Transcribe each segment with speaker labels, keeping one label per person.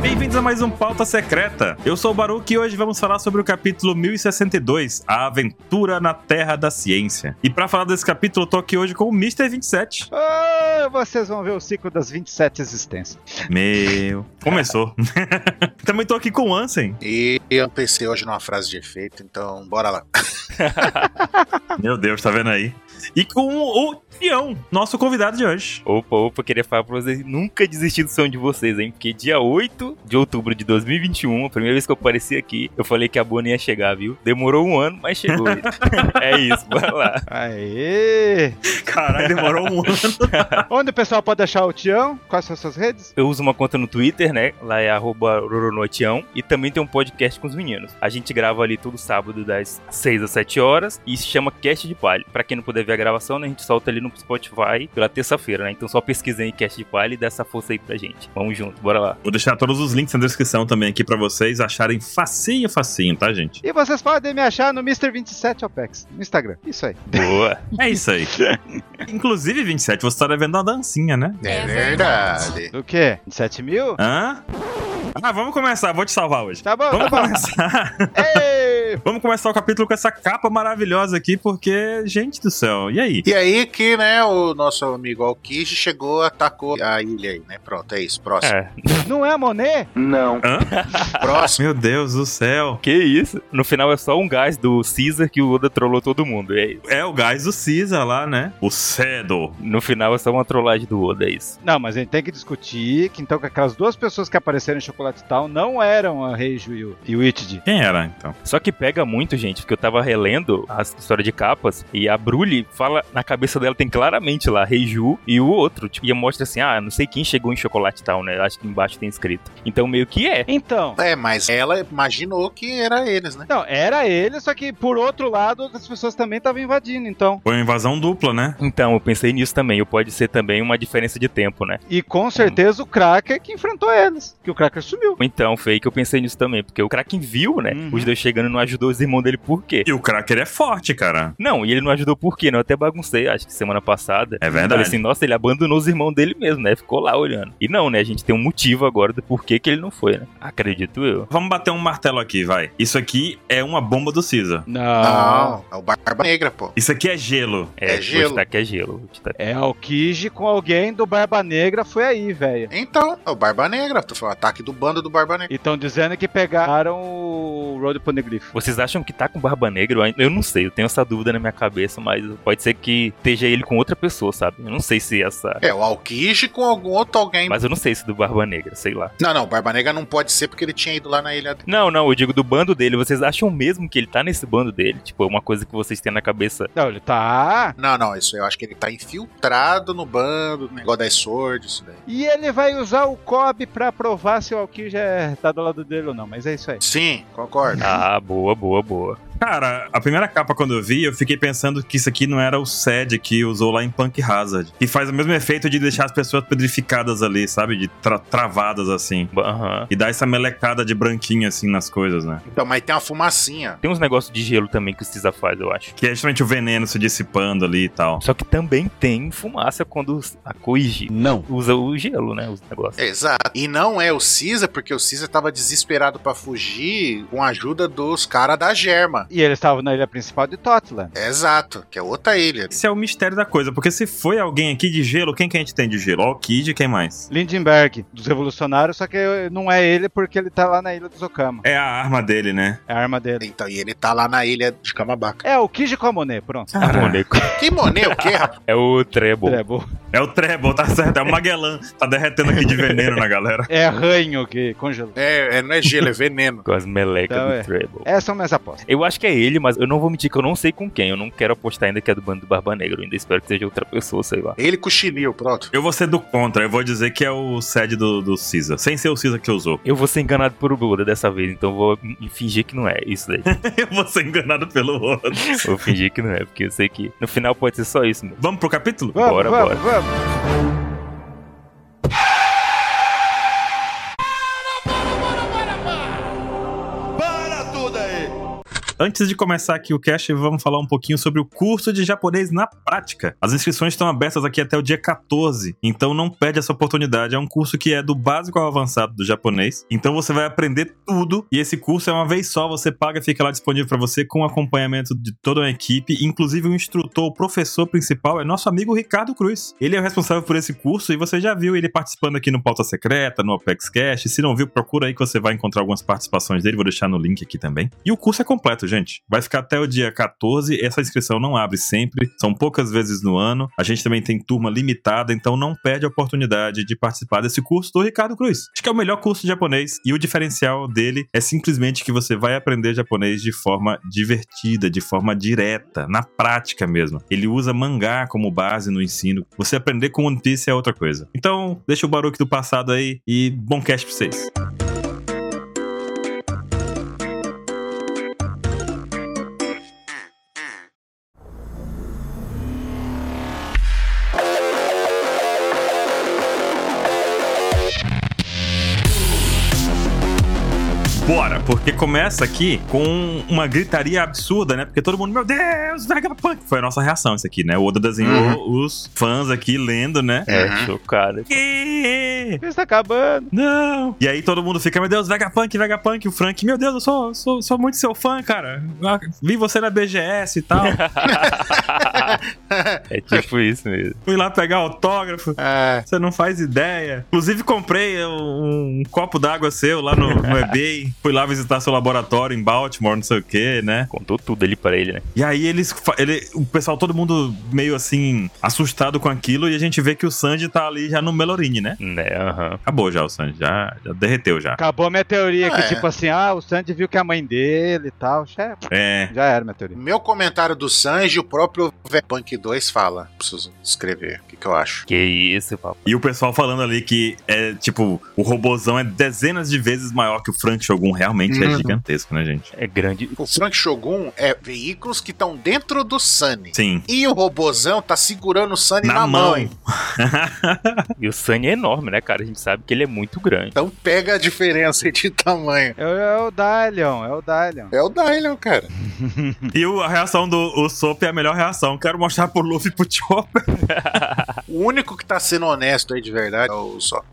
Speaker 1: Bem-vindos a mais um Pauta Secreta. Eu sou o Baruch e hoje vamos falar sobre o capítulo 1062, A Aventura na Terra da Ciência. E para falar desse capítulo, eu tô aqui hoje com o Mr. 27.
Speaker 2: Ah, vocês vão ver o ciclo das 27 existências.
Speaker 1: Meu, começou. Também tô aqui com o Ansem.
Speaker 3: E eu pensei hoje numa frase de efeito, então bora lá.
Speaker 1: Meu Deus, tá vendo aí? E com o Tião, nosso convidado de hoje.
Speaker 4: Opa, opa, queria falar pra vocês nunca desistir do sonho de vocês, hein? Porque dia 8 de outubro de 2021, a primeira vez que eu apareci aqui, eu falei que a Bonnie ia chegar, viu? Demorou um ano, mas chegou. é isso, bora lá.
Speaker 2: Aê!
Speaker 1: Caralho, demorou um ano.
Speaker 2: Onde o pessoal pode achar o Tião? Quais são as suas redes?
Speaker 4: Eu uso uma conta no Twitter, né? Lá é arroba roronotião. E também tem um podcast com os meninos. A gente grava ali todo sábado das 6 às 7 horas e se chama Cast de Palha. Pra quem não puder ver a gravação, né? A gente solta ali no Spotify pela terça-feira, né? Então só pesquisa aí Cast de Palha e dá essa força aí pra gente. Vamos junto, bora lá.
Speaker 1: Vou deixar todos os links na descrição também aqui pra vocês acharem facinho, facinho, tá, gente?
Speaker 2: E vocês podem me achar no Mr27OPEX, no Instagram. Isso aí.
Speaker 4: Boa.
Speaker 1: É isso aí. Inclusive, 27, você tá devendo uma dancinha, né?
Speaker 3: É verdade.
Speaker 2: O quê? 27 mil?
Speaker 1: Hã? Ah, vamos começar, vou te salvar hoje.
Speaker 2: Tá bom,
Speaker 1: Vamos
Speaker 2: tá bom.
Speaker 1: começar.
Speaker 2: Ei!
Speaker 1: Vamos começar o capítulo com essa capa maravilhosa aqui, porque, gente do céu, e aí?
Speaker 3: E aí que, né, o nosso amigo Alkiji chegou, atacou a ilha aí, né? Pronto, é isso. Próximo.
Speaker 4: É.
Speaker 2: Não é a Monet?
Speaker 3: Próximo.
Speaker 1: Meu Deus do céu.
Speaker 4: Que isso? No final é só um gás do Caesar que o Oda trollou todo mundo. É isso.
Speaker 1: É o gás do Cisa lá, né? O cedo.
Speaker 4: No final é só uma trollagem do Oda, é isso.
Speaker 2: Não, mas a gente tem que discutir que então que aquelas duas pessoas que apareceram em Chocolate Town não eram a Reijo e o, e o Itid.
Speaker 1: Quem era, então?
Speaker 4: Só que pega muito, gente, porque eu tava relendo a história de capas e a Brully fala, na cabeça dela tem claramente lá Reiju e o outro. Tipo, e mostra assim, ah, não sei quem chegou em chocolate e tal, né? Acho que embaixo tem escrito. Então meio que é.
Speaker 2: Então,
Speaker 3: É, mas ela imaginou que era eles, né?
Speaker 2: não, era ele, só que por outro lado, outras pessoas também estavam invadindo, então.
Speaker 1: Foi uma invasão dupla, né?
Speaker 4: Então, eu pensei nisso também. Ou pode ser também uma diferença de tempo, né?
Speaker 2: E com certeza o Cracker que enfrentou eles, que o Cracker sumiu.
Speaker 4: Então, Fake, eu pensei nisso também. Porque o Kraken viu, né?
Speaker 2: Uhum.
Speaker 4: Os dois chegando e não ajudou os irmãos dele por quê?
Speaker 1: E o Cracker é forte, cara.
Speaker 4: Não, e ele não ajudou por quê? né? Eu até baguncei, acho que semana passada.
Speaker 1: É verdade.
Speaker 4: Falei assim, nossa, ele abandonou os irmãos dele mesmo, né? Ficou lá olhando. E não, né? A gente tem um motivo agora do porquê que ele não foi, né? Acredito eu.
Speaker 1: Vamos bater um martelo aqui, vai. Isso aqui é uma bomba do Cisa.
Speaker 2: Não.
Speaker 3: Não, é o Barba Negra, pô.
Speaker 1: Isso aqui é gelo.
Speaker 3: É gelo.
Speaker 4: Vou citar que é gelo. vou citar.
Speaker 2: É o Kiji com alguém do Barba Negra foi aí, velho.
Speaker 3: Então, é o Barba Negra. Tu falou ataque do bando do Barba Negra.
Speaker 2: E estão dizendo que pegaram o Road Poneglyph.
Speaker 4: Vocês acham que tá com barba negra? Eu- Eu não sei, eu tenho essa dúvida na minha cabeça, mas pode ser que esteja ele com outra pessoa, sabe? Eu não sei se essa.
Speaker 3: É, o Alkiji com algum outro alguém.
Speaker 4: Mas eu não sei se do Barba Negra, sei lá.
Speaker 3: Não, não, o Barba Negra não pode ser porque ele tinha ido lá na ilha.
Speaker 4: Não, não, eu digo do bando dele. Vocês acham mesmo que ele tá nesse bando dele? Tipo, é uma coisa que vocês têm na cabeça.
Speaker 2: Não, ele tá.
Speaker 3: Não, não, isso eu acho que ele tá infiltrado no bando, no negócio das swords, isso daí.
Speaker 2: E ele vai usar o Cobb pra provar se o Alkiji é... tá do lado dele ou não, mas é isso aí.
Speaker 3: Sim, concordo.
Speaker 4: Ah, boa, boa, boa.
Speaker 1: Cara, a primeira capa quando eu vi, eu fiquei pensando que isso aqui não era o SED que usou lá em Punk Hazard. E faz o mesmo efeito de deixar as pessoas pedrificadas ali, sabe? De tra- travadas assim.
Speaker 4: Aham.
Speaker 1: E dá essa melecada de branquinho assim nas coisas, né?
Speaker 3: Então, mas tem uma fumacinha.
Speaker 4: Tem uns negócios de gelo também que o Cisa faz, eu acho.
Speaker 1: Que é justamente o veneno se dissipando ali e tal.
Speaker 4: Só que também tem fumaça quando a Koigi
Speaker 2: Não.
Speaker 4: usa o gelo, né? Os negócios.
Speaker 3: Exato. E não é o Cisa, porque o Cisa tava desesperado pra fugir com a ajuda dos caras da Germa.
Speaker 2: E eles estavam na ilha principal de Totland.
Speaker 3: Exato, que é outra ilha.
Speaker 1: Esse é o mistério da coisa, porque se foi alguém aqui de gelo, quem que a gente tem de gelo? Ó, o Kid, quem mais?
Speaker 2: Lindenberg, dos revolucionários, só que não é ele porque ele tá lá na ilha dos Okama.
Speaker 1: É a arma dele, né?
Speaker 2: É a arma dele.
Speaker 3: Então, e ele tá lá na ilha de Camabaca.
Speaker 2: É o Kiji com a Monet, pronto.
Speaker 4: Ah, moleque.
Speaker 3: Que monê, o quê, rapaz?
Speaker 4: É outra, é boa.
Speaker 2: É, bom.
Speaker 1: É o Treble, tá certo? É o Magellan. Tá derretendo aqui de veneno na galera.
Speaker 2: é ranho que congelou.
Speaker 3: É, é, não é gelo, é veneno.
Speaker 4: Com as melecas
Speaker 2: Então,
Speaker 4: do
Speaker 2: é.
Speaker 4: Treble.
Speaker 2: Essas são minhas apostas.
Speaker 4: Eu acho que é ele, mas eu não vou mentir que eu não sei com quem. Eu não quero apostar ainda que é do bando do Barba Negra. Eu ainda espero que seja outra pessoa, sei lá.
Speaker 3: Ele com chinil, pronto.
Speaker 1: Eu vou ser do contra, eu vou dizer que é o SED do, do Cisa. Sem ser o Cisa que usou.
Speaker 4: Eu vou ser enganado por Buda dessa vez, então eu vou m- fingir que não é isso daí.
Speaker 1: Eu vou ser é enganado pelo outro.
Speaker 4: vou fingir que não é, porque eu sei que no final pode ser só isso mesmo.
Speaker 1: Vamos pro capítulo?
Speaker 2: Vamos,
Speaker 4: Bora,
Speaker 2: vamos,
Speaker 4: bora.
Speaker 2: vamos.
Speaker 5: Para tudo aí!
Speaker 1: Antes de começar aqui o cast, vamos falar um pouquinho sobre o curso de japonês na prática. As inscrições estão abertas aqui até o dia 14, então não perde essa oportunidade. É um curso que é do básico ao avançado do japonês. Então você vai aprender tudo e esse curso é uma vez só, você paga, fica lá disponível para você com acompanhamento de toda uma equipe, inclusive o instrutor, o professor principal é nosso amigo Ricardo Cruz. Ele é o responsável por esse curso e você já viu ele participando aqui no Pauta Secreta, no Apex Cash. Se não viu, procura aí que você vai encontrar algumas participações dele, vou deixar no link aqui também. E o curso é completo, gente. Vai ficar até o dia 14, essa inscrição não abre sempre, são poucas vezes no ano. A gente também tem turma limitada, então não perde a oportunidade de participar desse curso do Ricardo Cruz. Acho que é o melhor curso de japonês e o diferencial dele é simplesmente que você vai aprender japonês de forma divertida, de forma direta, na prática mesmo. Ele usa mangá como base no ensino. Você aprender com One Piece é outra coisa. Então, deixa o Baruque do passado aí e bom cast pra vocês. Bora, porque começa aqui com uma gritaria absurda, né? Porque todo mundo, meu Deus, Vegapunk! Foi a nossa reação isso aqui, né? O Oda desenhou os fãs aqui lendo, né?
Speaker 4: É, chocado.
Speaker 1: Que?
Speaker 2: Está tá acabando.
Speaker 1: Não! E aí todo mundo fica, meu Deus, Vegapunk, Vegapunk, o Frank, meu Deus, eu sou, sou, sou muito seu fã, cara. Ah, Vi você na BGS e tal.
Speaker 4: É tipo isso mesmo.
Speaker 1: Fui lá pegar autógrafo.
Speaker 3: É.
Speaker 1: Você não faz ideia. Inclusive, comprei um, um copo d'água seu lá no, no eBay. Fui lá visitar seu laboratório em Baltimore, não sei o que, né?
Speaker 4: Contou tudo ali pra ele, né?
Speaker 1: E aí eles. fa- Ele, o pessoal, todo mundo meio assim, assustado com aquilo, e a gente vê que o Sanji tá ali já no Melorini, né?
Speaker 4: Né, aham.
Speaker 1: Acabou já o Sanji, já, já derreteu já.
Speaker 2: Acabou minha teoria, que
Speaker 3: É.
Speaker 2: tipo assim, ah, o Sandy viu que a mãe dele e tal. Já,
Speaker 1: É.
Speaker 2: já era minha teoria.
Speaker 3: Meu comentário do Sanji, o próprio Vegapunk 2 fala. Preciso escrever o que, que eu acho.
Speaker 4: Que isso, papo.
Speaker 1: E o pessoal falando ali que é tipo, o robozão é dezenas de vezes maior que o Frank Shogun, realmente é
Speaker 3: Uhum.
Speaker 1: gigantesco, né, gente?
Speaker 4: É grande.
Speaker 3: O Frank Shogun é veículos que estão dentro do Sunny.
Speaker 1: Sim.
Speaker 3: E o robozão tá segurando o Sunny na, mão.
Speaker 4: E o Sunny é enorme, né, cara? A gente sabe que ele é muito grande.
Speaker 3: Então pega a diferença de tamanho.
Speaker 2: É, o- é o Dalion, é o Dalion.
Speaker 3: É o Dylan, cara.
Speaker 1: E o- a reação do o Sop é a melhor reação. Quero mostrar pro Luffy e pro Chopper.
Speaker 3: O único que tá sendo honesto aí de verdade é o Sop.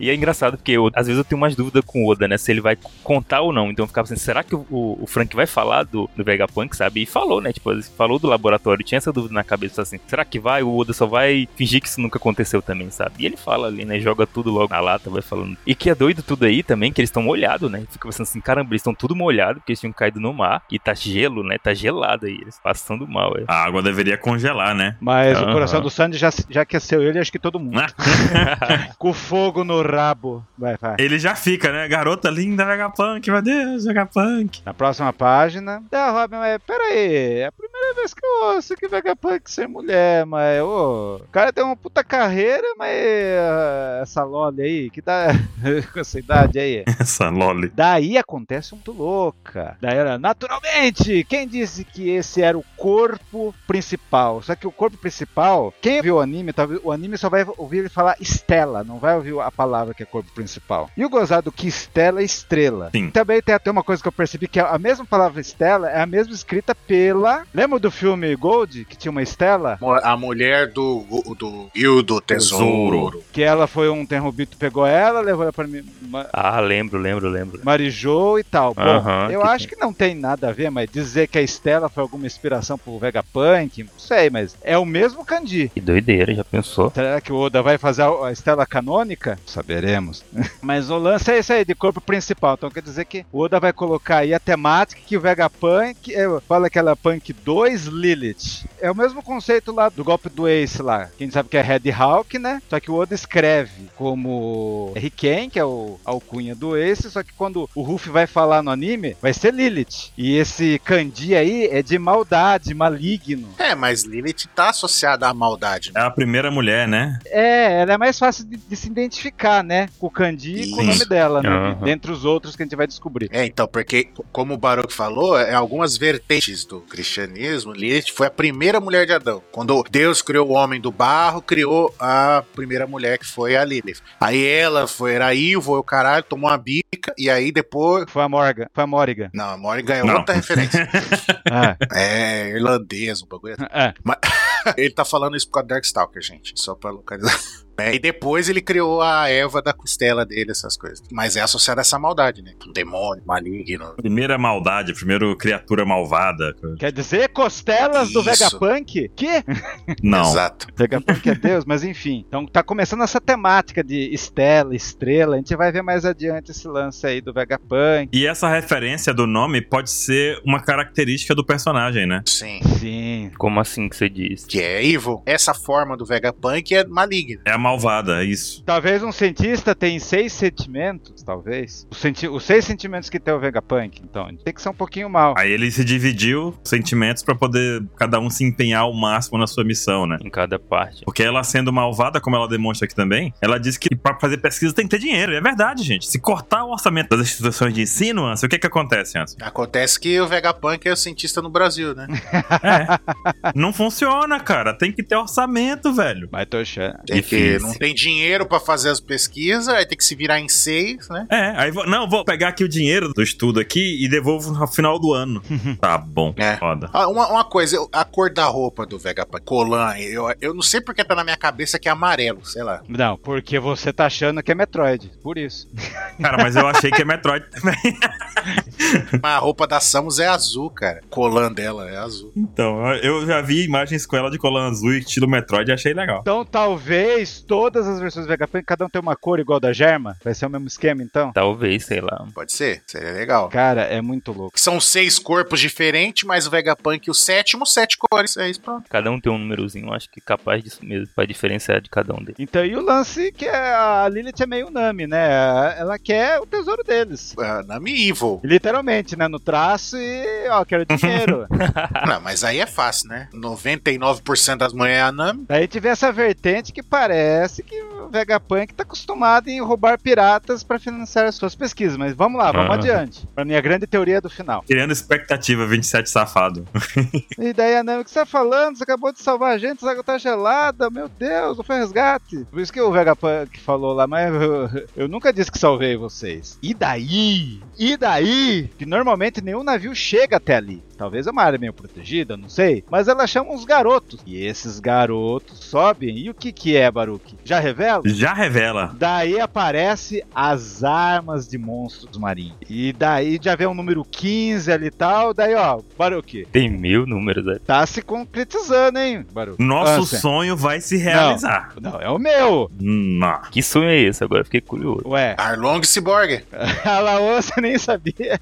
Speaker 4: E é engraçado porque eu- às vezes eu tenho umas dúvidas com o Oda, né? Se ele vai contar ou não. Então eu ficava assim, será que o, o Frank vai falar do, do Vegapunk, sabe? E falou, né? Tipo, ele falou do laboratório. Tinha essa dúvida na cabeça assim, será que vai? O Oda só vai fingir que isso nunca aconteceu também, sabe? E ele fala ali, né? Joga tudo logo na lata, vai falando. E que é doido tudo aí também, que eles estão molhados, né? Fica pensando assim, caramba, eles estão tudo molhados porque eles tinham caído no mar. E tá gelo, né? Tá gelado aí. Eles passando mal, é.
Speaker 1: A água deveria congelar, né?
Speaker 2: Mas
Speaker 4: Aham.
Speaker 2: o coração do Sandy já, já aqueceu ele, acho que todo mundo.
Speaker 1: Ah,
Speaker 2: Com fogo no rabo. Vai, vai.
Speaker 1: Ele já fica, né? Garota linda, Vegapunk, meu Deus, Vegapunk.
Speaker 2: Na próxima página. Da Robin, é, peraí, é a primeira vez que eu ouço que Vegapunk ser mulher, mas ô, o cara tem uma puta carreira, mas ah, essa loli aí, que dá com essa idade aí.
Speaker 1: Essa loli.
Speaker 2: Daí acontece um muito louca. Daí ela, naturalmente, quem disse que esse era o corpo principal? Só que o corpo principal, quem viu o anime, talvez o anime só vai ouvir ele falar Estela, não vai ouvir a palavra que é corpo principal. E o gozado que Estela é estrela.
Speaker 1: Sim.
Speaker 2: Também tem até uma coisa que eu percebi que é a mesma palavra Estela é a mesma escrita pela. Lembra do filme Gold que tinha uma Estela?
Speaker 3: Mo- A mulher do, do Rio do Tesouro.
Speaker 2: Que ela foi um terrobito, pegou ela, levou ela pra mim. ma-
Speaker 4: ah, lembro, lembro, lembro.
Speaker 2: Marijou e tal. Bom,
Speaker 4: Aham,
Speaker 2: eu
Speaker 4: que
Speaker 2: acho que não tem nada a ver, mas dizer que a Estela foi alguma inspiração pro Vegapunk, não sei, mas é o mesmo Kandi.
Speaker 4: Que doideira, já pensou?
Speaker 2: Será que o Oda vai fazer a a Estela canônica? Saberemos. mas o lance é esse aí, de corpo principal. Então quer dizer que o Oda vai colocar aí a temática que o Vegapunk é, fala que ela é Punk 2 Lilith. É o mesmo conceito lá do golpe do Ace lá. Quem sabe que é Red Hawk, né? Só que o Oda escreve como Riken, que é o a alcunha do Ace. Só que quando o Ruffy vai falar no anime, vai ser Lilith. E esse Kandi aí é de maldade, maligno.
Speaker 3: É, mas Lilith tá associada à maldade.
Speaker 1: É a primeira mulher, né?
Speaker 2: É, ela é mais fácil de, de se identificar, né? Com o Kandi e com o
Speaker 3: Isso.
Speaker 2: nome dela, né?
Speaker 4: Aham.
Speaker 2: Dentre os outros que a gente vai descobrir.
Speaker 3: É, então, porque, como o Baruch falou, é algumas vertentes do cristianismo, Lilith foi a primeira mulher de Adão. Quando Deus criou o homem do barro, criou a primeira mulher que foi a Lilith. Aí ela foi, era Ivo, o caralho, tomou uma bica, e aí depois.
Speaker 2: Foi a Morga. Foi a Morga.
Speaker 3: Não, a Morgan é
Speaker 1: Não.
Speaker 3: outra referência.
Speaker 2: Ah,
Speaker 3: É, irlandês, um bagulho.
Speaker 2: é.
Speaker 3: Ele tá falando isso por causa do Darkstalker, gente. Só pra localizar. É, e depois ele criou a Eva da costela dele, essas coisas. Mas é associada a essa maldade, né? Demônio, maligno.
Speaker 1: Primeira maldade, primeiro criatura malvada.
Speaker 2: Quer dizer, costelas do
Speaker 3: Isso.
Speaker 2: Vegapunk? Que?
Speaker 1: Não.
Speaker 3: Exato.
Speaker 2: Vegapunk é Deus, mas enfim. Então tá começando essa temática de estela, estrela. A gente vai ver mais adiante esse lance aí do Vegapunk.
Speaker 1: E essa referência do nome pode ser uma característica do personagem, né?
Speaker 3: Sim.
Speaker 2: Sim.
Speaker 4: Como assim que você diz?
Speaker 3: Que é evil. Essa forma do Vegapunk é maligna.
Speaker 1: É a malvada, é isso.
Speaker 2: Talvez um cientista tenha seis sentimentos, talvez. Os, senti- os seis sentimentos que tem o Vegapunk, então. Tem que ser um pouquinho mal.
Speaker 1: Aí ele se dividiu os sentimentos pra poder cada um se empenhar ao máximo na sua missão, né?
Speaker 4: Em cada parte.
Speaker 1: Porque ela sendo malvada, como ela demonstra aqui também, ela diz que pra fazer pesquisa tem que ter dinheiro. E é verdade, gente. Se cortar o orçamento das instituições de ensino, Anson, o que que acontece, Anson?
Speaker 3: Acontece que o Vegapunk é o cientista no Brasil, né?
Speaker 1: É. Não funciona, cara. Tem que ter orçamento, velho.
Speaker 2: Mas tô achando.
Speaker 3: Tem que,
Speaker 1: Difícil.
Speaker 3: não tem dinheiro pra fazer as pesquisas, aí tem que se virar em seis, né?
Speaker 1: É, aí vou, não, vou pegar aqui o dinheiro do estudo aqui e devolvo no final do ano. tá bom,
Speaker 3: É.
Speaker 1: foda.
Speaker 3: Ah, uma, uma coisa, eu- a cor da roupa do Vegapunk, Colan, eu, eu não sei porque tá na minha cabeça que é amarelo, sei lá.
Speaker 2: Não, porque você tá achando que é Metroid. Por isso.
Speaker 1: Cara, mas eu achei que é Metroid também.
Speaker 3: A roupa da Samus é azul, cara. Colan dela é azul.
Speaker 1: Então, eu já vi imagens com ela de colã azul e estilo Metroid e achei legal.
Speaker 2: Então talvez todas as versões do Vegapunk, cada um tem uma cor igual da Germa. Vai ser o mesmo esquema, então?
Speaker 4: Talvez, sei lá.
Speaker 3: Pode ser? Seria legal.
Speaker 2: Cara, é muito louco.
Speaker 3: São seis corpos diferentes, mas o Vegapunk, o sétimo, sete cores. É isso, pronto.
Speaker 4: Cada um tem um númerozinho, acho que capaz disso mesmo, pra diferenciar de cada um deles.
Speaker 2: Então, e o lance que a Lilith é meio Nami, né? Ela quer o tesouro deles.
Speaker 3: Ah, Nami Evil.
Speaker 2: Literalmente, né? No traço e, ó, quero dinheiro.
Speaker 3: Não, mas aí é fácil, né? 99% das mulheres é a Nami.
Speaker 2: Daí tive essa vertente que parece que o Vegapunk tá acostumado em roubar piratas pra financiar as suas pesquisas. Mas vamos lá, vamos
Speaker 4: Ah.
Speaker 2: adiante. Pra minha grande teoria do final.
Speaker 1: Criando expectativa, 27 safado.
Speaker 2: E daí a Nami, o que você tá falando? Você acabou de salvar a gente, essa água tá gelada, meu Deus, não foi um resgate. Por isso que o Vegapunk falou lá, mas eu, eu nunca disse que salvei vocês. E daí? E daí? Que normalmente nenhum navio chega até ali. Talvez é uma área meio protegida, não sei. Mas ela chama uns garotos. E esses garotos sobem. E o que que é, Baruque? Já revela?
Speaker 1: Já revela.
Speaker 2: Daí aparece as armas de monstros marinhos. E daí já vê um número 15 ali e tal. Daí, ó, Baruque,
Speaker 4: Tem mil números, é. velho.
Speaker 2: Tá se concretizando, hein, Baruco?
Speaker 1: Nosso
Speaker 2: Ansem.
Speaker 1: sonho vai se realizar.
Speaker 2: Não, é o meu!
Speaker 1: Não.
Speaker 4: Que sonho é esse? Agora fiquei curioso.
Speaker 2: Ué,
Speaker 3: Arlong Cyborg.
Speaker 2: a Laosa nem sabia.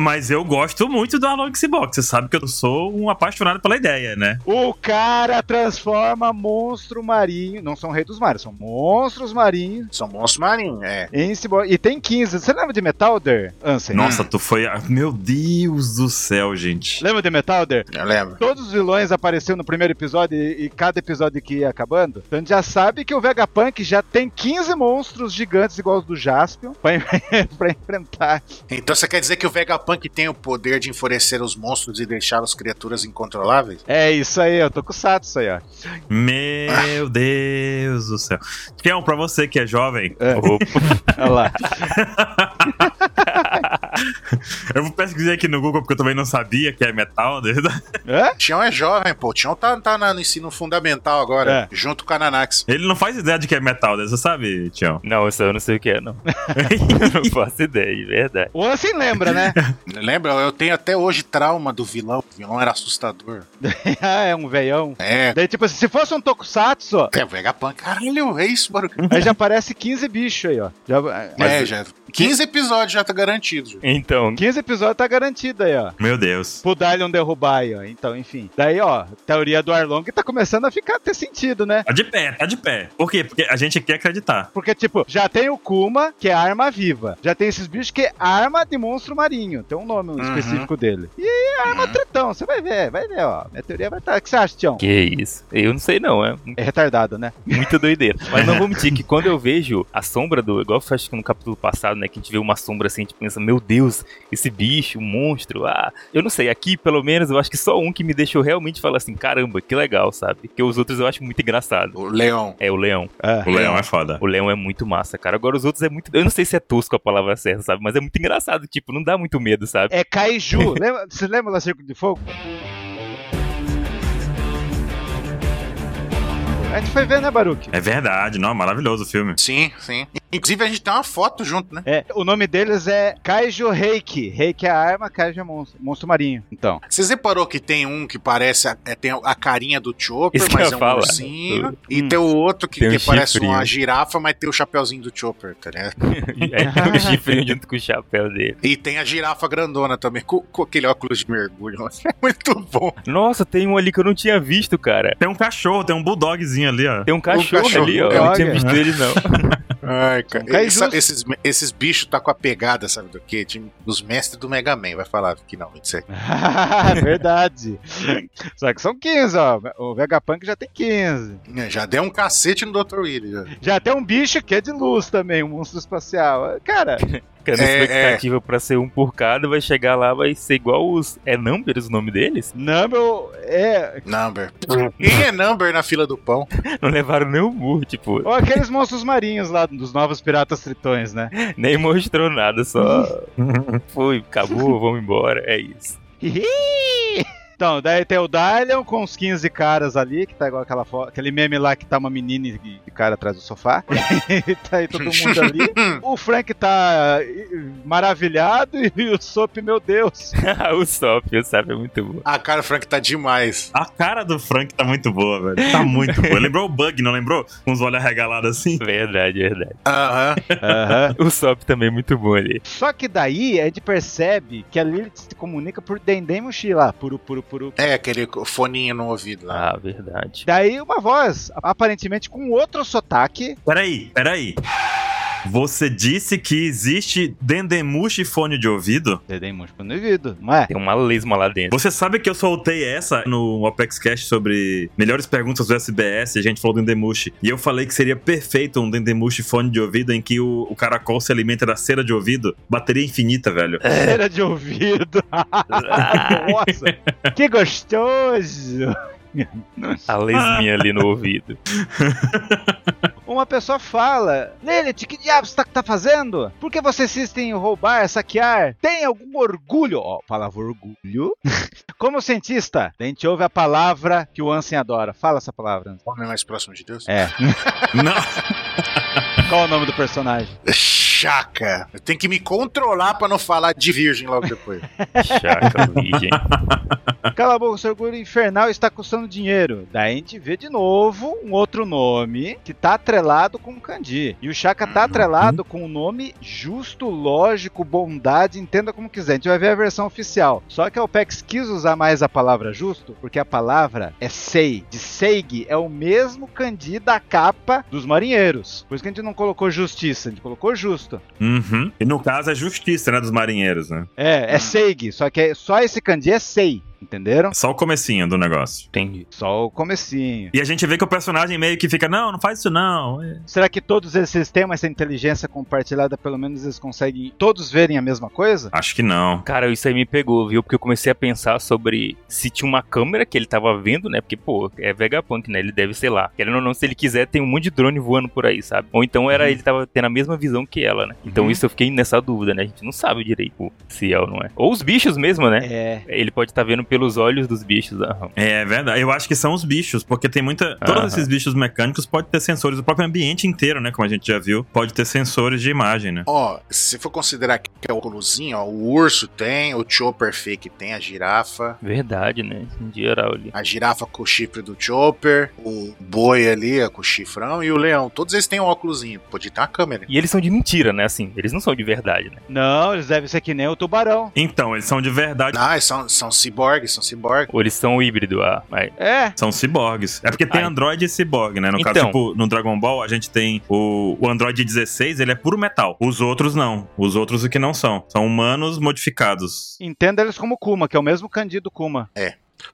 Speaker 1: Mas eu gosto muito do Arlong Box. Você sabe que eu sou um apaixonado pela ideia, né?
Speaker 2: O cara transforma monstro marinho. Não são rei dos mares, são monstros marinhos.
Speaker 3: São monstros marinhos, é.
Speaker 2: Em cyborg. E tem 15. Você lembra de Metalder, Ansem?
Speaker 1: Nossa, tu foi. a- Meu Deus do céu, gente.
Speaker 2: Lembra de Metalder?
Speaker 3: Eu lembro.
Speaker 2: Todos os vilões apareceram no primeiro episódio e e cada episódio que ia acabando. Então a gente já sabe que o Vegapunk já tem 15 monstros gigantes igual os do Jaspion pra, en- pra enfrentar.
Speaker 3: Então você quer dizer que o Vegapunk tem o poder de enfurecer os monstros e deixar as criaturas incontroláveis?
Speaker 2: É isso aí, eu tô com o sato isso aí, ó.
Speaker 1: Meu Deus do céu. Tião, pra você que é jovem,
Speaker 2: É.
Speaker 4: Opa,
Speaker 2: Olha lá.
Speaker 1: eu vou pesquisar aqui no Google porque eu também não sabia que é metal. né?
Speaker 2: Hã?
Speaker 3: O Tião é jovem, pô. O Tião tá, tá na- no ensino fundamental agora, junto com a Nanax.
Speaker 1: Ele não faz ideia de que é metal, né? você sabe, Tião?
Speaker 4: não, isso eu não sei o que é, não. Eu não faço ideia, de verdade.
Speaker 2: O Ansem lembra, né?
Speaker 3: Lembra? Eu tenho até hoje trauma do vilão. O vilão era assustador.
Speaker 2: Ah, é um veião.
Speaker 3: É,
Speaker 2: Daí, tipo assim, se fosse um tokusatsu,
Speaker 3: é o Vegapunk. Caralho, é isso, barulho.
Speaker 2: aí já aparece 15 bichos aí, ó. Já-
Speaker 3: É, já. 15 episódios já tá garantido. já.
Speaker 4: Então,
Speaker 2: 15 episódios tá garantido aí, ó.
Speaker 1: Meu Deus.
Speaker 2: Pro Dylion derrubar aí, ó. Então, enfim. Daí, ó, teoria do Arlong tá começando a ficar ter sentido, né?
Speaker 1: Tá de pé, tá de pé. Por quê? Porque a gente quer acreditar.
Speaker 2: Porque, tipo, já tem o Kuma, que é arma viva. Já tem esses bichos que é arma de monstro marinho. Tem um nome específico dele. E aí, arma tritão. Você vai ver, vai ver, ó. Minha teoria vai estar. O que você acha, Tião?
Speaker 4: que isso? Eu não sei não, é
Speaker 2: É retardado, né?
Speaker 4: muita doideira. Mas não vou mentir que quando eu vejo a sombra do, igual eu acho que no capítulo passado, né, né? Que a gente vê uma sombra assim, a gente pensa, meu Deus, esse bicho, um monstro, ah. Eu não sei, aqui pelo menos eu acho que só um que me deixou realmente falar assim, caramba, que legal, sabe? Porque os outros eu acho muito engraçado.
Speaker 3: O leão.
Speaker 4: É, o leão.
Speaker 2: Ah,
Speaker 1: O leão é foda.
Speaker 4: O leão é muito massa, cara. Agora os outros é muito. Eu não sei se é tosco a palavra certa, sabe? Mas é muito engraçado, tipo, não dá muito medo, sabe?
Speaker 2: É Kaiju. Lembra- Você lembra da Circo de Fogo? A gente foi ver, né, Baruque?
Speaker 1: É verdade, não, maravilhoso o filme.
Speaker 3: Sim, sim. Inclusive, a gente tem uma foto junto, né?
Speaker 2: É, o nome deles é Kaiju Reiki. Reiki é a arma, Kaiju é monstro, monstro marinho. Então,
Speaker 3: Você reparou que tem um que parece. a- é, tem a carinha do Chopper,
Speaker 4: Isso que
Speaker 3: mas
Speaker 4: eu
Speaker 3: é um
Speaker 4: falo.
Speaker 3: ursinho.
Speaker 4: Hum.
Speaker 3: E tem o outro que,
Speaker 4: Tem um
Speaker 3: que parece
Speaker 4: chifrinho.
Speaker 3: uma girafa, mas tem o chapeuzinho do Chopper, tá ligado?
Speaker 4: É tem um chifrinho junto com o chapéu dele.
Speaker 3: E tem a girafa grandona também, com, com aquele óculos de mergulho. É muito bom.
Speaker 4: Nossa, tem um ali que eu não tinha visto, cara.
Speaker 1: Tem um cachorro, tem um bulldogzinho ali, ó.
Speaker 4: Tem um cachorro,
Speaker 3: cachorro,
Speaker 4: ali, ó.
Speaker 3: um
Speaker 4: Eu não
Speaker 2: dog,
Speaker 4: tinha
Speaker 2: né?
Speaker 4: visto ele, não.
Speaker 3: Ai, cara.
Speaker 2: São kaijus.
Speaker 3: Essa- esses, esses bichos tá com a pegada, sabe do quê? De- dos mestres do Mega Man. Vai falar que não, isso é- aí.
Speaker 2: verdade. Só que são 15, ó. O Vegapunk já tem 15.
Speaker 3: É, Já deu um cacete no Dr. Willy. já.
Speaker 2: Já tem um bicho que é de luz também, um monstro espacial. Cara,
Speaker 4: Cara, minha
Speaker 3: É, é.
Speaker 4: expectativa pra ser um por cada vai chegar lá, vai ser igual os. É Numbers o nome deles?
Speaker 2: Number é.
Speaker 3: Number. Quem é Number na fila do pão?
Speaker 4: Não levaram nem o murro, tipo,
Speaker 2: Ou aqueles monstros marinhos lá dos novos piratas tritões, né?
Speaker 4: nem mostrou nada, só foi, acabou, vamos embora. É isso.
Speaker 2: Então, daí tem o Dylion com os 15 caras ali, que tá igual aquela fo- aquele meme lá que tá uma menina e- de cara atrás do sofá. tá aí todo mundo ali. O Frank tá eh, maravilhado e o Sop, meu Deus.
Speaker 4: o Sop, sabe, é muito bom.
Speaker 3: Ah, cara, o Frank tá demais.
Speaker 1: A cara do Frank tá muito boa, velho. Tá muito boa. Lembrou o Bug, não lembrou? Com os olhos arregalados assim.
Speaker 4: Verdade, verdade.
Speaker 3: Aham.
Speaker 4: O Sop também é muito bom ali.
Speaker 2: Só que daí a gente percebe que a Lilith se comunica por Dendem Mochila, puru, puru, puru.
Speaker 3: É, aquele foninho no ouvido lá.
Speaker 4: Ah, verdade.
Speaker 2: Daí uma voz, aparentemente com outro sotaque.
Speaker 1: Peraí, peraí. Você disse que existe dendemushi fone de ouvido?
Speaker 2: Dendem Mochila no ouvido, não é?
Speaker 4: Tem uma lesma lá dentro.
Speaker 1: Você sabe que eu soltei essa no Opex Cash sobre melhores perguntas do SBS, e a gente falou do dendemushi. E eu falei que seria perfeito um dendemushi fone de ouvido em que o, o caracol se alimenta da cera de ouvido. Bateria infinita, velho.
Speaker 2: Cera de ouvido. É. Nossa, que gostoso.
Speaker 4: A lesminha ali no ouvido.
Speaker 2: Uma pessoa fala: Lilith, que diabos tá, tá fazendo? Por que você insiste em roubar, saquear? Tem algum orgulho? Ó, palavra orgulho. Como cientista, a gente ouve a palavra que o Ansem adora. Fala essa palavra. Ansem.
Speaker 3: Homem mais próximo de Deus?
Speaker 2: É.
Speaker 1: Não,
Speaker 2: Qual o nome do personagem?
Speaker 3: Chaca. Eu tenho que me controlar pra não falar de virgem logo depois.
Speaker 4: Chaca, virgem.
Speaker 2: Cala a boca, seu orgulho infernal está custando dinheiro. Daí a gente vê de novo um outro nome que tá atrelado com o Kandi. E o Shaka tá atrelado com o nome justo, lógico, bondade, entenda como quiser. A gente vai ver a versão oficial. Só que a OPEX quis usar mais a palavra justo, porque a palavra é sei. De seig é o mesmo Kandi da capa dos marinheiros. Por isso que a gente não colocou justiça, a gente colocou justo.
Speaker 1: Uhum. E no caso é justiça, né? Dos marinheiros, né?
Speaker 2: É, é seig, só que é- só esse Kandi é sei. Entenderam?
Speaker 1: Só o comecinho do negócio.
Speaker 4: Entendi.
Speaker 2: Só o comecinho.
Speaker 1: E a gente vê que o personagem meio que fica, não, não faz isso não.
Speaker 2: Será que todos esses têm essa inteligência compartilhada, pelo menos eles conseguem todos verem a mesma coisa?
Speaker 1: Acho que não.
Speaker 4: Cara, isso aí me pegou, viu? Porque eu comecei a pensar sobre se tinha uma câmera que ele tava vendo, né? Porque, pô, é Vegapunk, né? Ele deve, sei lá. Querendo ou não, se ele quiser, tem um monte de drone voando por aí, sabe? Ou então era ele tava tendo a mesma visão que ela, né? Então
Speaker 2: Uhum.
Speaker 4: isso eu fiquei nessa dúvida, né? A gente não sabe direito pô, se é ou não é. Ou os bichos mesmo, né?
Speaker 2: É.
Speaker 4: Ele pode estar vendo pelos olhos dos bichos. aham.
Speaker 1: É verdade. Eu acho que são os bichos, porque tem muita. Todos
Speaker 4: Aham.
Speaker 1: esses bichos mecânicos podem ter sensores. O próprio ambiente inteiro, né? Como a gente já viu, pode ter sensores de imagem, né?
Speaker 3: Ó, se for considerar que é o óculosinho, ó, o urso tem, o Chopper fake tem, a girafa.
Speaker 4: Verdade, né? Em geral ali.
Speaker 3: A girafa com o chifre do Chopper, o boi ali ó, com o chifrão e o leão. Todos eles têm um óculosinho. Pode ter uma câmera.
Speaker 4: E eles são de mentira, né? Assim, eles não são de verdade, né?
Speaker 2: Não, eles devem ser que nem o tubarão.
Speaker 1: Então, eles são de verdade.
Speaker 3: Ah, são, são ciborgues, são ciborgues.
Speaker 4: Ou eles são híbrido, ah, mas
Speaker 2: É.
Speaker 1: São ciborgues. É porque tem
Speaker 4: Ah,
Speaker 1: Android e ciborgue, né? No caso,
Speaker 4: Então.
Speaker 1: tipo, no Dragon Ball, a gente tem o, o Android 16, ele é puro metal. Os outros não. Os outros o que não são. São humanos modificados.
Speaker 2: Entenda eles como Kuma, que é o mesmo Candido Kuma.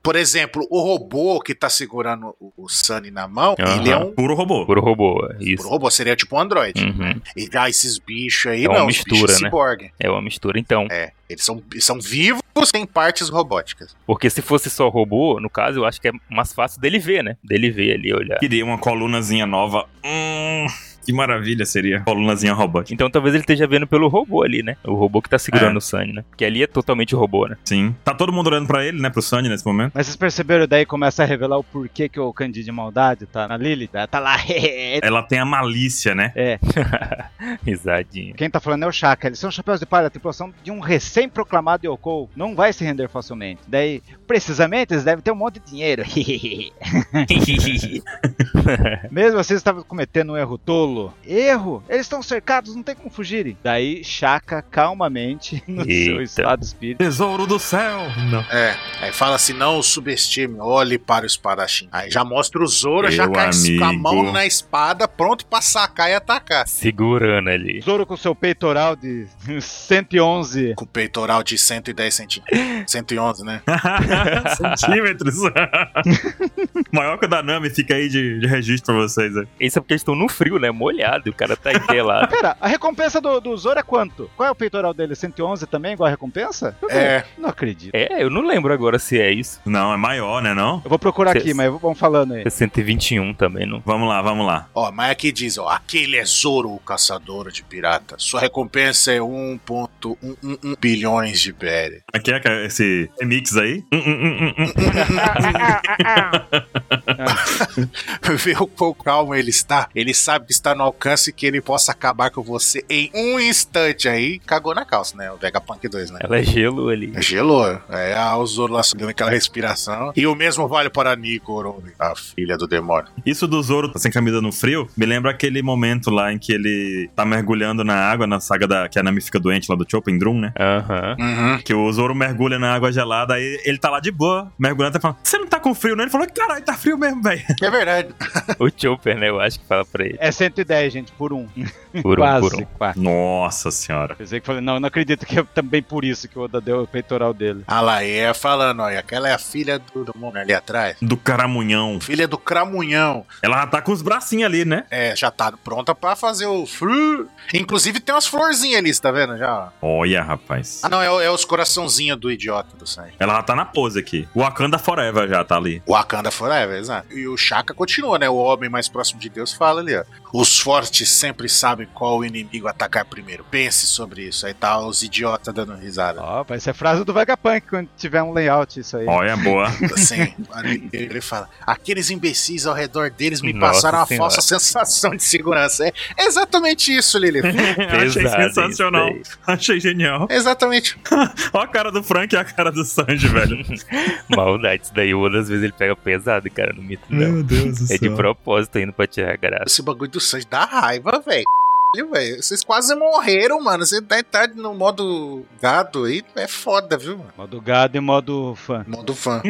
Speaker 3: Por exemplo, o robô que tá segurando o, o Sunny na mão, ele é
Speaker 1: Aham.
Speaker 3: um
Speaker 1: Puro robô.
Speaker 4: Por robô, é
Speaker 3: o
Speaker 4: isso.
Speaker 3: robô, seria tipo um android.
Speaker 4: Uhum.
Speaker 3: E ah, esses bichos aí,
Speaker 4: É uma
Speaker 3: não, os
Speaker 4: mistura,
Speaker 3: bichos
Speaker 4: né?
Speaker 3: ciborgue.
Speaker 4: É uma mistura, então.
Speaker 3: É, eles são, são vivos, têm partes robóticas.
Speaker 4: Porque se fosse só robô, no caso, eu acho que é mais fácil dele ver, né? Dele ver ali, olhar.
Speaker 1: Queria uma colunazinha nova. Hum, que maravilha seria. Colunazinha robótica.
Speaker 4: Então talvez ele esteja vendo pelo robô ali, né? O robô que tá segurando o Sunny, né? Porque ali é totalmente robô, né?
Speaker 1: Sim. Tá todo mundo olhando pra ele, né? Pro Sunny nesse momento.
Speaker 2: Mas vocês perceberam daí começa a revelar o porquê que o Candide Maldade tá na Lily? Ela tá lá.
Speaker 1: Ela tem a malícia, né?
Speaker 4: Risadinha.
Speaker 2: Quem tá falando é o Chaka. Eles são chapéus de palha, tripulação de um recém-proclamado Yoko. Não vai se render facilmente. Daí, precisamente, eles devem ter um monte de dinheiro. Mesmo assim, eles estavam cometendo um erro tolo. Erro! Eles estão cercados, não tem como fugirem. Daí, Chaka, calmamente, no seu
Speaker 4: Eita.
Speaker 2: estado de espírito,
Speaker 1: Tesouro do céu! Não.
Speaker 3: É, aí fala assim, não o subestime, olhe para o espadachim. Aí já mostra o Zoro, já
Speaker 1: Meu
Speaker 3: cai com a
Speaker 1: amigo.
Speaker 3: mão na espada, pronto pra sacar e atacar.
Speaker 4: Segurando ali.
Speaker 2: Zoro com seu peitoral de 111.
Speaker 3: Com o peitoral de 110 centímetros. 111, né?
Speaker 1: Centímetros. Maior que o da Nami fica aí de, de registro pra vocês. Né?
Speaker 4: Isso é porque eles estão no frio, né? Molhado. O cara tá entelado.
Speaker 2: Pera, a recompensa do, do Zoro é quanto? Qual é o peitoral dele? 111 também, igual a recompensa? Eu
Speaker 3: É.
Speaker 2: Não acredito.
Speaker 4: é, eu não lembro agora se é isso.
Speaker 1: Não, é maior, né? Não?
Speaker 2: Eu vou procurar aqui,
Speaker 4: Cês-
Speaker 2: mas vamos falando aí.
Speaker 4: É 121 também, não.
Speaker 1: Vamos lá, vamos lá.
Speaker 3: Ó, mas aqui diz, ó, aquele é Zoro, o caçador de pirata. Sua recompensa é 1.111 bilhões de BR.
Speaker 1: Aqui é que é esse remix aí. Hum, hum, hum, hum, hum.
Speaker 3: Vê o quão calmo ele está. Ele sabe que está no alcance que ele possa acabar com você em um instante aí. Cagou na calça, né? O Vegapunk 2, né?
Speaker 4: Ela é gelo ali.
Speaker 3: Gelou. É, ah, o Zoro lá subindo aquela respiração. E o mesmo vale para Nikoro, a filha do demônio.
Speaker 1: Isso do Zoro tá sem camisa no frio me lembra aquele momento lá em que ele tá mergulhando na água, na saga da que a Nami fica doente lá do Chopin Drum, né?
Speaker 4: Aham.
Speaker 3: Uhum.
Speaker 1: Que o Zoro mergulha na água gelada, aí ele tá lá de boa, mergulhando, tá falando, você não tá com frio, não? Ele falou, caralho, tá frio mesmo, velho.
Speaker 3: É verdade.
Speaker 4: O Chopper, né? Eu acho que fala pra ele.
Speaker 2: É 110, gente, por um.
Speaker 4: Por um,
Speaker 2: Quase,
Speaker 4: por um.
Speaker 2: quase.
Speaker 1: Nossa senhora.
Speaker 2: Pensei que falei, não, não acredito que é também por isso que o Oda deu o peitoral dele.
Speaker 3: Ah lá, e é falando, olha, aquela é a filha do demônio ali atrás.
Speaker 1: Do caramunhão.
Speaker 3: Filha do Cramunhão.
Speaker 1: Ela já tá com os bracinhos ali, né?
Speaker 3: É, já tá pronta pra fazer o fru. Inclusive tem umas florzinhas ali, você tá vendo? Já.
Speaker 1: Olha, rapaz.
Speaker 3: Ah, não, é, o- é os coraçãozinhos do idiota do Sanji.
Speaker 1: Ela já tá na pose aqui. Wakanda Forever já tá ali.
Speaker 3: Wakanda Forever, exato. E o Shaka continua, né? O homem mais próximo de Deus fala ali, ó. Os fortes sempre sabem qual inimigo atacar primeiro. Pense sobre isso. Aí tá os idiotas dando risada.
Speaker 2: Ó, vai ser frase do Vegapunk quando tiver um layout isso aí.
Speaker 1: Olha, boa.
Speaker 3: Assim, ali ele fala: aqueles imbecis ao redor deles me
Speaker 4: Nossa
Speaker 3: passaram uma
Speaker 4: Senhora.
Speaker 3: falsa sensação de segurança. É exatamente isso, Lilith.
Speaker 1: Achei
Speaker 4: Pesado isso
Speaker 1: sensacional.
Speaker 4: daí.
Speaker 1: Achei genial.
Speaker 3: Exatamente.
Speaker 1: Ó a cara do Frank e a cara do Sanji, velho.
Speaker 4: Maldade. Isso daí, uma das vezes ele pega pesado, cara, no mito não.
Speaker 1: Deus do
Speaker 4: É de propósito indo pra tirar graça.
Speaker 3: Esse bagulho do Sanji dá raiva, velho. Caralho, velho. Vocês quase morreram, mano. Você tá, tá no modo gado aí, é foda, viu, mano?
Speaker 2: Modo gado e modo fã.
Speaker 3: Modo fã.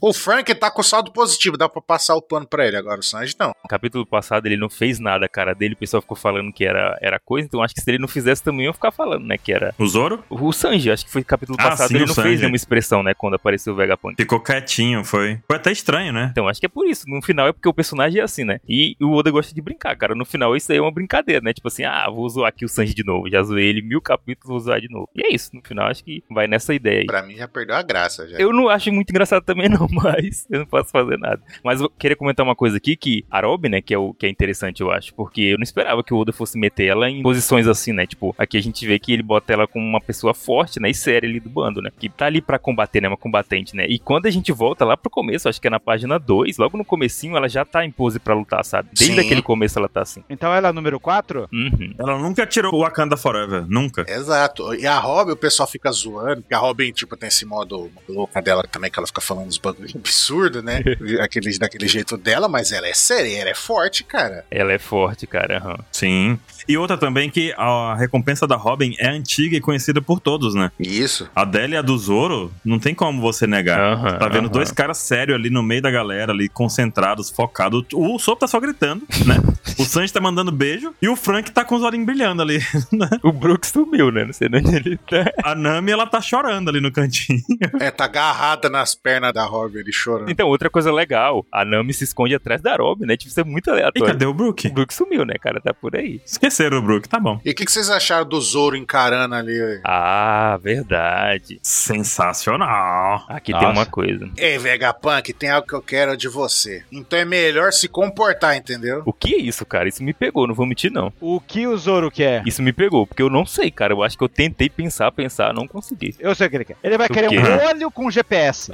Speaker 3: o Frank tá com saldo positivo, dá pra passar o pano pra ele. Agora o Sanji não.
Speaker 4: No capítulo passado ele não fez nada, a cara dele, o pessoal ficou falando que era, era coisa, então acho que se ele não fizesse também eu ia ficar falando, né, que era...
Speaker 1: O Zoro
Speaker 4: O Sanji, acho que foi capítulo
Speaker 1: Ah,
Speaker 4: passado,
Speaker 1: sim,
Speaker 4: ele
Speaker 1: o
Speaker 4: não fez
Speaker 1: Sanji.
Speaker 4: nenhuma expressão, né, quando apareceu o Vegapunk.
Speaker 1: ficou quietinho, foi. Foi até estranho, né?
Speaker 4: Então, acho que é por isso. No final é porque o personagem é assim, né? E o Oda gosta de brincar, cara. No final isso aí é uma brincadeira, né? Tipo assim, ah, vou zoar aqui o Sanji de novo. Já zoei ele mil capítulos, vou zoar de novo. E é isso. No final acho que vai nessa ideia aí.
Speaker 3: Pra mim já perdeu a graça
Speaker 1: É.
Speaker 3: já.
Speaker 4: Eu não acho muito engraçado também, não, mas eu não posso fazer nada. Mas eu queria comentar uma coisa aqui que Arobi, né, que é o que é interessante, eu acho, porque eu não esperava que o Oda fosse meter ela em posições assim, né? Tipo, aqui a gente vê que ele bota ela como uma pessoa forte, né, e séria ali do bando, né? Que tá ali pra combater, né, uma combatente, né? E quando a gente volta lá pro começo, acho que é na página 2, logo no comecinho ela já tá em pose pra lutar, sabe? Desde
Speaker 3: Sim.
Speaker 4: aquele começo ela tá assim.
Speaker 2: Então ela é a número 4?
Speaker 4: Uhum.
Speaker 1: Ela nunca tirou o Wakanda Forever, nunca.
Speaker 3: Exato. E a Robin, o pessoal fica zoando. porque a Robin, tipo, tem esse modo louca dela também, que ela fica falando uns bagulho absurdo, né? Aquele, daquele jeito dela, mas ela é séria, ela é forte, cara.
Speaker 4: Ela é forte, cara. aham.
Speaker 1: Sim. E outra também que a recompensa da Robin é antiga e conhecida por todos, né?
Speaker 3: Isso.
Speaker 1: A dela e a do Zoro, não tem como você negar.
Speaker 4: Aham,
Speaker 1: Tá vendo
Speaker 4: aham.
Speaker 1: dois caras sérios ali no meio da galera, ali concentrados, focados. O Sop tá só gritando, né? O Sanji tá mandando beijo e o Frank tá com os olhinhos brilhando ali.
Speaker 4: O Brooks sumiu, né? Não sei de onde ele tá.
Speaker 1: A Nami, ela tá chorando ali no cantinho.
Speaker 3: É, tá agarrada nas pernas da Robin ali chorando.
Speaker 4: Então, outra coisa legal, a Nami se esconde atrás da Robin, né? Tipo, isso é
Speaker 1: E
Speaker 4: muito aleatório.
Speaker 1: cadê o
Speaker 4: O
Speaker 1: Brook?
Speaker 4: Brook sumiu, né, cara? Tá por aí.
Speaker 1: Esqueceram o Brook, tá bom.
Speaker 3: E o que, que vocês acharam do Zoro encarando ali?
Speaker 4: Ah, verdade.
Speaker 1: Sensacional.
Speaker 4: Aqui tem
Speaker 2: Nossa.
Speaker 4: uma coisa.
Speaker 3: Ei, Vegapunk, tem algo que eu quero de você. Então é melhor se comportar, entendeu?
Speaker 4: O que é isso, cara? Isso me pegou, não vou mentir, não.
Speaker 2: O que o Zoro quer?
Speaker 4: Isso me pegou, porque eu não sei, cara. Eu acho que eu tentei pensar, pensar, não consegui.
Speaker 2: Eu sei o que ele quer. Ele vai
Speaker 4: O
Speaker 2: querer
Speaker 4: quê?
Speaker 2: um olho com GPS.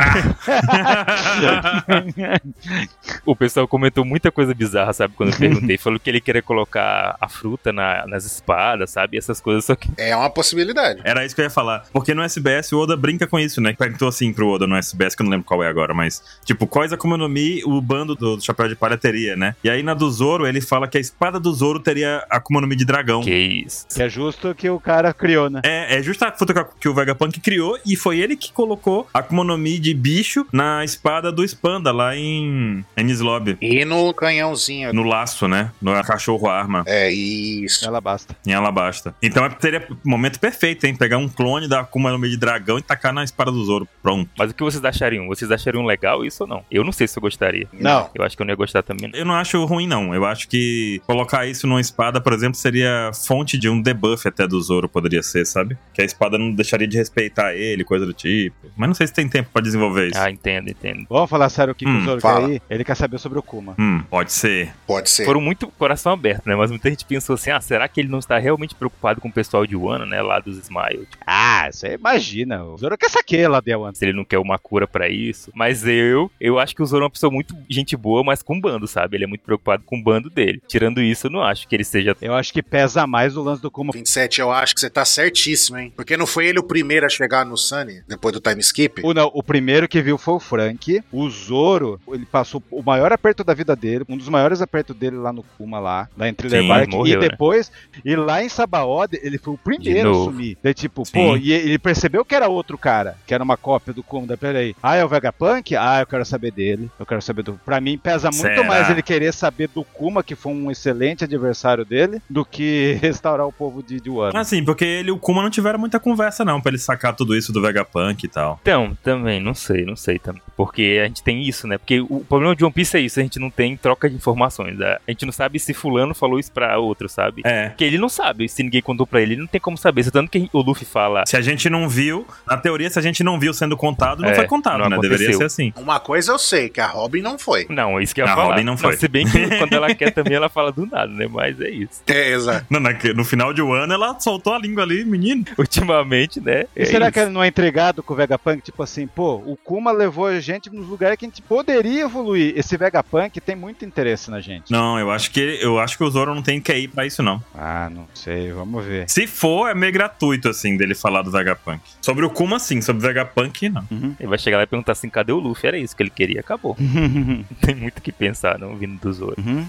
Speaker 4: O pessoal comentou muita coisa bizarra, sabe? Quando eu perguntei, falou que ele queria colocar a fruta na- nas espadas, sabe? Essas coisas, só que
Speaker 3: É uma possibilidade.
Speaker 1: Era isso que eu ia falar. Porque no SBS o Oda brinca com isso, né? Perguntou assim pro Oda no SBS, que eu não lembro qual é agora, mas. Tipo, quais Akuma no Mi o bando do Chapéu de Palha teria, né? E aí na do Zoro, ele fala que a espada do Zoro teria Akuma no Mi de dragão.
Speaker 4: que isso.
Speaker 2: que é justo que o cara criou, né?
Speaker 1: É, é justa a fruta que a- que o Vegapunk criou e foi ele que colocou a Akuma no Mi de bicho na espada do Spanda lá em Enislob.
Speaker 3: E no canhãozinho.
Speaker 1: No laço, né? No cachorro-arma.
Speaker 3: É, isso.
Speaker 2: Ela basta.
Speaker 1: Em Alabasta. Então é- seria o momento perfeito, hein? Pegar um clone da Akuma no Mi de dragão e tacar na espada do Zoro. Pronto.
Speaker 4: Mas o que vocês achariam? Vocês achariam legal isso ou não? Eu não sei se eu gostaria.
Speaker 3: Não.
Speaker 4: Eu acho que eu não ia gostar também. não.
Speaker 1: Eu não acho ruim, não. Eu acho que colocar isso numa espada, por exemplo, seria fonte de um debuff até do Zoro, poderia ser, sabe? Que a espada não deixaria de respeitar ele, coisa do tipo. Mas não sei se tem tempo pra desenvolver isso.
Speaker 4: Ah, entendo, entendo.
Speaker 2: Vamos falar sério o que, que
Speaker 1: Hum,
Speaker 2: o Zoro
Speaker 3: fala.
Speaker 2: quer aí? Ele quer saber sobre o Kuma.
Speaker 1: Hum, pode ser.
Speaker 3: Pode ser.
Speaker 4: Foram muito coração aberto, né? Mas muita gente pensou assim: ah, será que ele não está realmente preocupado com o pessoal de Wano, né? Lá dos Smile. Tipo,
Speaker 2: Ah, você imagina. O Zoro quer saque lá de antes.
Speaker 4: se ele não quer uma cura pra isso. Mas eu, eu acho que o Zoro é uma pessoa muito gente boa, mas com o bando, sabe? Ele é muito preocupado com o bando dele. Tirando isso, eu não acho que ele seja.
Speaker 2: Eu acho que pesa mais o lance do Kuma.
Speaker 3: 27, eu acho que você tá certíssimo, hein? Porque não foi ele o primeiro a chegar no Sunny, depois do time skip?
Speaker 2: O, não, o primeiro que viu foi o Frank. O Zoro, ele passou o maior aperto da vida dele, um dos maiores apertos dele lá no Kuma, lá, lá em Thriller
Speaker 4: Sim,
Speaker 2: Bark.
Speaker 4: morreu,
Speaker 2: e
Speaker 4: né?
Speaker 2: depois, e lá em Sabaody, ele foi o primeiro a
Speaker 4: novo.
Speaker 2: sumir. Daí, tipo,
Speaker 1: Sim.
Speaker 2: pô, e ele percebeu que era outro cara, que era uma cópia do Kuma. Daí, peraí, ah, é o Vegapunk? Ah, eu quero saber dele. Eu quero saber do. Pra mim, pesa muito
Speaker 1: Será?
Speaker 2: mais ele querer saber do Kuma, que foi um excelente adversário dele, do que restaurar o povo de, de Wano.
Speaker 1: Assim, porque ele e o Kuma não tiveram muita conversa, não, pra ele sacar tudo isso do Vegapunk e tal.
Speaker 4: Então, também, não sei, não sei também. Porque a gente tem isso, né? Porque o problema de One Piece é isso, a gente não tem troca de informações. A a gente não sabe se fulano falou isso pra outro, sabe?
Speaker 1: É.
Speaker 4: Porque ele não sabe, se ninguém contou pra ele, ele não tem como saber. Tanto que o Luffy fala.
Speaker 1: Se a gente não viu, na teoria, se a gente não viu sendo contado, não
Speaker 4: É,
Speaker 1: foi contado,
Speaker 4: não
Speaker 1: né?
Speaker 4: aconteceu.
Speaker 1: Deveria ser assim.
Speaker 3: Uma coisa eu sei, que a Robin não foi.
Speaker 4: Não, é isso que eu ia
Speaker 1: A
Speaker 4: falar.
Speaker 1: Robin não foi.
Speaker 4: se bem que quando ela quer também, ela fala do nada, né? Mas é isso.
Speaker 3: É, exato.
Speaker 1: No, no final de um ano, ela soltou a língua ali, menino.
Speaker 4: Ultimamente, né?
Speaker 2: E será que ele não é entregado com o Vegapunk? Tipo assim, pô, o Kuma levou a gente nos lugares que a gente poderia evoluir. Esse Vegapunk tem muito interesse na gente.
Speaker 1: Não, eu acho que eu acho que o Zoro não tem QI pra isso, não.
Speaker 2: Ah, não sei, vamos ver.
Speaker 1: Se for, é meio gratuito, assim, dele falar do Vegapunk. Sobre o Kuma, sim. Sobre o Vegapunk, não.
Speaker 4: Ele vai chegar lá e perguntar assim: cadê o Luffy? Era isso que ele queria, acabou. Não tem muito o que pensar, não, vindo do Zoro.
Speaker 2: Uhum.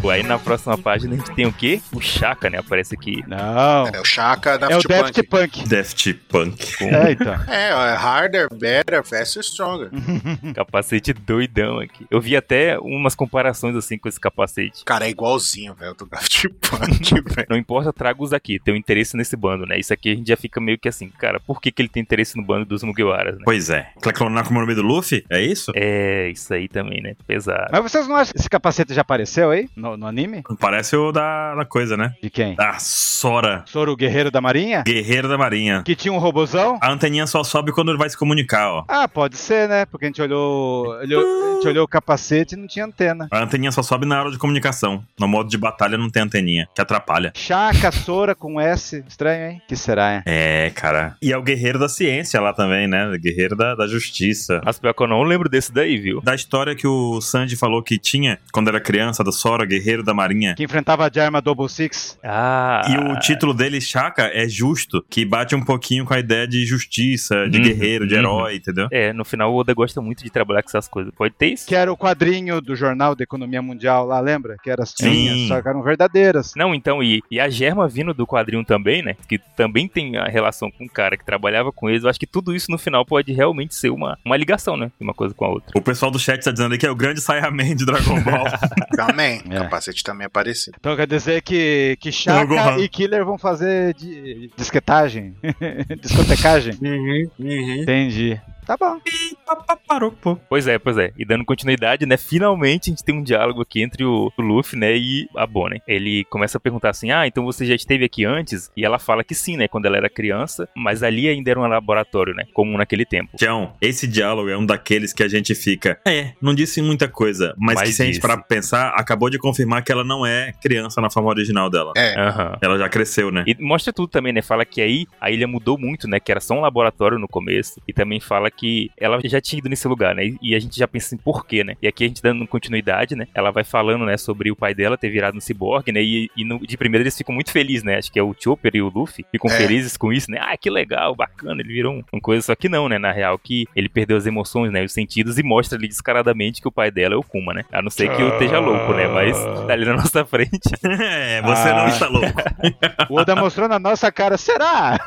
Speaker 4: Pô, Aí na próxima página a gente tem o quê? O Chaka, né? Aparece aqui.
Speaker 2: Não,
Speaker 3: É o Chaka da
Speaker 2: é o
Speaker 3: Daft
Speaker 2: Daft
Speaker 3: Punk.
Speaker 2: Punk.
Speaker 1: Daft Punk.
Speaker 4: Com
Speaker 2: É, então.
Speaker 3: É, é harder, better, faster, stronger.
Speaker 2: Uhum.
Speaker 4: um capacete doidão aqui. Eu vi até umas comparações assim com esse capacete.
Speaker 3: Cara, é igualzinho, velho, do Daft Punk,
Speaker 2: É.
Speaker 3: velho.
Speaker 4: Não importa, traga os aqui. Tem um interesse nesse bando, né? Isso aqui a gente já fica meio que assim, cara, por que, que ele tem interesse no bando dos Mugiwaras, né?
Speaker 1: Pois é. Quer clonar como o nome do Luffy? É isso?
Speaker 4: É, isso aí também, né? Pesado.
Speaker 2: Mas vocês não acham que esse capacete já apareceu aí? No, no anime?
Speaker 1: Parece o da, da coisa, né?
Speaker 2: De quem?
Speaker 1: Da Sora,
Speaker 2: Soro o Guerreiro da Marinha?
Speaker 1: guerreiro da marinha.
Speaker 2: Que tinha um robozão?
Speaker 1: A anteninha só sobe quando ele vai se comunicar, ó.
Speaker 2: Ah, pode ser, né? Porque a gente olhou. olhou gente olhou o capacete e não tinha antena.
Speaker 1: A anteninha só sobe na hora de comunicação. No modo de batalha não tem anteninha, que atrapalha.
Speaker 2: Chaca, Sora com S. Estranho, hein? Que será, hein?
Speaker 1: É, cara. E é o guerreiro da ciência lá também, né? O guerreiro da, da justiça.
Speaker 4: Mas pior que eu não lembro desse daí, viu?
Speaker 1: Da história que o Sanji falou que tinha quando era criança, do Sora, guerreiro da marinha.
Speaker 2: Que enfrentava a Jarma Double Six.
Speaker 4: Ah.
Speaker 1: E o título dele, Chaka, é justo, que bate um pouquinho com a ideia de justiça, de
Speaker 4: Uhum,
Speaker 1: guerreiro, de
Speaker 4: uhum.
Speaker 1: herói, entendeu?
Speaker 4: É, no final o Oda gosta muito de trabalhar com essas coisas. Pode ter isso?
Speaker 2: Que é- era o quadrinho do jornal da economia mundial lá, lembra? Que era as
Speaker 1: Sim.
Speaker 2: tirinhas, só que eram verdadeiras.
Speaker 4: Não, então, e, e a Germa vindo do quadrinho também, né? Que também tem a relação com o cara que trabalhava com eles. Eu acho que tudo isso no final pode realmente ser uma, uma ligação, né? Uma coisa com a outra.
Speaker 1: O pessoal do chat tá dizendo aí que é o grande Saiyaman de Dragon Ball.
Speaker 3: Também.
Speaker 2: É.
Speaker 3: Capacete também é parecido.
Speaker 2: Então quer dizer que, que
Speaker 1: É o Gohan.
Speaker 2: Chaka e Killer vão fazer di- disquetagem? Discotecagem?
Speaker 3: Uhum, uhum.
Speaker 2: Entendi. Tá bom.
Speaker 1: Parou, pô.
Speaker 4: Pois é, pois é. E dando continuidade, né? Finalmente a gente tem um diálogo aqui entre o, o Luffy, né? E a Bonnie. Ele começa a perguntar assim: Ah, então você já esteve aqui antes? E ela fala que sim, né? Quando ela era criança. Mas ali ainda era um laboratório, né? Comum naquele tempo.
Speaker 1: Tião, esse diálogo é um daqueles que a gente fica. É, não disse muita coisa, mas,
Speaker 4: Mas
Speaker 1: que se a gente
Speaker 4: disse.
Speaker 1: parar pra pensar, acabou de confirmar que ela não é criança na forma original dela.
Speaker 3: É.
Speaker 4: Aham.
Speaker 1: Ela já cresceu, né?
Speaker 4: E mostra tudo também, né? Fala que aí a ilha mudou muito, né? Que era só um laboratório no começo. E também fala que ela já tinha ido nesse lugar, né? E a gente já pensa em por quê, né? E aqui a gente dando continuidade, né? Ela vai falando, né? Sobre o pai dela ter virado um ciborgue, né? E, e no- de primeira eles ficam muito felizes, né? Acho que é o Chopper e o Luffy ficam
Speaker 3: É.
Speaker 4: felizes com isso, né? Ah, que legal, bacana. Ele virou um, uma coisa, só que não, né? Na real, que ele perdeu as emoções, né? Os sentidos e mostra ali descaradamente que o pai dela é o Kuma, né? A não ser que eu esteja louco, né? Mas tá ali na nossa frente.
Speaker 1: é, você não
Speaker 2: Ah.
Speaker 1: está louco.
Speaker 2: O Oda mostrou na nossa cara, será?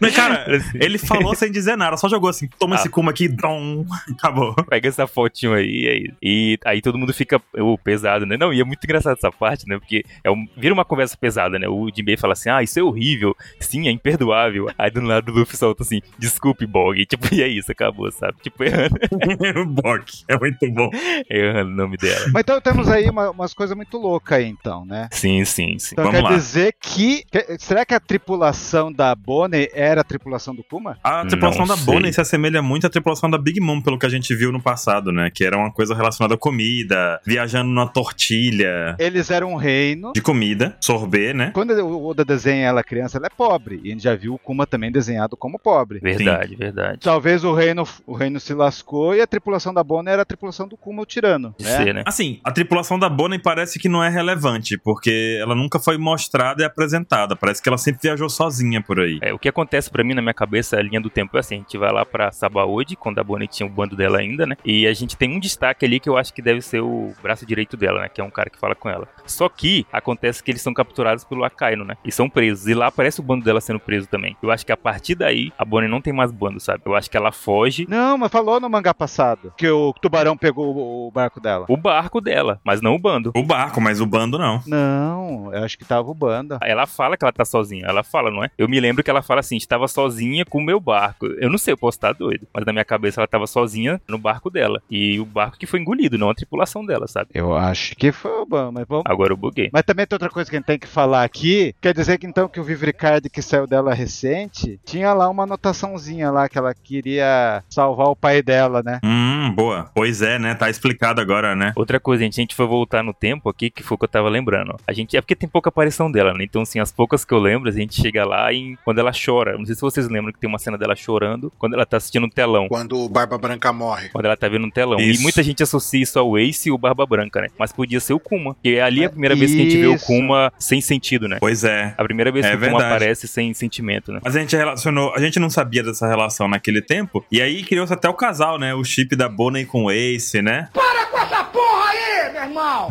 Speaker 1: Mas, cara, ele falou sem dizer nada, só jogou assim: toma
Speaker 4: Ah.
Speaker 1: esse cuma aqui, dom. Acabou.
Speaker 4: Pega essa fotinho aí, é isso. E aí todo mundo fica ô, pesado, né? Não, e é muito engraçado essa parte, né? Porque é um- vira uma conversa pesada, né? O Jinbei fala assim, ah, isso é horrível. Sim, é imperdoável. Aí do lado o Luffy solta assim, desculpe, Bog. Tipo, e é isso, acabou, sabe? Tipo, errando,
Speaker 1: o Bok, é muito bom.
Speaker 4: errando o nome dela.
Speaker 2: Mas então temos aí uma- umas coisas muito loucas aí, então, né?
Speaker 4: Sim, sim, sim.
Speaker 2: Então
Speaker 1: Vamos
Speaker 2: quer
Speaker 1: lá.
Speaker 2: dizer que, que- Será que a tripulação da Bonnie era a tripulação do Kuma?
Speaker 1: A tripulação
Speaker 4: Não
Speaker 1: da Bonnie
Speaker 4: sei.
Speaker 1: se assemelha muito à tripulação da Big Mom, pelo que a gente viu no passado, né? Que era uma coisa relacionada à comida, viajando numa tortilha
Speaker 2: Eles eram um reino.
Speaker 1: de comida, sorbet, né?
Speaker 2: Quando o Oda desenha ela criança, ela é pobre. E a gente já viu o Kuma também desenhado como pobre.
Speaker 4: Verdade, verdade.
Speaker 2: Talvez o reino, o reino se lascou e a tripulação da Bonnie era a tripulação do Kuma, o tirano.
Speaker 4: De
Speaker 2: né?
Speaker 4: ser, né?
Speaker 1: Assim, a tripulação da Bonnie parece que não é relevante, porque ela nunca foi mostrada e apresentada. Parece que ela sempre viajou sozinha por aí.
Speaker 4: É, o que acontece pra mim na minha cabeça, a linha do tempo é assim, a gente vai lá pra Sabaody, quando a Bonnie tinha o bando dela ainda, né? E a gente tem um destaque ali que eu acho que deve ser o braço direito dela, né? Que é um cara que fala com ela. Só que acontece que eles são capturados pelo Akaino, né? E são presos. E lá aparece o bando dela sendo preso também. Eu acho que a partir daí, a Bonnie não tem mais bando, sabe? Eu acho que ela foge
Speaker 2: Não, mas falou no mangá passado que o tubarão pegou o- o barco dela.
Speaker 4: o barco dela, mas não o bando.
Speaker 1: O barco, mas o bando não.
Speaker 2: Não, eu acho que tava o bando.
Speaker 4: Ela fala que ela tá sozinha, ela fala, não é? Eu me lembro que ela fala assim: estava sozinha com o meu barco. Eu não sei, eu posso estar doido, mas na minha cabeça ela estava sozinha no barco dela. E o barco que foi engolido, não a tripulação dela, sabe?
Speaker 2: Eu acho que foi o bando, mas vamos.
Speaker 4: Agora eu buguei.
Speaker 2: Mas também tem outra coisa que a gente tem que falar aqui. Quer dizer que então que o Vivricard que saiu dela recente tinha lá uma anotaçãozinha lá que ela queria salvar o pai dela, né?
Speaker 1: Hum, boa. Pois é, né? Tá explicado agora, né?
Speaker 4: Outra coisa, gente, a gente foi voltar no tempo aqui, que foi o que eu tava lembrando. A gente. É porque tem pouca aparição dela, né? Então, assim, as poucas que eu lembro, a gente chega lá e quando ela chora. Não sei se vocês lembram que tem uma cena dela chorando quando ela tá assistindo um telão.
Speaker 3: Quando o Barba Branca morre.
Speaker 4: Quando ela tá vendo um telão.
Speaker 1: Isso.
Speaker 4: E muita gente associa isso ao Ace e o Barba Branca, né? Mas podia ser o Kuma. Porque ali é a primeira vez que a gente vê o
Speaker 2: Isso.
Speaker 4: Kuma sem sentido, né?
Speaker 1: Pois é.
Speaker 4: A primeira vez
Speaker 1: É
Speaker 4: que o Kuma
Speaker 1: verdade.
Speaker 4: aparece sem sentimento, né?
Speaker 1: Mas a gente relacionou, a gente não sabia dessa relação naquele tempo, e aí criou-se até o casal, né? O chip da Bonnie com o Ace, né?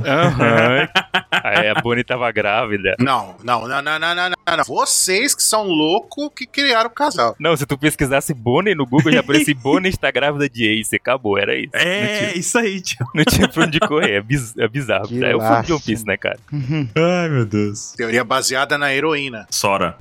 Speaker 4: Aham. Aí a Bonnie tava grávida.
Speaker 3: Não, não, não, não, não, não, não, não. Vocês que são loucos que criaram o casal.
Speaker 4: Não, se tu pesquisasse Bonnie no Google, já aparecia Bonnie está grávida de Ace. Acabou, era isso. Não tinha-
Speaker 1: É, isso aí, tio.
Speaker 4: Não tinha pra onde correr, é, biz- é bizarro.
Speaker 2: Que
Speaker 4: é o filme de One
Speaker 2: lástima.
Speaker 4: Piece, né, cara?
Speaker 1: Ai, meu Deus.
Speaker 3: Teoria baseada na heroína.
Speaker 1: Sora.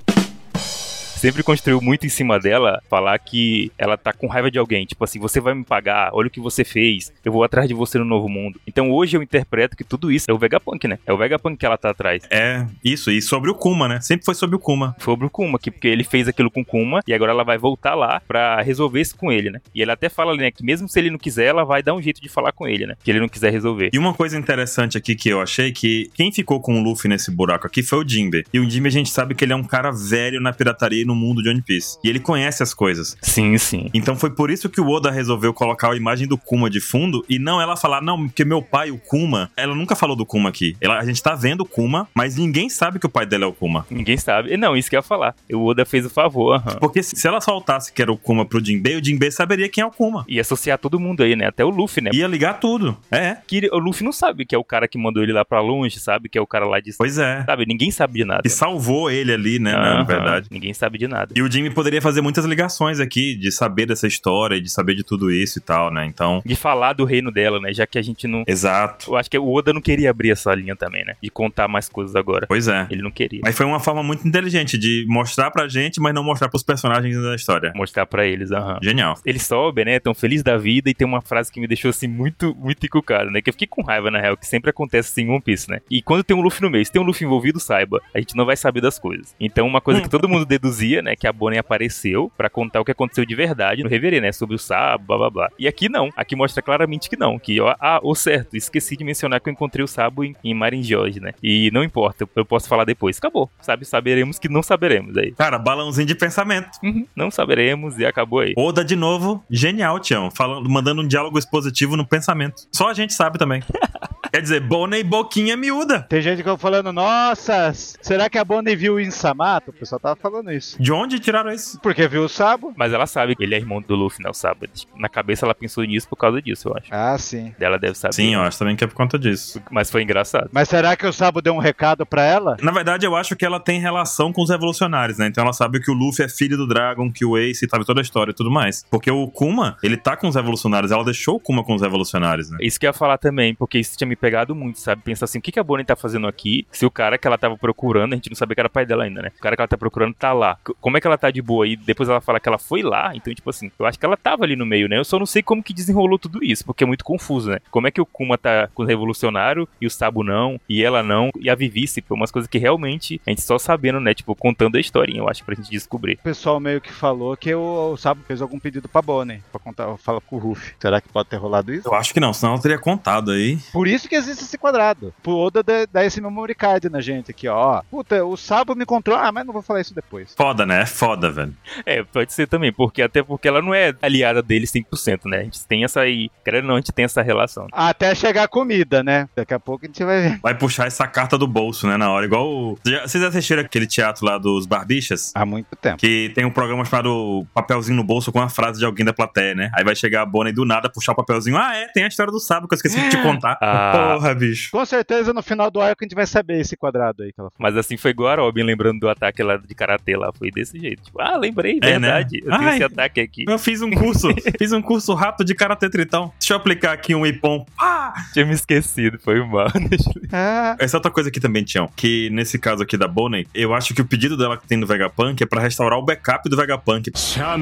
Speaker 4: sempre construiu muito em cima dela falar que ela tá com raiva de alguém. Tipo assim, você vai me pagar, olha o que você fez, eu vou atrás de você no novo mundo. Então hoje eu interpreto que tudo isso é o Vegapunk, né? É o Vegapunk que ela tá atrás.
Speaker 1: É, isso. E sobre o Kuma, né? Sempre foi sobre o Kuma.
Speaker 4: Sobre o Kuma, que porque ele fez aquilo com o Kuma e agora ela vai voltar lá pra resolver isso com ele, né? E ele até fala, né, que mesmo se ele não quiser, ela vai dar um jeito de falar com ele, né? Que ele não quiser resolver.
Speaker 1: E uma coisa interessante aqui que eu achei que quem ficou com o Luffy nesse buraco aqui foi o Jinbe. E o Jinbe a gente sabe que ele é um cara velho na pirataria e no mundo de One Piece. E ele conhece as coisas.
Speaker 4: Sim, sim.
Speaker 1: Então foi por isso que o Oda resolveu colocar a imagem do Kuma de fundo e não ela falar, não, porque meu pai, o Kuma, ela nunca falou do Kuma aqui. Ela- a gente tá vendo o Kuma, mas ninguém sabe que o pai dela é o Kuma.
Speaker 4: Ninguém sabe. Não, isso que eu ia falar. O Oda fez o favor, aham.
Speaker 1: Porque se se ela soltasse que era o Kuma pro Jinbei, o Jinbei saberia quem é o Kuma.
Speaker 4: E associar todo mundo aí, né? Até o Luffy, né?
Speaker 1: Ia ligar tudo. É,
Speaker 4: Que ele- o Luffy não sabe que é o cara que mandou ele lá pra longe, sabe? Que é o cara lá de.
Speaker 1: pois é.
Speaker 4: Sabe? Ninguém sabe de nada.
Speaker 1: E salvou ele ali, né, na
Speaker 4: Aham.
Speaker 1: verdade.
Speaker 4: Ninguém sabe de nada.
Speaker 1: E o Jimmy poderia fazer muitas ligações aqui de saber dessa história, e de saber de tudo isso e tal, né? Então,
Speaker 4: De falar do reino dela, né? Já que a gente não.
Speaker 1: exato.
Speaker 4: Eu acho que o Oda não queria abrir essa linha também, né? De contar mais coisas agora.
Speaker 1: Pois é.
Speaker 4: Ele não queria.
Speaker 1: Mas foi uma forma muito inteligente de mostrar pra gente, mas não mostrar pros personagens da história.
Speaker 4: Mostrar pra eles, aham.
Speaker 1: Genial.
Speaker 4: Eles sobem, né? Tão feliz da vida e tem uma frase que me deixou assim muito, muito encucado, né? Que eu fiquei com raiva, na real, que sempre acontece assim em One Piece, né? E quando tem um Luffy no meio, se tem um Luffy envolvido, saiba, a gente não vai saber das coisas. Então, uma coisa que todo mundo deduzia, né? Que a Bonnie apareceu pra contar o que aconteceu de verdade no Reverê, né? Sobre o Sabo, blá blá blá. E aqui não, aqui mostra claramente que não. Que, ó, ah, ou certo, esqueci de mencionar que eu encontrei o Sabo em, em Marin George, né? E não importa, eu posso falar depois. Acabou, sabe? Saberemos que não saberemos aí.
Speaker 1: Cara, balãozinho de pensamento.
Speaker 4: Uhum, não saberemos e acabou aí.
Speaker 1: Oda de novo, genial, Tião. Falando, mandando um diálogo expositivo no pensamento. Só a gente sabe também. Quer dizer, Bonnie e Boquinha é miúda.
Speaker 2: Tem gente que eu falando, nossa, será que a Bonnie viu o Insamato? O pessoal tava falando isso.
Speaker 1: De onde tiraram isso?
Speaker 2: Porque viu o Sabo?
Speaker 4: Mas ela sabe que ele é irmão do Luffy, não sabe? Tipo, Na cabeça ela pensou nisso por causa disso, eu acho.
Speaker 2: Ah, sim.
Speaker 4: Ela deve saber.
Speaker 1: Sim, eu acho também que é por conta disso.
Speaker 4: Mas foi engraçado.
Speaker 2: Mas será que o Sabo deu um recado pra ela?
Speaker 1: Na verdade, eu acho que ela tem relação com os revolucionários, né? Então ela sabe que o Luffy é filho do Dragon, que o Ace sabe toda a história e tudo mais. Porque o Kuma, ele tá com os revolucionários. Ela deixou o Kuma com os revolucionários, né?
Speaker 4: Isso que eu ia falar também, porque isso tinha me pegado muito, sabe? Pensar assim, o que que a Bonnie tá fazendo aqui? Se o cara que ela tava procurando, a gente não sabia que era pai dela ainda, né? O cara que ela tá procurando tá lá. C- Como é que ela tá de boa aí? Depois ela fala que ela foi lá, então, tipo assim, eu acho que ela tava ali no meio, né? Eu só não sei como que desenrolou tudo isso, porque é muito confuso, né? Como é que o Kuma tá com o revolucionário e o Sabo não, e ela não, e a Vivice, foi umas coisas que realmente a gente só sabendo, né? Tipo, contando a historinha, eu acho, pra gente descobrir.
Speaker 2: O pessoal meio que falou que o, o Sabo fez algum pedido pra Bonnie, pra contar, falar com o Ruff. Será que pode ter rolado isso?
Speaker 1: Eu acho que não, senão ela teria contado aí.
Speaker 2: Por isso que existe esse quadrado. Pro Oda dá- dá esse memory card na gente aqui, ó. Puta, o Sabo me encontrou. Ah, mas não vou falar isso depois.
Speaker 1: Foda, né? É foda, velho.
Speaker 4: É, pode ser também, porque até porque ela não é aliada dele 100%, né? A gente tem essa aí, querendo ou não, a gente tem essa relação.
Speaker 2: Até chegar a comida, né? Daqui a pouco a gente vai ver.
Speaker 1: Vai puxar essa carta do bolso, né? Na hora, igual. o- Vocês já- Vocês assistiram aquele teatro lá dos Barbichas?
Speaker 2: Há muito tempo.
Speaker 1: Que tem um programa chamado Papelzinho no Bolso com a frase de alguém da plateia, né? Aí vai chegar a Bonnie do nada, puxar o papelzinho. Ah, é, tem a história do sábado que eu esqueci de te contar.
Speaker 4: Ah.
Speaker 1: Porra, bicho.
Speaker 2: Com certeza no final do arco a gente vai saber esse quadrado aí que ela falou.
Speaker 4: Mas assim foi igual a Robin lembrando do ataque lá de karatê lá, foi desse jeito. Tipo, ah, lembrei,
Speaker 1: É, né?
Speaker 4: verdade. Eu tenho
Speaker 1: Ai.
Speaker 4: esse ataque aqui.
Speaker 1: Eu fiz um curso, fiz um curso rápido de karatê tritão. Deixa eu aplicar aqui um ipom. Ah!
Speaker 4: Tinha me esquecido, foi um mal. Deixa eu-
Speaker 2: Ah,
Speaker 1: Essa é outra coisa aqui também, Tião, que nesse caso aqui da Bonnie, eu acho que o pedido dela que tem no Vegapunk é pra restaurar o backup do Vegapunk. Pra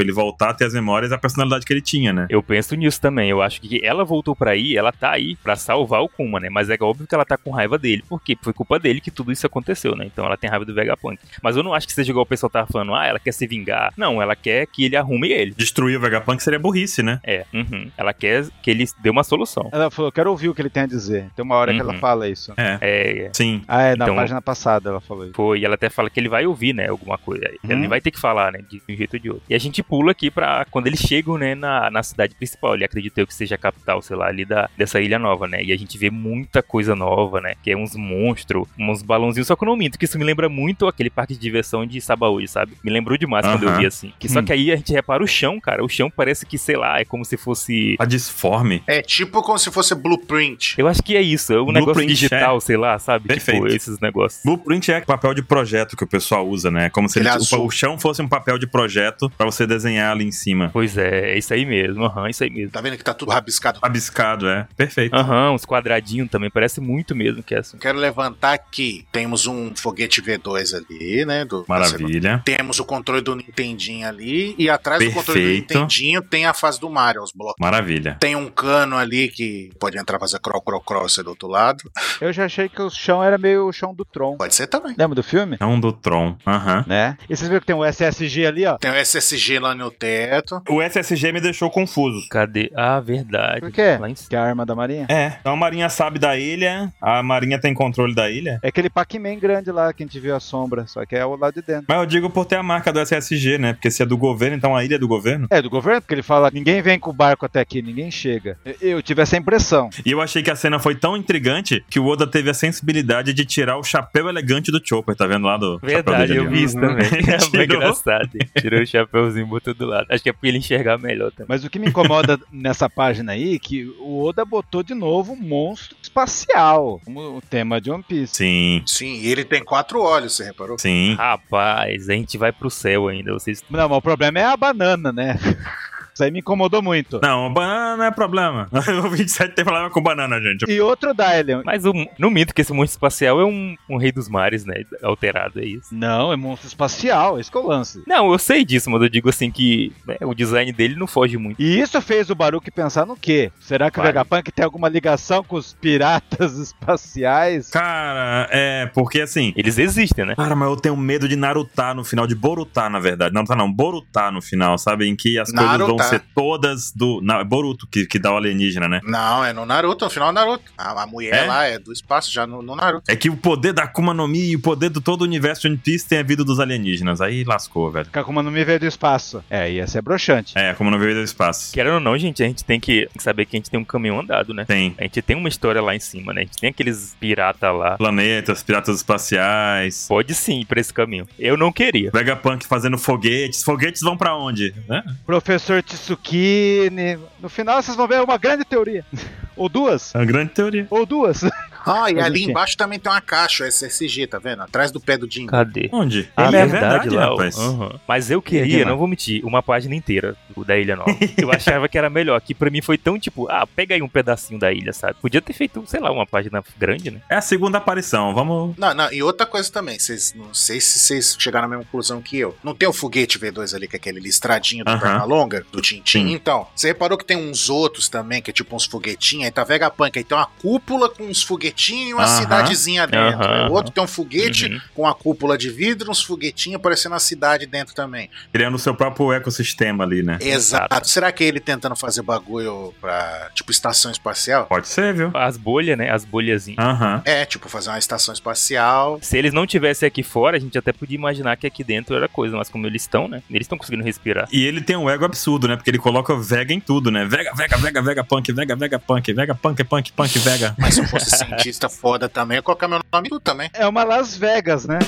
Speaker 1: ele voltar a ter as memórias e a personalidade que ele tinha, né?
Speaker 4: Eu penso nisso também. Eu acho que ela voltou pra aí, ela tá aí pra salvar o Kuma, né? Mas é óbvio que ela tá com raiva dele, porque foi culpa dele que tudo isso aconteceu, né? Então ela tem raiva do Vegapunk. Mas eu não acho que seja igual o pessoal tava falando, ah, ela quer se vingar. Não, ela quer que ele arrume ele.
Speaker 1: Destruir o Vegapunk seria burrice, né?
Speaker 4: É, uhum. ela quer que ele dê uma solução.
Speaker 2: ela falou, quero ouvir o que ele tem a dizer. Tem uma hora que
Speaker 4: Uhum.
Speaker 2: ela fala isso.
Speaker 1: É.
Speaker 4: É, é.
Speaker 1: Sim.
Speaker 2: Ah, é, na
Speaker 4: Então-
Speaker 2: página passada ela falou isso.
Speaker 4: Foi, Tipo, e ela até fala que ele vai ouvir, né, alguma coisa.
Speaker 2: Uhum.
Speaker 4: Ele vai ter que falar, né, de um jeito ou de outro. E a gente pula aqui pra quando eles chegam, né, na, na cidade principal. Ele acredita eu que seja a capital, sei lá, ali da, dessa ilha nova, né. E a gente vê muita coisa nova, né, que é uns monstros, uns balãozinhos. Só que eu não minto, que isso me lembra muito aquele parque de diversão de Sabaúde, sabe? Me lembrou demais quando eu
Speaker 1: Aham.
Speaker 4: vi, assim. Que, só
Speaker 1: Hum.
Speaker 4: que aí a gente repara o chão, cara. O chão parece que, sei lá, é como se fosse...
Speaker 1: A disforme.
Speaker 3: É tipo como se fosse blueprint.
Speaker 4: Eu acho que é isso, é um negócio
Speaker 1: Blueprint,
Speaker 4: digital, sei lá, sabe?
Speaker 1: Perfeito.
Speaker 4: Tipo, esses negócios.
Speaker 1: Blueprint é papel de projeto que o pessoal usa, né? Como se
Speaker 3: Ele
Speaker 1: ele-
Speaker 3: é azul.
Speaker 1: o, o chão fosse um papel de projeto pra você desenhar ali em cima.
Speaker 4: Pois é, é isso aí mesmo, aham, isso aí mesmo.
Speaker 3: Tá vendo que tá tudo rabiscado?
Speaker 1: Abiscado, é. Perfeito.
Speaker 4: Aham, Não, os quadradinhos também, parece muito mesmo que é assim.
Speaker 3: Quero levantar aqui. Temos um foguete V2 ali, né? Do,
Speaker 1: Maravilha.
Speaker 3: Temos o controle do Nintendinho ali. E atrás do controle do
Speaker 1: Perfeito.
Speaker 3: Nintendinho tem a fase do Mario, os blocos.
Speaker 1: Maravilha.
Speaker 3: Tem um cano ali que pode entrar fazer crawl, crawl, crawl, ser do outro lado.
Speaker 2: Eu já achei que o chão era meio o chão do Tron.
Speaker 3: Pode ser também.
Speaker 2: Lembra do filme?
Speaker 1: É um do Tron. Aham.
Speaker 2: Né? E vocês viram que tem um SSG ali, ó?
Speaker 3: Tem o SSG lá no teto.
Speaker 1: O SSG me deixou confuso.
Speaker 4: Cadê? Ah, verdade.
Speaker 2: Por quê?
Speaker 4: Lá em cima.
Speaker 2: Que é a arma da marinha.
Speaker 1: É, então a Marinha sabe da ilha, a Marinha tem controle da ilha.
Speaker 2: É aquele Pac-Man grande lá que a gente viu a sombra, só que é o lado de dentro.
Speaker 1: Mas eu digo por ter a marca do SSG, né? Porque se é do governo, então a ilha é do governo.
Speaker 2: É, do governo, porque ele fala, ninguém vem com o barco até aqui, ninguém chega. Eu eu tive essa impressão.
Speaker 1: E eu achei que a cena foi tão intrigante que o Oda teve a sensibilidade de tirar o chapéu elegante do Chopper, tá vendo lá do chapéu
Speaker 4: Verdade,
Speaker 1: dele
Speaker 4: eu
Speaker 1: ali?
Speaker 4: vi isso também. É bem
Speaker 1: Tirou.
Speaker 4: engraçado. hein? Tirou o chapéuzinho, botou do lado. Acho que é pra ele enxergar melhor também.
Speaker 2: Mas o que me incomoda nessa página aí, é que o Oda botou de novo um monstro espacial, como o tema de One Piece.
Speaker 1: Sim,
Speaker 3: Sim, e ele tem quatro olhos, você reparou?
Speaker 1: sim.
Speaker 4: Rapaz, a gente vai pro céu ainda. Vocês.
Speaker 2: Não, mas o problema é a banana, né? Isso aí me incomodou muito.
Speaker 1: Não, banana não é problema. O 27 tem problema com banana, gente.
Speaker 2: E outro Dylion.
Speaker 4: Mas o- não minto que esse monte espacial é um, um rei dos mares, né? Alterado, é isso.
Speaker 2: Não, é monstro espacial, esse que é o lance.
Speaker 4: Não, eu sei disso, mas eu digo assim que né, o design dele não foge muito.
Speaker 2: E isso fez o Baruque pensar no quê? Será que o
Speaker 4: Vai.
Speaker 2: Vegapunk tem alguma ligação com os piratas espaciais?
Speaker 1: Cara, é, porque assim.
Speaker 4: Eles existem, né?
Speaker 1: Cara, mas eu tenho medo de Narutá no final, de Borutá, na verdade. Narutá não, Borutá no final, sabe? Em que as coisas vão
Speaker 3: Narutá.
Speaker 1: ser todas do. Na, é Boruto, que, que dá o alienígena, né?
Speaker 3: Não, é no Naruto, no final é Naruto. A, a mulher
Speaker 1: É?
Speaker 3: lá é do espaço, já no, no Naruto.
Speaker 1: É que o poder da Akuma no Mi e o poder de todo o universo de One Piece tem a vida dos alienígenas. Aí lascou, velho.
Speaker 2: Kakuma não me veio do espaço. É, ia ser broxante.
Speaker 1: É, como não veio do espaço.
Speaker 4: Querendo ou não, gente, a gente tem que saber que a gente tem um caminho andado, né?
Speaker 1: Tem
Speaker 4: A gente tem uma história lá em cima, né? A gente tem aqueles pirata lá.
Speaker 1: planetas, piratas espaciais.
Speaker 4: Pode sim ir pra esse caminho. Eu não queria.
Speaker 1: Vegapunk fazendo foguetes. Foguetes vão pra onde? Né?
Speaker 2: Professor Tsukine. No final vocês vão ver uma grande teoria. Ou duas.
Speaker 1: É uma grande teoria.
Speaker 2: Ou duas.
Speaker 3: Ah, e
Speaker 2: Mas o
Speaker 3: ali
Speaker 2: quê?
Speaker 3: embaixo também tem uma caixa, o SSG, tá vendo? Atrás do pé do Jim.
Speaker 4: Cadê?
Speaker 1: Onde?
Speaker 4: É
Speaker 1: É Ah.
Speaker 4: verdade, lá. Aham. Mas eu queria,
Speaker 2: Guilherme?
Speaker 4: não vou mentir, uma página inteira do- da Ilha Nova. Eu achava que era melhor, que pra mim foi tão tipo, ah, pega aí um pedacinho da ilha, sabe? Podia ter feito, sei lá, uma página grande, né?
Speaker 1: É a segunda aparição. Vamos.
Speaker 3: Não, não, e outra coisa também, vocês não sei se vocês chegaram à mesma conclusão que eu. Não tem o foguete V2 ali, que é aquele listradinho do
Speaker 1: Aham.
Speaker 3: perna longa, do Tintin?
Speaker 1: Sim.
Speaker 3: Então, você reparou que tem uns outros também, que é tipo uns foguetinhos, aí tá Vegapunk, aí tem uma cúpula com uns foguetinhos e uma
Speaker 1: Aham.
Speaker 3: cidadezinha dentro.
Speaker 4: Aham.
Speaker 3: O outro tem um foguete
Speaker 4: Uhum.
Speaker 3: com a cúpula de vidro, uns foguetinhos parecendo a cidade dentro também.
Speaker 1: Criando o seu próprio ecossistema ali, né?
Speaker 3: Exato.
Speaker 4: Exato.
Speaker 3: Será que é ele tentando fazer bagulho pra, tipo, estação espacial?
Speaker 1: Pode ser, viu?
Speaker 4: As bolhas, né? As bolhazinhas.
Speaker 1: Aham.
Speaker 3: É, tipo, fazer uma estação espacial.
Speaker 4: Se eles não tivessem aqui fora, a gente até podia imaginar que aqui dentro era coisa, mas como eles estão, né? Eles estão conseguindo respirar.
Speaker 1: E ele tem um ego absurdo, né? Porque ele coloca Vega em tudo, né? Vega, Vega, Vega, Vega, Punk, Vega, Vega, Punk, Vega, Punk, Punk, Punk, Vega.
Speaker 3: Mas se eu fosse cientista foda também, eu ia colocar meu nome tudo também.
Speaker 2: É uma Las Vegas, né?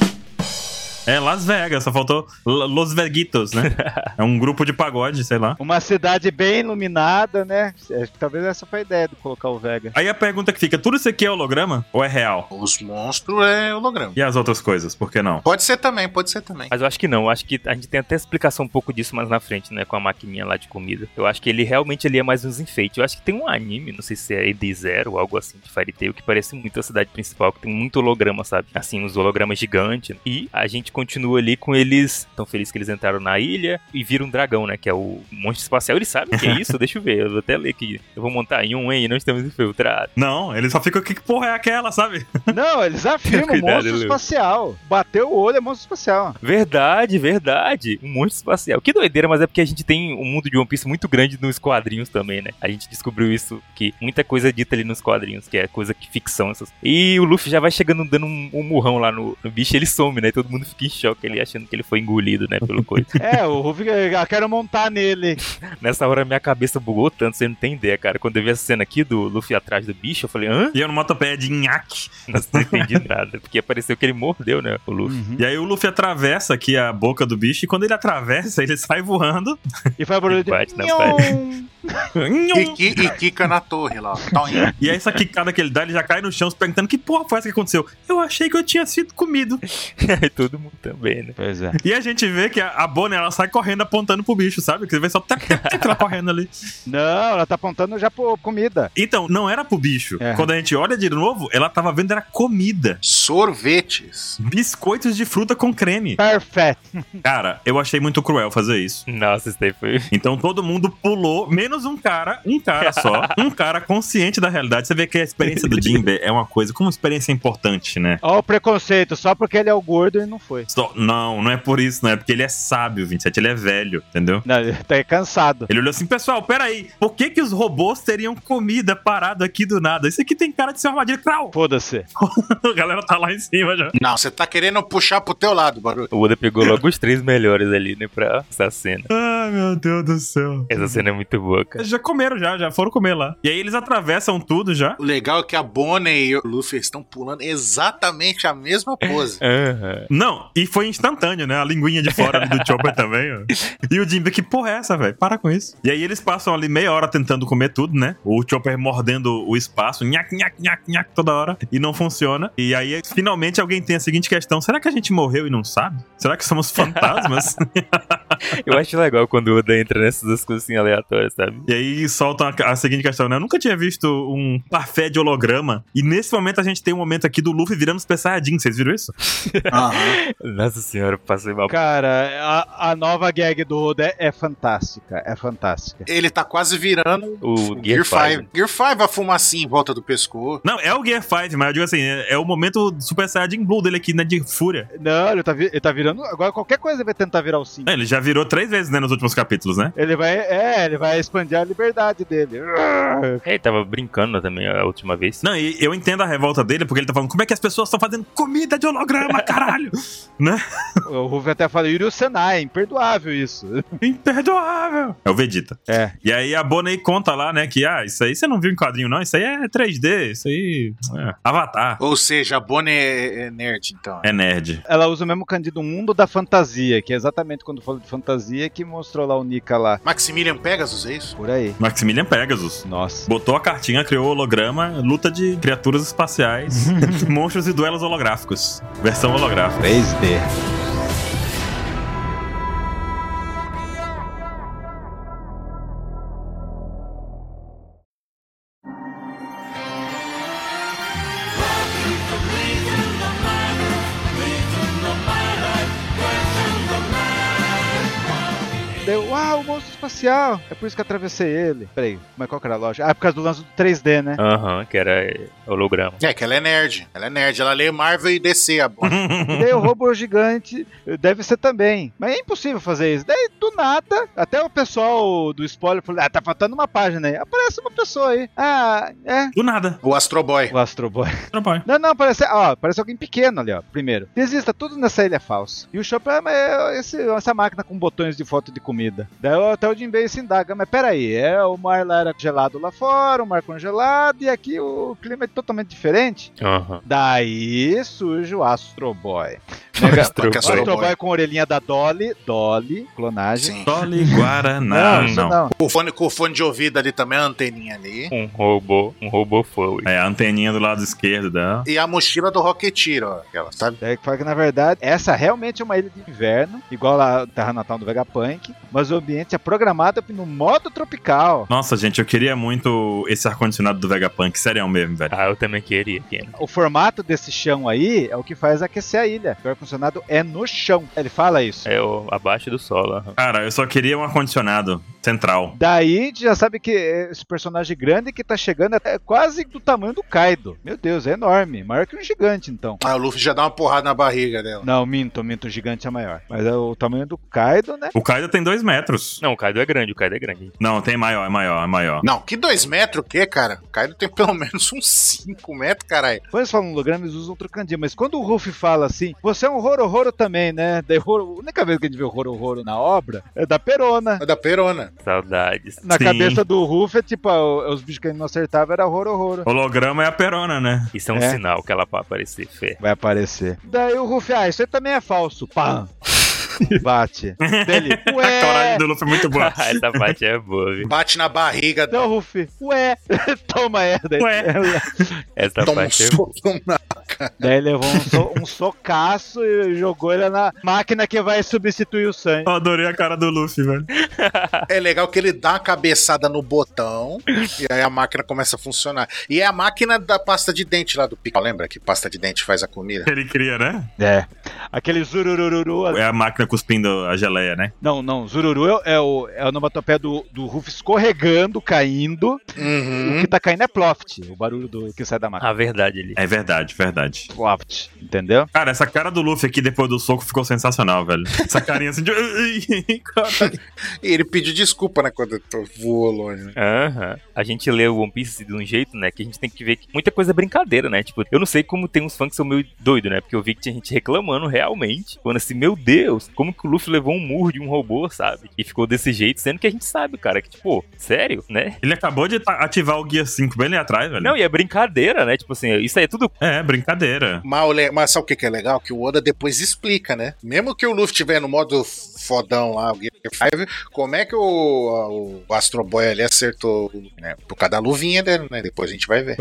Speaker 1: É Las Vegas, só faltou L- Los Veguitos, né? É um grupo de pagode, sei lá.
Speaker 2: Uma cidade bem iluminada, né? Acho que talvez essa foi a ideia de colocar o Vega.
Speaker 1: Aí a pergunta que fica, tudo isso aqui é holograma ou é real?
Speaker 3: Os monstros é holograma.
Speaker 1: E as outras coisas, por que não?
Speaker 3: Pode ser também, pode ser também.
Speaker 4: Mas eu acho que não, eu acho que a gente tem até explicação um pouco disso mais na frente, né? Com a maquininha lá de comida. Eu acho que ele realmente ele é mais uns enfeites. Eu acho que tem um anime, não sei se é Ed Zero ou algo assim de Fairy Tail, que parece muito a cidade principal, que tem muito holograma, sabe? Assim, uns hologramas gigantes. E a gente continua ali com eles, tão felizes que eles entraram na ilha e viram um dragão, né? Que é o monstro espacial. Eles sabem o que é isso? Deixa eu ver, eu vou até ler aqui. Eu vou montar em um, hein? Não estamos infiltrados.
Speaker 1: Não, ele só fica, que porra é aquela, sabe?
Speaker 2: Não, eles afirmam
Speaker 4: Cuidado,
Speaker 2: monstro
Speaker 4: Lu.
Speaker 2: espacial. Bateu o olho, é monstro espacial.
Speaker 4: Verdade, verdade. Um monte espacial. Que doideira, mas é porque a gente tem um mundo de One Piece muito grande nos quadrinhos também, né? A gente descobriu isso, que muita coisa é dita ali nos quadrinhos, que é coisa que ficção. Essas... E o Luffy já vai chegando dando um, um murrão lá no, no bicho, ele some, né? Todo mundo fica em choque, ele achando que ele foi engolido, né? Pelo coisa.
Speaker 2: É, o Ruffy, eu quero montar nele.
Speaker 4: Nessa hora minha cabeça bugou tanto, você não tem ideia, cara. Quando eu vi essa cena aqui do Luffy atrás do bicho, eu falei, hã?
Speaker 1: E eu no motopeia de nhaque.
Speaker 4: Nossa, não entendi nada. Porque pareceu que ele mordeu, né? O
Speaker 2: Hum.
Speaker 4: Luffy.
Speaker 2: Uhum.
Speaker 1: E aí o Luffy atravessa aqui a boca do bicho e quando ele atravessa, ele sai voando.
Speaker 2: E faz barulho de...
Speaker 4: Bate na
Speaker 2: Nhon.
Speaker 3: E,
Speaker 1: um.
Speaker 3: qui- e quica na torre lá. ó. Então, Tom,
Speaker 1: E aí essa quicada que ele dá, ele já cai no chão se perguntando que porra foi essa que aconteceu. Eu achei que eu tinha sido comido.
Speaker 4: E todo mundo também, né?
Speaker 2: Pois é.
Speaker 1: E a gente vê que a, a Bonnie, ela sai correndo apontando pro bicho, sabe? Que você vê só tac, tac, tac, ela correndo ali.
Speaker 2: Não, ela tá apontando já pro comida.
Speaker 1: Então, não era pro bicho.
Speaker 2: É.
Speaker 1: Quando a gente olha de novo, ela tava vendo era comida.
Speaker 3: sorvetes.
Speaker 1: Biscoitos de fruta com creme.
Speaker 2: Perfect.
Speaker 1: Cara, eu achei muito cruel fazer isso.
Speaker 4: Nossa, isso daí foi.
Speaker 1: Então todo mundo pulou, menos um cara, um cara só, um cara consciente da realidade. Você vê que a experiência do Jimbe é uma coisa, como experiência importante, né?
Speaker 2: Ó o preconceito, só porque ele é o gordo e não foi.
Speaker 1: Só- não, não é por isso, não é porque ele é sábio, 27, ele é velho, entendeu?
Speaker 2: Não, ele tá aí cansado.
Speaker 1: Ele olhou assim, pessoal, peraí, por que que os robôs teriam comida parado aqui do nada? Isso aqui tem cara de ser uma armadilha, crau!
Speaker 2: Foda-se.
Speaker 1: A galera tá lá em cima já.
Speaker 3: Não, você tá querendo puxar pro teu lado, Baruch.
Speaker 4: O Oda pegou logo os três melhores ali, né? Pra essa cena.
Speaker 1: Ai, meu Deus do céu.
Speaker 4: Essa cena é muito boa, cara.
Speaker 1: Eles já comeram já, já foram comer lá. E aí eles atravessam tudo já.
Speaker 3: O legal é que a Bonnie e o Luffy estão pulando exatamente a mesma pose.
Speaker 4: Aham.
Speaker 1: Não, e foi instantâneo, né? A linguinha de fora ali do Chopper também, ó. E o Jimbe, que porra é essa, velho? Para com isso. E aí eles passam ali meia hora tentando comer tudo, né? O Chopper mordendo o espaço, nhac, nhac, nhac, nhac, toda hora, e não funciona. E aí, finalmente, alguém tem a seguinte questão: será que a gente morreu e não sabe? Será que somos fantasmas?
Speaker 4: Eu acho legal quando o Oda entra nessas coisas assim aleatórias, sabe?
Speaker 1: e aí soltam a, a seguinte questão, né? Eu nunca tinha visto um parfé de holograma. E nesse momento a gente tem um momento aqui do Luffy virando Super Saiyajin. Vocês viram isso?
Speaker 3: Aham.
Speaker 4: Nossa senhora, eu passei mal.
Speaker 2: Cara, a, a nova gag do Oda é- é fantástica. É fantástica.
Speaker 3: Ele tá quase virando
Speaker 4: O
Speaker 3: o
Speaker 4: Gear 5.
Speaker 3: 5. Gear 5, a fumacinha em volta do pescoço.
Speaker 1: Não, é o Gear 5, mas eu digo assim, é, é o momento do Super Saiyajin Blue dele aqui, né? De fúria.
Speaker 2: Não, ele tá, vi- ele tá virando. Agora qualquer coisa ele vai tentar virar o 5.
Speaker 1: É, Ele já virou três vezes, né? Nos últimos capítulos, né?
Speaker 2: Ele vai. É, ele vai expandir a liberdade dele.
Speaker 4: É, Ele tava brincando também a última vez.
Speaker 1: Não, e eu entendo a revolta dele, porque ele tá falando, como é que as pessoas estão fazendo comida de holograma, caralho?
Speaker 2: O Ruff até fala, Yuri Senai, é imperdoável isso.
Speaker 1: Imperdoável! É o Vegeta.
Speaker 2: É.
Speaker 1: E aí a Bonnie conta lá, né, que, ah, isso aí você não viu em quadrinho, não. Isso aí é 3D, isso aí... É. Avatar.
Speaker 3: Ou seja, a Bonnie é é nerd, então.
Speaker 1: É nerd.
Speaker 2: Ela usa o mesmo candido mundo da fantasia, que é exatamente quando falou de fantasia que mostrou lá o Nika lá.
Speaker 3: Maximilian Pegasus, é isso?
Speaker 2: Por aí.
Speaker 1: Maximilian Pegasus.
Speaker 2: Nossa.
Speaker 1: Botou a cartinha, criou o holograma, luta de criaturas espaciais, monstros e duelos holográficos. Versão holográfica.
Speaker 2: 3D. Deu, uau, o monstro espacial! É por isso que eu atravessei ele. Peraí, mas qual que era a loja? Ah, é por causa do lance do 3D, né?
Speaker 4: Aham, que era é, holograma.
Speaker 3: É, que ela é nerd. Ela é nerd. Ela lê Marvel e DC, a Bonnie.
Speaker 2: E daí o robô gigante deve ser também. Mas é impossível fazer isso. Daí, do nada, até o pessoal do spoiler falou: Ah, tá faltando uma página aí. Aparece uma pessoa aí. Ah, é.
Speaker 1: Do nada.
Speaker 3: o Astro Boy.
Speaker 2: O Astro Boy.
Speaker 1: Trabalho.
Speaker 2: Não, não, parece, ó, parece alguém pequeno ali, ó. Primeiro. Desista, tudo nessa ilha é falso. E o Chopper, ah, mas é esse- essa máquina com botões de foto de comida. Daí até o Jinbei se indaga, mas peraí, é, o mar lá era gelado lá fora, o mar congelado, e aqui o clima é totalmente diferente.
Speaker 4: Aham.
Speaker 2: Daí surge o Astro Boy.
Speaker 4: Astro
Speaker 3: que é
Speaker 2: O
Speaker 3: Astro
Speaker 2: Astro
Speaker 3: Boy.
Speaker 2: Boy com a orelhinha da Dolly. Dolly, clonagem.
Speaker 3: Sim.
Speaker 1: Tole Guaraná.
Speaker 2: isso
Speaker 1: Não,
Speaker 3: Com o fone, com o fone de ouvido ali também, a anteninha ali.
Speaker 4: Um robô, um robô foi.
Speaker 1: É, a anteninha do lado esquerdo dela.
Speaker 3: E a mochila do Rocketeer, ó. Aquela, sabe?
Speaker 2: Daí que fala que, na verdade, essa realmente é uma ilha de inverno, igual a Terra Natal do Vegapunk, mas o ambiente é programado no modo tropical.
Speaker 1: Nossa, gente, eu queria muito esse ar-condicionado do Vegapunk. Sério mesmo, velho.
Speaker 4: Ah, eu também queria, Ken.
Speaker 2: O formato desse chão aí é o que faz aquecer a ilha. O ar-condicionado é no chão. Ele fala isso.
Speaker 4: É o abaixo do solo. aham.
Speaker 1: Cara, eu só queria um ar-condicionado central.
Speaker 2: Daí a gente já sabe que é, esse personagem grande que tá chegando é quase do tamanho do Kaido. Meu Deus, é enorme. Maior que um gigante, então.
Speaker 3: Ah, o Luffy já dá uma porrada na barriga dela.
Speaker 2: Não, minto, minto, o gigante é maior. Mas é o tamanho do Kaido, né?
Speaker 1: O Kaido tem dois metros.
Speaker 4: Não, o Kaido é grande, o Kaido é grande.
Speaker 1: Não, tem maior, é maior, é maior.
Speaker 3: Não, que dois metros o quê, cara? O Kaido tem pelo menos uns cinco metros, caralho.
Speaker 2: Quando eles falam holograma, eles usam trocadilho, mas quando o Ruff fala assim, você é um Horo Horo também, né? Daí, Horo, a única vez que a gente vê o Horo Horo na obra é da Perona.
Speaker 3: É da Perona.
Speaker 4: Saudades.
Speaker 2: Na
Speaker 1: Sim.
Speaker 2: cabeça do Ruff é tipo, ah, os bichos que ele não acertava era Horo Horo.
Speaker 1: Holograma é a perona, né?
Speaker 4: Isso é um
Speaker 2: É.
Speaker 4: sinal que ela vai aparecer, fé.
Speaker 2: Vai aparecer. Daí o Ruff, ah, isso aí também é falso. Pá! Bate. Dele.
Speaker 1: A coragem
Speaker 2: Ué!
Speaker 1: do Luffy é muito boa.
Speaker 4: Essa parte é boa, viu?
Speaker 3: Bate na barriga,
Speaker 2: Não, Rufi. então, Ué! Toma é. Daí,
Speaker 1: Ué.
Speaker 4: Essa
Speaker 3: toma um
Speaker 4: parte é
Speaker 3: soco na-
Speaker 2: daí levou um, so, um socaço e jogou ele na máquina que vai substituir o sangue.
Speaker 1: Eu adorei a cara do Luffy, velho.
Speaker 3: É legal que ele dá uma cabeçada no botão e aí a máquina começa a funcionar. E é a máquina da pasta de dente lá do Pica. Lembra que pasta de dente faz a comida?
Speaker 1: Ele cria, né?
Speaker 2: É. Aquele zururururu.
Speaker 1: É a máquina cuspindo a geleia, né?
Speaker 2: Não, não. Zururu é, é o, é o onomatopeia do, do Ruff escorregando, caindo. O
Speaker 3: Uhum.
Speaker 2: que tá caindo é ploft. O barulho do que sai da máquina.
Speaker 4: a verdade ali.
Speaker 1: É verdade, verdade.
Speaker 2: Ploft. Entendeu?
Speaker 1: Cara, essa cara do Luffy aqui depois do soco ficou sensacional, velho. Essa carinha assim de.
Speaker 3: E ele pediu desculpa, né? Quando voou longe. né?
Speaker 4: Aham. A gente lê o One Piece de um jeito, né? Que a gente tem que ver que muita coisa é brincadeira, né? Tipo, eu não sei como tem uns fãs que são meio doido, né? Porque eu vi que tinha gente reclamando realmente. Falando assim, meu Deus, como que o Luffy levou um murro de um robô, sabe? E ficou desse jeito, sendo que a gente sabe, cara, que tipo, sério, né?
Speaker 1: Ele acabou de ta- ativar o Guia 5 bem ali atrás, velho.
Speaker 4: Não, e é brincadeira, né? Tipo assim, isso aí é tudo.
Speaker 1: É, brincadeira.
Speaker 3: Mas, o le- mas sabe o que que é legal? Que o Oda depois explica, né? Mesmo que o Luffy tiver no modo fodão lá, o Gear 5, como é que o, o Astro Boy ali acertou, né? Por causa da luvinha dele, né? Depois a gente vai ver.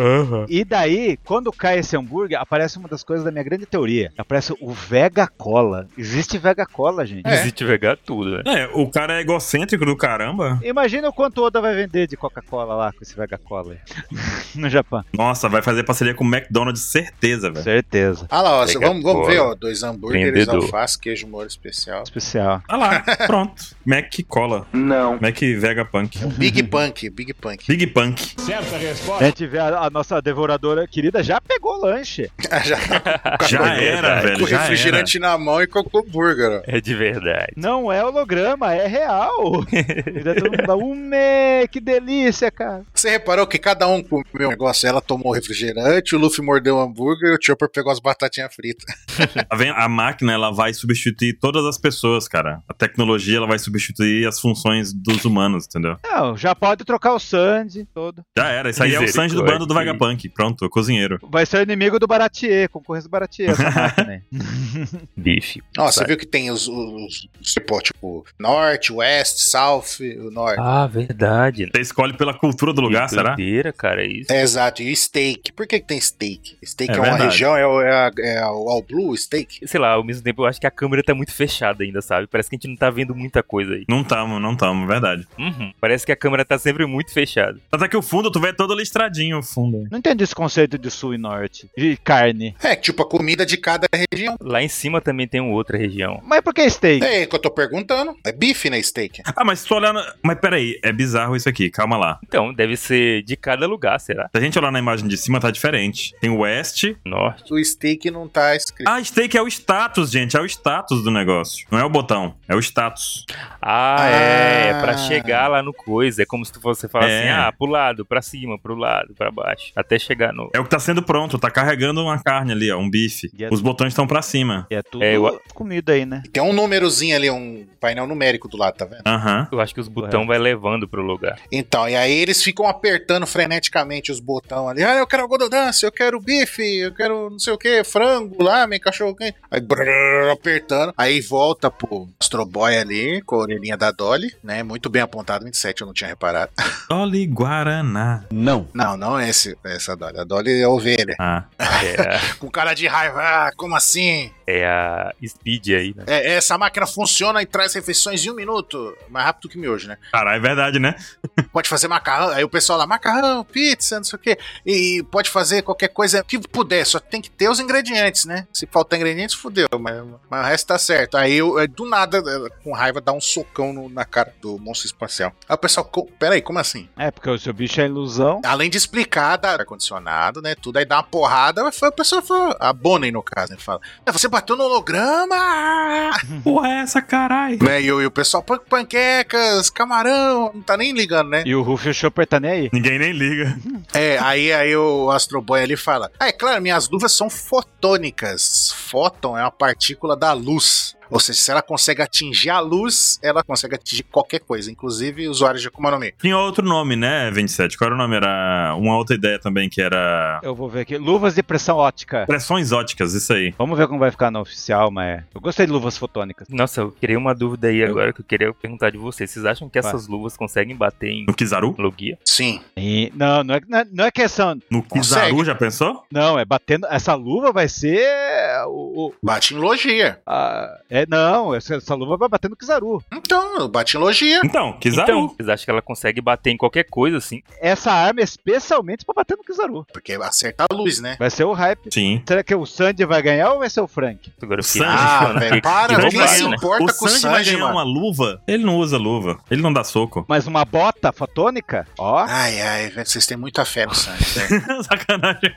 Speaker 2: E daí, quando cai esse hambúrguer, aparece uma das coisas da minha grande teoria. Aparece o Vega Cola. Existe Vega Cola, gente.
Speaker 3: É.
Speaker 4: Existe pegar tudo, né?
Speaker 1: É, o cara é egocêntrico do caramba.
Speaker 2: Imagina o quanto o Oda vai vender de Coca-Cola lá com esse Vega Cola aí. no Japão.
Speaker 1: Nossa, vai fazer parceria com o McDonald's, certeza, velho.
Speaker 2: Certeza.
Speaker 3: Ah lá, ó,
Speaker 4: Pega
Speaker 3: vamos, vamos
Speaker 4: fora.
Speaker 3: ver, ó. Dois hambúrgueres,
Speaker 4: Vendedor.
Speaker 3: alface, queijo molho especial.
Speaker 2: Especial.
Speaker 1: Ah lá, pronto. Mac Cola. Não. Mac Vegapunk.
Speaker 3: Big Punk, Big Punk.
Speaker 1: Big Punk.
Speaker 2: A gente vê a, a nossa devoradora querida já pegou o lanche.
Speaker 3: Já
Speaker 1: Já era,
Speaker 4: verdade.
Speaker 1: velho.
Speaker 3: com
Speaker 1: Já era.
Speaker 3: Tá refrigerante na mão e colocou burger. ó.
Speaker 4: É de verdade.
Speaker 2: Não é holograma, é real. e daí todo mundo dá, ume, que delícia, cara.
Speaker 3: Você reparou que cada um comeu um negócio? Ela tomou refrigerante, o Luffy mordeu o hambúrguer e o Chopper pegou as batatinhas fritas.
Speaker 1: Tá vendo? A máquina, ela vai substituir todas as pessoas, cara. A tecnologia, ela vai substituir as funções dos humanos, entendeu?
Speaker 2: Não, já pode trocar o Sandy todo.
Speaker 1: Já era. Isso aí é o Sanji do bando do
Speaker 4: Misericórdia.
Speaker 1: Vegapunk. Pronto, o cozinheiro.
Speaker 2: Vai ser o inimigo do Baratier, concorrência do Baratier, essa máquina aí.
Speaker 4: Bife.
Speaker 3: Ó, você
Speaker 4: Sabe?
Speaker 3: viu que tem os, os, os tipo, tipo, norte, west, south, o norte.
Speaker 4: Ah, verdade.
Speaker 1: Você escolhe pela cultura do lugar,
Speaker 4: Que
Speaker 1: será?
Speaker 4: doideira, cara, isso.
Speaker 3: É, exato, e steak. Por que, que tem steak? Steak
Speaker 1: É
Speaker 3: é, uma
Speaker 1: verdade.
Speaker 3: região, é, o- é, a- é o All Blue steak?
Speaker 4: Sei lá, ao mesmo tempo eu acho que a câmera tá muito fechada ainda, sabe? Parece que a gente não tá vendo muita coisa aí.
Speaker 1: Não tamo, não tamo, verdade.
Speaker 4: Uhum. Parece que a câmera tá sempre muito fechada.
Speaker 1: Até que o fundo, tu vê todo listradinho o fundo.
Speaker 2: Não entendi esse conceito de sul e norte, de carne.
Speaker 3: É, tipo, a comida de cada região.
Speaker 4: Lá em cima também tem uma outra região.
Speaker 2: Mas por que steak?
Speaker 3: É, é que eu tô perguntando. É bife, né, steak?
Speaker 1: Ah, mas se tu olhar na... Mas peraí, é bizarro isso aqui, calma lá.
Speaker 4: Então, deve ser de cada lugar, será?
Speaker 1: Se a gente olhar na imagem de cima, tá diferente. Tem o West.
Speaker 4: Norte.
Speaker 3: O steak não tá escrito.
Speaker 1: Ah, steak é o status, gente. É o status do negócio. Não é o botão, é o status.
Speaker 4: Ah,
Speaker 3: Ah.
Speaker 4: é. É pra chegar lá no coisa. É como se tu fosse falar
Speaker 1: É.
Speaker 4: assim: ah, pro lado, pra cima, pro lado, pra baixo. Até chegar no.
Speaker 1: É o que tá sendo pronto, tá carregando uma carne ali, ó, um bife.
Speaker 2: E é-
Speaker 1: Os botões estão pra cima.
Speaker 2: É tudo
Speaker 4: É, eu-
Speaker 2: comida aí, né?
Speaker 3: Tem um númerozinho ali, um painel numérico do lado, tá vendo?
Speaker 1: Aham.
Speaker 4: Eu acho que os botão vai levando pro lugar.
Speaker 3: Então, e aí eles ficam apertando freneticamente os botão ali. Ah, eu quero gododance, eu quero bife, eu quero não sei o que, frango lá, meu cachorro quente. Aí brrr, apertando. Aí volta pro Astro Boy ali, com a orelhinha da Dolly, né? Muito bem apontado, 27, eu não tinha reparado.
Speaker 1: Dolly Guaraná.
Speaker 3: Não, não é esse, essa Dolly. A Dolly é a ovelha.
Speaker 1: Ah.
Speaker 4: É,
Speaker 3: Com cara de raiva, ah, como assim?
Speaker 4: a- é a Speed aí, né?
Speaker 3: É, essa máquina funciona e traz refeições em um minuto. Mais rápido que miojo, né?
Speaker 1: Caralho, é verdade, né?
Speaker 3: pode fazer macarrão. Aí o pessoal lá, macarrão, pizza, não sei o quê. E pode fazer qualquer coisa que puder, só tem que ter os ingredientes, né? Se faltar ingredientes, fudeu, mas, mas o resto tá certo. Aí eu, eh, do nada, eh, com raiva, dá um socão no- na cara do monstro espacial. Aí o pessoal, co- peraí, como assim?
Speaker 2: É, porque o seu bicho é ilusão.
Speaker 3: Além de explicar, dá ar-condicionado, né? Tudo aí dá uma porrada, mas foi, o pessoal fala, a Bonnie, no caso, né? Fala, "Ah, você bateu no holograma!
Speaker 1: Porra, é essa, caralho?
Speaker 3: né? E, o- e o pessoal, "Pan- panquecas, camarão, não tá nem ligando, né?
Speaker 2: E o Ruff e o Chopper tá nem aí.
Speaker 1: Ninguém nem liga.
Speaker 3: É, aí, aí o Astro Boy ali fala: Ah, é claro, minhas luvas são fotônicas. Fóton é uma partícula da luz. Ou seja, se ela consegue atingir a luz, ela consegue atingir qualquer coisa, inclusive usuários de Akuma no Mi.
Speaker 1: Tinha outro nome, né, 27? Qual era o nome? Era uma outra ideia também, que era
Speaker 2: Eu vou ver aqui. Luvas de pressão ótica.
Speaker 1: pressões óticas, isso aí.
Speaker 2: Vamos ver como vai ficar no oficial, mas. Eu gostei de luvas fotônicas.
Speaker 4: Nossa, eu queria uma dúvida aí agora que eu queria perguntar de vocês. Vocês acham que essas luvas conseguem bater em
Speaker 1: No Kizaru?
Speaker 4: logia?
Speaker 3: Sim.
Speaker 2: E- não, não é, não é- não é questão.
Speaker 1: No
Speaker 3: Consegue.
Speaker 1: Kizaru, já pensou?
Speaker 2: Não, é batendo. Essa luva vai ser. O, o-
Speaker 3: Bate em logia.
Speaker 2: a- é, não, essa, essa luva vai bater no Kizaru.
Speaker 3: Então, bate em logia.
Speaker 1: Então, Kizaru.
Speaker 4: Então, vocês acham que ela consegue bater em qualquer coisa, assim?
Speaker 2: Essa arma é especialmente pra bater no Kizaru.
Speaker 3: Porque acerta a luz, né?
Speaker 2: Vai ser o hype.
Speaker 1: Sim.
Speaker 2: Será que o Sandy vai ganhar ou vai ser o Frank?
Speaker 4: Agora eu fiquei
Speaker 1: Sanji,
Speaker 4: pensando
Speaker 3: Ah, velho,
Speaker 4: que-
Speaker 3: para,
Speaker 4: que
Speaker 1: Ele
Speaker 3: quem
Speaker 4: vão
Speaker 1: vai
Speaker 4: bater,
Speaker 3: se
Speaker 1: ganhar.
Speaker 4: né?
Speaker 3: importa
Speaker 1: o
Speaker 3: com o
Speaker 1: Sanji
Speaker 3: Sanji,
Speaker 1: vai ganhar
Speaker 3: mano?
Speaker 1: uma luva? Ele não usa luva. Ele não dá soco.
Speaker 2: Mas uma bota fotônica? Ó.
Speaker 3: Ai, ai, velho, vocês têm muita fé no Sanji, velho.
Speaker 1: Sacanagem.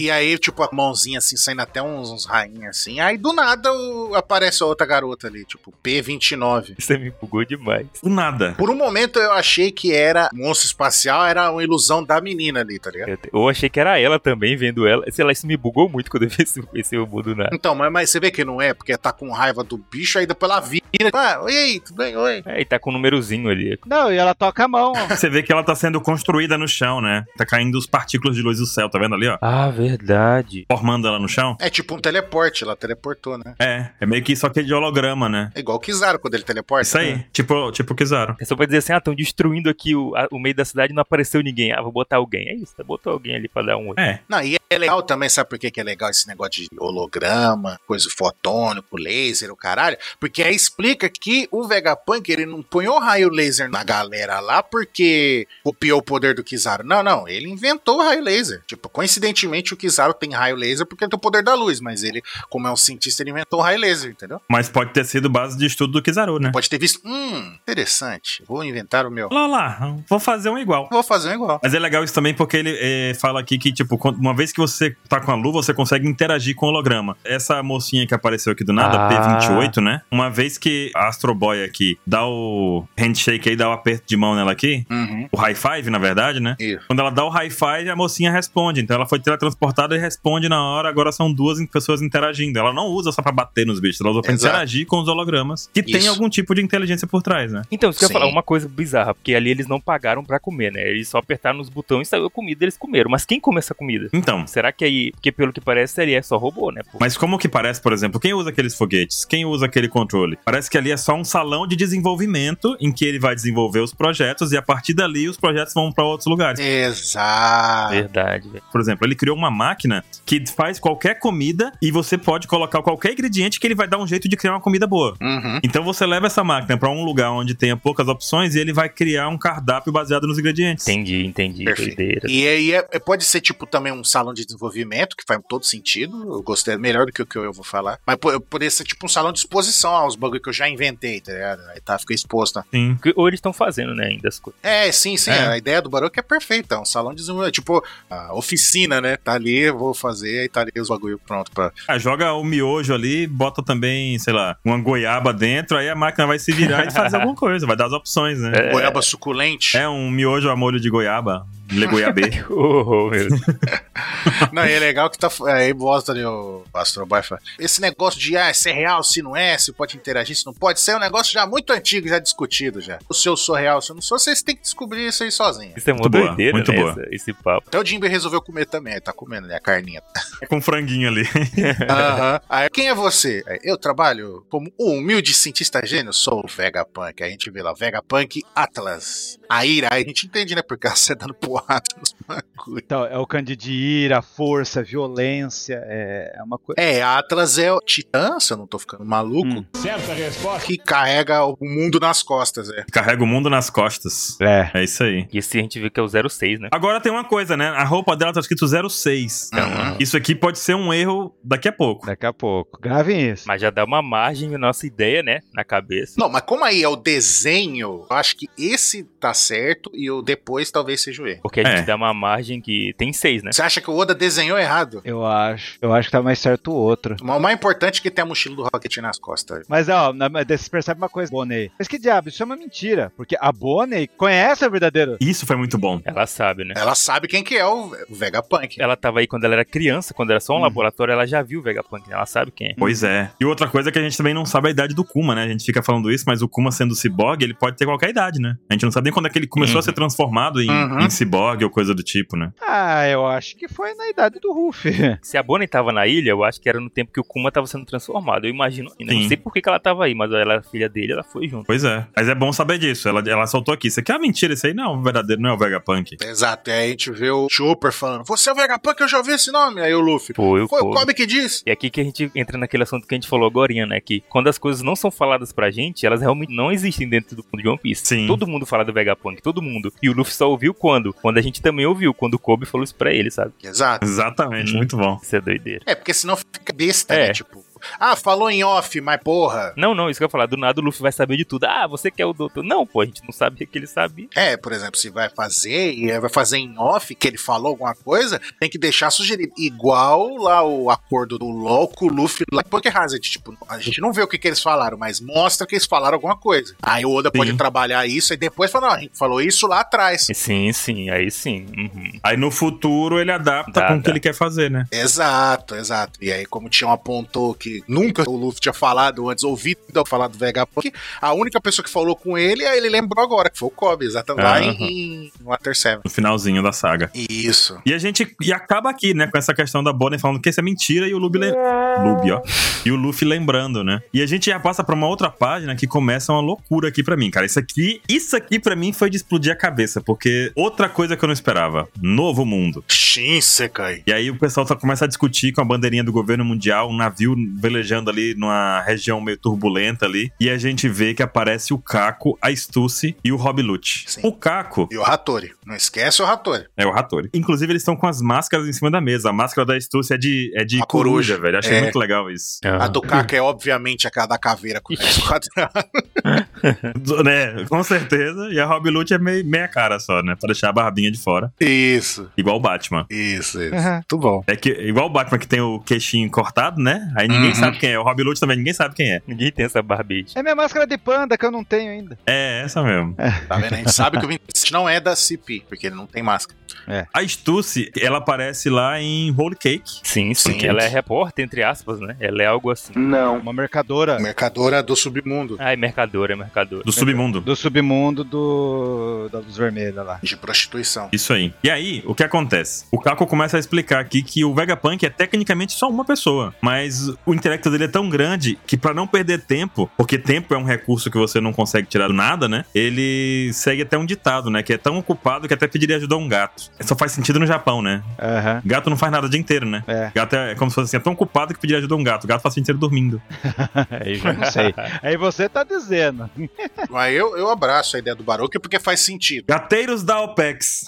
Speaker 3: E aí, tipo, a mãozinha assim, saindo até uns, uns rainhas assim. Aí do nada o- aparece a outra garota ali, tipo, P29.
Speaker 4: Você me bugou demais.
Speaker 1: Do nada.
Speaker 3: Por um momento eu achei que era monstro espacial, era uma ilusão da menina ali, tá ligado?
Speaker 4: Eu, te- eu achei que era ela também, vendo ela. Sei lá, isso me bugou muito quando eu vi esse, esse robô do nada.
Speaker 3: Então, mas, mas você vê que não é, porque tá com raiva do bicho, aí depois ela vira. Ah, oi, aí, tudo bem, oi.
Speaker 4: É, e tá com um númerozinho ali.
Speaker 2: Não, e ela toca a mão. ó.
Speaker 1: Você vê que ela tá sendo construída no chão, né? Tá caindo os partículas de luz do céu, tá vendo ali, ó?
Speaker 4: Ah, verdade.
Speaker 1: Formando ela no chão?
Speaker 3: É tipo um teleporte, ela teleportou, né?
Speaker 1: É. É meio que só que de holograma, né?
Speaker 3: É igual o Kizaru quando ele teleporta.
Speaker 1: Isso aí. Tipo, tipo Kizaru.
Speaker 4: É só pra dizer assim, ah, estão destruindo aqui o, a- o meio da cidade e não apareceu ninguém. Ah, vou botar alguém. É isso, tá? botou alguém ali pra dar um oi.
Speaker 1: É.
Speaker 3: Não, e é legal também, sabe por que que é legal esse negócio de holograma, coisa fotônico, laser, o caralho? Porque aí explica que o Vegapunk, ele não põe o raio laser na galera lá porque copiou o poder do Kizaru. Não, não, ele inventou o raio laser. Tipo, coincidentemente o Kizaru tem raio laser porque tem o poder da luz, mas ele, como é um cientista, ele inventou o raio laser, entendeu?
Speaker 1: Mas pode ter sido base de estudo do Kizaru, né?
Speaker 3: Pode ter visto, hum, interessante, vou inventar o meu.
Speaker 1: Lá, lá. Vou fazer um igual.
Speaker 3: Vou fazer um igual.
Speaker 1: Mas é legal isso também porque ele eh, fala aqui que, tipo, quando- uma vez que você tá com a luva, você consegue interagir com o holograma. Essa mocinha que apareceu aqui do nada,
Speaker 4: Ah.
Speaker 1: P28, né? Uma vez que a Astro Boy aqui dá o handshake aí, dá o aperto de mão nela aqui,
Speaker 3: Uhum.
Speaker 1: o high five, na verdade, né?
Speaker 3: Isso.
Speaker 1: Quando ela dá o high five, a mocinha responde. Então ela foi teletransportada e responde na hora. Agora são duas pessoas interagindo. Ela não usa só pra bater nos bichos, ela usa pra
Speaker 3: Exato.
Speaker 1: interagir com os hologramas que tem
Speaker 3: Isso.
Speaker 1: algum tipo de inteligência por trás, né?
Speaker 4: Então, isso que eu ia
Speaker 3: Sim.
Speaker 4: falar, uma coisa bizarra, porque ali eles não pagaram pra comer, né? Eles só apertaram nos botões e saiu a comida, eles comeram. Mas quem come essa comida?
Speaker 1: Então,
Speaker 4: Será que aí, porque pelo que parece, ali é só robô, né? pô?
Speaker 1: Mas como que parece, por exemplo, quem usa aqueles foguetes? Quem usa aquele controle? Parece que ali é só um salão de desenvolvimento em que ele vai desenvolver os projetos e a partir dali os projetos vão para outros lugares.
Speaker 3: É. Exato.
Speaker 4: Verdade, velho.
Speaker 1: Por exemplo, ele criou uma máquina que faz qualquer comida e você pode colocar qualquer ingrediente que ele vai dar um jeito de criar uma comida boa.
Speaker 3: Uhum.
Speaker 1: Então você leva essa máquina para um lugar onde tenha poucas opções e ele vai criar um cardápio baseado nos ingredientes.
Speaker 4: Entendi, entendi.
Speaker 3: Perfeito.
Speaker 4: Doideira.
Speaker 3: E aí é- é- pode ser, tipo, também um salão de desenvolvimento, que faz todo sentido. Eu gostei é melhor do que o que eu vou falar. Mas po- poderia ser, tipo, um salão de exposição aos bagulho que eu já inventei, tá ligado? Aí tá, fica exposto. né?
Speaker 1: Sim.
Speaker 4: Porque- Ou eles estão fazendo, né, ainda as coisas.
Speaker 3: É, sim, sim.
Speaker 1: É.
Speaker 3: A ideia do Baroque é perfeita. é Um salão de desenvolvimento. Tipo, a oficina, né? Tá ali, eu vou fazer, aí tá ali os bagulho pronto pra.
Speaker 1: Ah, joga o miojo ali, bota também, sei lá, uma goiaba dentro, aí a máquina vai se virar e fazer alguma coisa, vai dar as opções, né?
Speaker 4: É.
Speaker 3: Goiaba suculente.
Speaker 1: É um miojo a molho de goiaba. Le goiabê.
Speaker 4: Oh, meu Deus.
Speaker 3: Não, e é legal que tá. Aí mostra ali o Astro Boy. fala, Esse negócio de ah, se é real, se não é, se pode interagir, se não pode, isso aí é um negócio já muito antigo, já discutido já. Se eu sou real, se eu não sou, vocês têm que descobrir isso aí sozinhos.
Speaker 4: Isso é uma
Speaker 1: Muito boa,
Speaker 4: doideira,
Speaker 1: muito
Speaker 4: né,
Speaker 1: boa.
Speaker 4: essa- esse papo.
Speaker 3: Até o Jimbe resolveu comer também, ele tá comendo ali a carninha.
Speaker 1: É Com franguinho ali.
Speaker 3: Aham. Aí, quem é você? Aí, Eu trabalho como um humilde cientista gênio, sou o Vegapunk. Aí a gente vê lá, Vegapunk Atlas. A ira, aí a gente entende, né? Porque você dando porrada nos bagulho.
Speaker 2: Então, é o Candide ira, força, violência. É, é uma coisa.
Speaker 3: É, Atlas é o Titã, se eu não tô ficando maluco.
Speaker 2: Hum.
Speaker 3: Que carrega o mundo nas costas, é.
Speaker 1: Carrega o mundo nas costas.
Speaker 2: É.
Speaker 1: É isso aí.
Speaker 4: E esse a gente vê que é o 06, né?
Speaker 1: Agora tem uma coisa, né? A roupa dela tá escrito 06.
Speaker 3: Uhum.
Speaker 1: Isso aqui pode ser um erro daqui a pouco.
Speaker 2: Daqui a pouco. Gravem isso.
Speaker 4: Mas já dá uma margem na nossa ideia, né? Na cabeça.
Speaker 3: Não, mas como aí é o desenho, eu acho que esse tá certo e o depois talvez seja o erro.
Speaker 4: Porque a gente
Speaker 1: É.
Speaker 4: dá uma margem que tem seis, né?
Speaker 3: Você acha que o Oda desenhou errado.
Speaker 2: Eu acho. Eu acho que tá mais certo o outro.
Speaker 3: O mais importante é que tem a mochila do Rocket nas costas. é.
Speaker 2: Mas, ó, na- mas daí você percebe uma coisa, Bonnie. Mas que diabo, isso é uma mentira. Porque a Bonnie conhece o verdadeiro.
Speaker 1: Isso foi muito bom.
Speaker 4: Ela sabe, né?
Speaker 3: Ela sabe quem que é o, o Vegapunk.
Speaker 4: Ela tava aí quando ela era criança, quando era só um
Speaker 2: Uhum.
Speaker 4: laboratório, ela já viu o Vegapunk, né? Ela sabe quem é.
Speaker 1: Pois é. E outra coisa é que a gente também não sabe a idade do Kuma, né? A gente fica falando isso, mas o Kuma sendo ciborgue, ele pode ter qualquer idade, né? A gente não sabe nem quando é que ele começou
Speaker 4: Uhum.
Speaker 1: a ser transformado em,
Speaker 3: Uhum.
Speaker 1: em ciborgue ou coisa do tipo, né?
Speaker 2: Ah, eu acho que foi na idade do Ruff.
Speaker 4: Se a Bonnie tava na ilha, eu acho que era no tempo que o Kuma tava sendo transformado. Eu imagino. né? Não
Speaker 1: Sim.
Speaker 4: sei por que, que ela tava aí, mas ela era filha dele, ela foi junto.
Speaker 1: Pois é. Mas é bom saber disso. Ela, ela soltou aqui. Isso aqui é uma mentira, isso aí não é o verdadeiro, não é o Vegapunk.
Speaker 3: Exato. E aí a gente vê o Chopper falando: Você é o Vegapunk, eu já ouvi esse nome. Aí o Luffy.
Speaker 4: Pô, eu
Speaker 3: Foi
Speaker 4: pô.
Speaker 3: o Kobe que disse.
Speaker 4: E é aqui que a gente entra naquele assunto que a gente falou agora, né? Que quando as coisas não são faladas pra gente, elas realmente não existem dentro do mundo de One Piece.
Speaker 1: Sim.
Speaker 4: Todo mundo fala do Vegapunk, todo mundo. E o Luffy só ouviu quando? Quando a gente também ouviu, quando o Kobe falou isso pra ele, sabe?
Speaker 3: Exato.
Speaker 1: Exatamente, muito bom.
Speaker 4: Isso é doideira.
Speaker 3: É, porque senão fica besta,
Speaker 4: É.
Speaker 3: né? Tipo, ah, falou em off, mas porra.
Speaker 4: Não, não, isso que eu ia falar. Do nada o Luffy vai saber de tudo. Ah, você que é o doutor. Não, pô, a gente não sabia que ele sabia.
Speaker 3: É, por exemplo, se vai fazer e aí vai fazer em off que ele falou alguma coisa, tem que deixar sugerido. Igual lá o acordo do LOL com o Luffy lá em Poker Hazard. Tipo, a gente não vê o que, que eles falaram, mas mostra que eles falaram alguma coisa. Aí o Oda pode
Speaker 1: Sim.
Speaker 3: trabalhar isso e depois falar, não, a gente falou isso lá atrás.
Speaker 4: Sim, sim, aí sim. Uhum.
Speaker 1: Aí no futuro ele adapta
Speaker 4: Dá,
Speaker 1: com o
Speaker 4: dá.
Speaker 1: que ele quer fazer, né?
Speaker 3: Exato, exato. E aí, como o Tião apontou que nunca o Luffy tinha falado antes, ouvido falar do Vegapunk, a única pessoa que falou com ele, aí ele lembrou agora, que foi o Kobe, exatamente lá
Speaker 4: Aham.
Speaker 3: em, em Water Seven.
Speaker 1: No finalzinho da saga.
Speaker 3: Isso.
Speaker 1: E a gente e acaba aqui, né, com essa questão da Bonnie falando que isso é mentira e o Luffy, le... Luffy, ó. E o Luffy lembrando, né? E a gente já passa pra uma outra página que começa uma loucura aqui pra mim, cara. Isso aqui, isso aqui pra mim foi de explodir a cabeça, porque outra coisa que eu não esperava, novo mundo.
Speaker 3: Shinsekai.
Speaker 1: E aí o pessoal só começa a discutir com a bandeirinha do governo mundial, um navio velejando ali numa região meio turbulenta ali, e a gente vê que aparece o Caco, a Stussy e o Rob Lute.
Speaker 3: Sim.
Speaker 1: O Caco
Speaker 3: E o Hattori. Não esquece o Hattori.
Speaker 1: é o Hattori. Inclusive, eles estão com as máscaras em cima da mesa. A máscara da Estúcia é de, é de
Speaker 3: A
Speaker 1: coruja,
Speaker 3: coruja,
Speaker 1: velho. Achei
Speaker 3: é.
Speaker 1: muito legal isso.
Speaker 4: Ah.
Speaker 3: A do Kaka é, obviamente, a ca- da caveira com o nariz quadrado.
Speaker 1: né? Com certeza. E a Rob Lute é meio, meia cara só, né? Pra deixar a barbinha de fora.
Speaker 3: Isso,
Speaker 1: Igual o Batman.
Speaker 3: isso, isso.
Speaker 2: Aham.
Speaker 3: Muito bom.
Speaker 1: É que, igual o Batman que tem o queixinho cortado, né? Aí ninguém
Speaker 3: Uhum.
Speaker 1: sabe quem é. O Rob Lute também ninguém sabe quem é.
Speaker 4: Ninguém tem essa barbite.
Speaker 2: É minha máscara de panda que eu não tenho ainda.
Speaker 1: É essa mesmo.
Speaker 3: Tá vendo? A gente sabe que o 27 não é da CP, porque ele não tem máscara.
Speaker 1: A Stussy, ela aparece lá em Holy Cake.
Speaker 4: Sim, sim.
Speaker 3: Sim.
Speaker 4: Ela é repórter, entre aspas, né? Ela é algo assim.
Speaker 2: Uma mercadora
Speaker 3: Mercadora do submundo.
Speaker 4: Ah, é mercadora, é mercadora.
Speaker 1: Do submundo.
Speaker 2: do submundo do... da luz vermelha lá.
Speaker 3: De prostituição.
Speaker 1: Isso aí. E aí, o que acontece? O Kako começa a explicar aqui que o Vegapunk é tecnicamente só uma pessoa, mas o intelecto dele é tão grande que pra não perder tempo, porque tempo é um recurso que você não consegue tirar do nada, né? Ele segue até um ditado, né? Que é tão ocupado que até pediria ajuda a um gato. Só faz sentido no Japão, né?
Speaker 2: Aham.
Speaker 1: Gato não faz nada o dia inteiro, né?
Speaker 2: É.
Speaker 1: Gato é como se fosse assim, é tão ocupado que pediria ajuda a um gato. Gato faz o dia inteiro dormindo.
Speaker 2: Aí já não sei. Aí você tá dizendo.
Speaker 3: Mas eu, eu abraço a ideia do Baroque porque faz sentido.
Speaker 1: Gateiros da OPEX.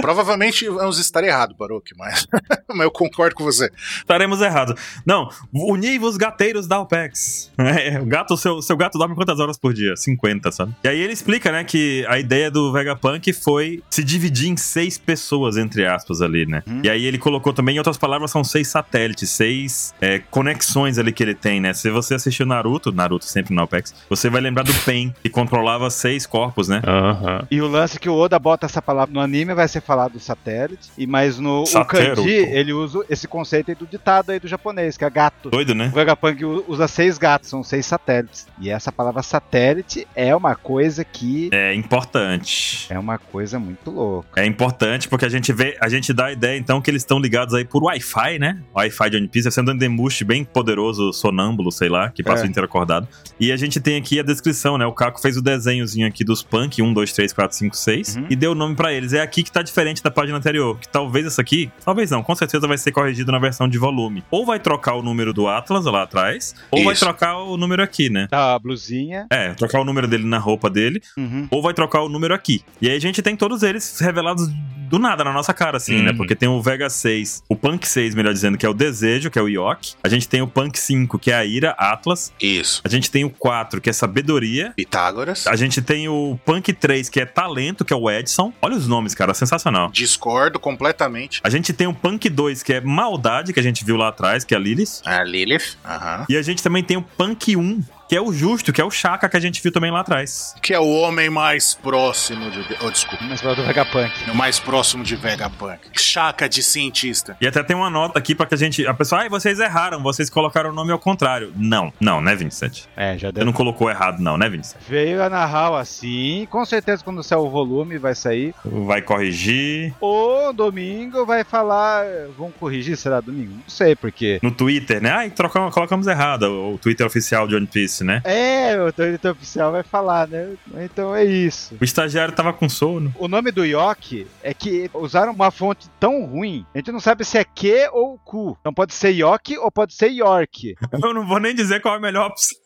Speaker 3: Provavelmente vamos estar errado, Baroque, mas, mas eu concordo com você.
Speaker 1: Estaremos errados. Não, univos gateiros da OPEX. É, o gato, seu, seu gato dorme quantas horas por dia? 50, sabe? E aí ele explica, né, que a ideia do Vegapunk foi se dividir em seis pessoas, entre aspas, ali, né?
Speaker 2: Hum.
Speaker 1: E aí ele colocou também, em outras palavras, são seis satélites, seis é, conexões ali que ele tem, né? Se você assistiu Naruto, Naruto sempre na OPEX, você vai lembrar do Pen, que controlava seis corpos, né?
Speaker 4: Aham.
Speaker 2: E o lance é que o Oda bota essa palavra no anime vai ser falar do satélite. E mas no o
Speaker 1: Sateruto.
Speaker 2: kanji ele usa esse conceito aí do ditado aí do japonês, que é gato.
Speaker 1: Doido, né?
Speaker 2: O Vegapunk u- usa seis gatos, são seis satélites. E essa palavra satélite é uma coisa que
Speaker 1: É importante.
Speaker 2: é uma coisa muito louca.
Speaker 1: É importante porque a gente vê, a gente dá a ideia então que eles estão ligados aí por Wi-Fi, né? Wi-Fi de One Piece, sendo um Dendemushi bem poderoso, sonâmbulo, sei lá, que passa
Speaker 2: É.
Speaker 1: o inteiro acordado. E a gente tem aqui a descrição, né? O Caco fez o desenhozinho aqui dos punk, 1, 2, 3, 4, 5, 6,
Speaker 2: Uhum.
Speaker 1: e deu o nome pra eles. É aqui que tá diferente da página anterior, que talvez essa aqui, talvez não, com certeza vai ser corrigido na versão de volume. Ou vai trocar o número do Atlas lá atrás, ou vai
Speaker 3: Isso.
Speaker 1: trocar o número aqui, né?
Speaker 2: Da Tá, blusinha.
Speaker 1: É, trocar o número dele na roupa dele,
Speaker 2: Uhum.
Speaker 1: ou vai trocar o número aqui. E aí a gente tem todos eles revelados do nada na nossa cara, assim, né?
Speaker 4: Uhum.
Speaker 1: Porque tem o Vega 6, o Punk 6, melhor dizendo, que é o Desejo, que é o York. A gente tem o Punk 5, que é a Ira, Atlas.
Speaker 3: Isso.
Speaker 1: A gente tem o 4, que é Sabedoria.
Speaker 3: Pitágoras.
Speaker 1: A gente tem o Punk 3, que é Talento, que é o Edson. Olha os nomes, cara, sensacional.
Speaker 3: Discordo completamente.
Speaker 1: A gente tem o Punk 2, que é Maldade, que a gente viu lá atrás, que é a Lilith.
Speaker 3: A Ah, Lilith. Aham.
Speaker 1: E a gente também tem o Punk 1, que é o Justo, que é o Chaka, que a gente viu também lá atrás.
Speaker 3: Que é o homem mais próximo de. Oh, desculpa.
Speaker 2: Mas fala do Vegapunk.
Speaker 3: O mais próximo de Vegapunk. Chaca de cientista.
Speaker 1: E até tem uma nota aqui pra que a gente. A pessoa, ai, vocês erraram, vocês colocaram o nome ao contrário. Não, não, né, Vincent?
Speaker 2: É, já deu.
Speaker 1: Você não colocou errado, não, né, Vincent?
Speaker 2: Veio a narrar assim, com certeza quando sair o volume vai sair.
Speaker 1: Vai corrigir.
Speaker 2: Ou domingo vai falar, vão corrigir, será domingo? Não sei, porque...
Speaker 1: No Twitter, né? Ai, trocamos, colocamos errado o Twitter oficial de One Piece, né?
Speaker 2: É, o editor oficial vai falar, né? Então é isso.
Speaker 1: O estagiário tava com sono.
Speaker 2: O nome do Yoki é que usaram uma fonte tão ruim, a gente não sabe se é Q ou Q. Então pode ser Yoki ou pode ser York.
Speaker 1: Eu não vou nem dizer qual é a melhor opção.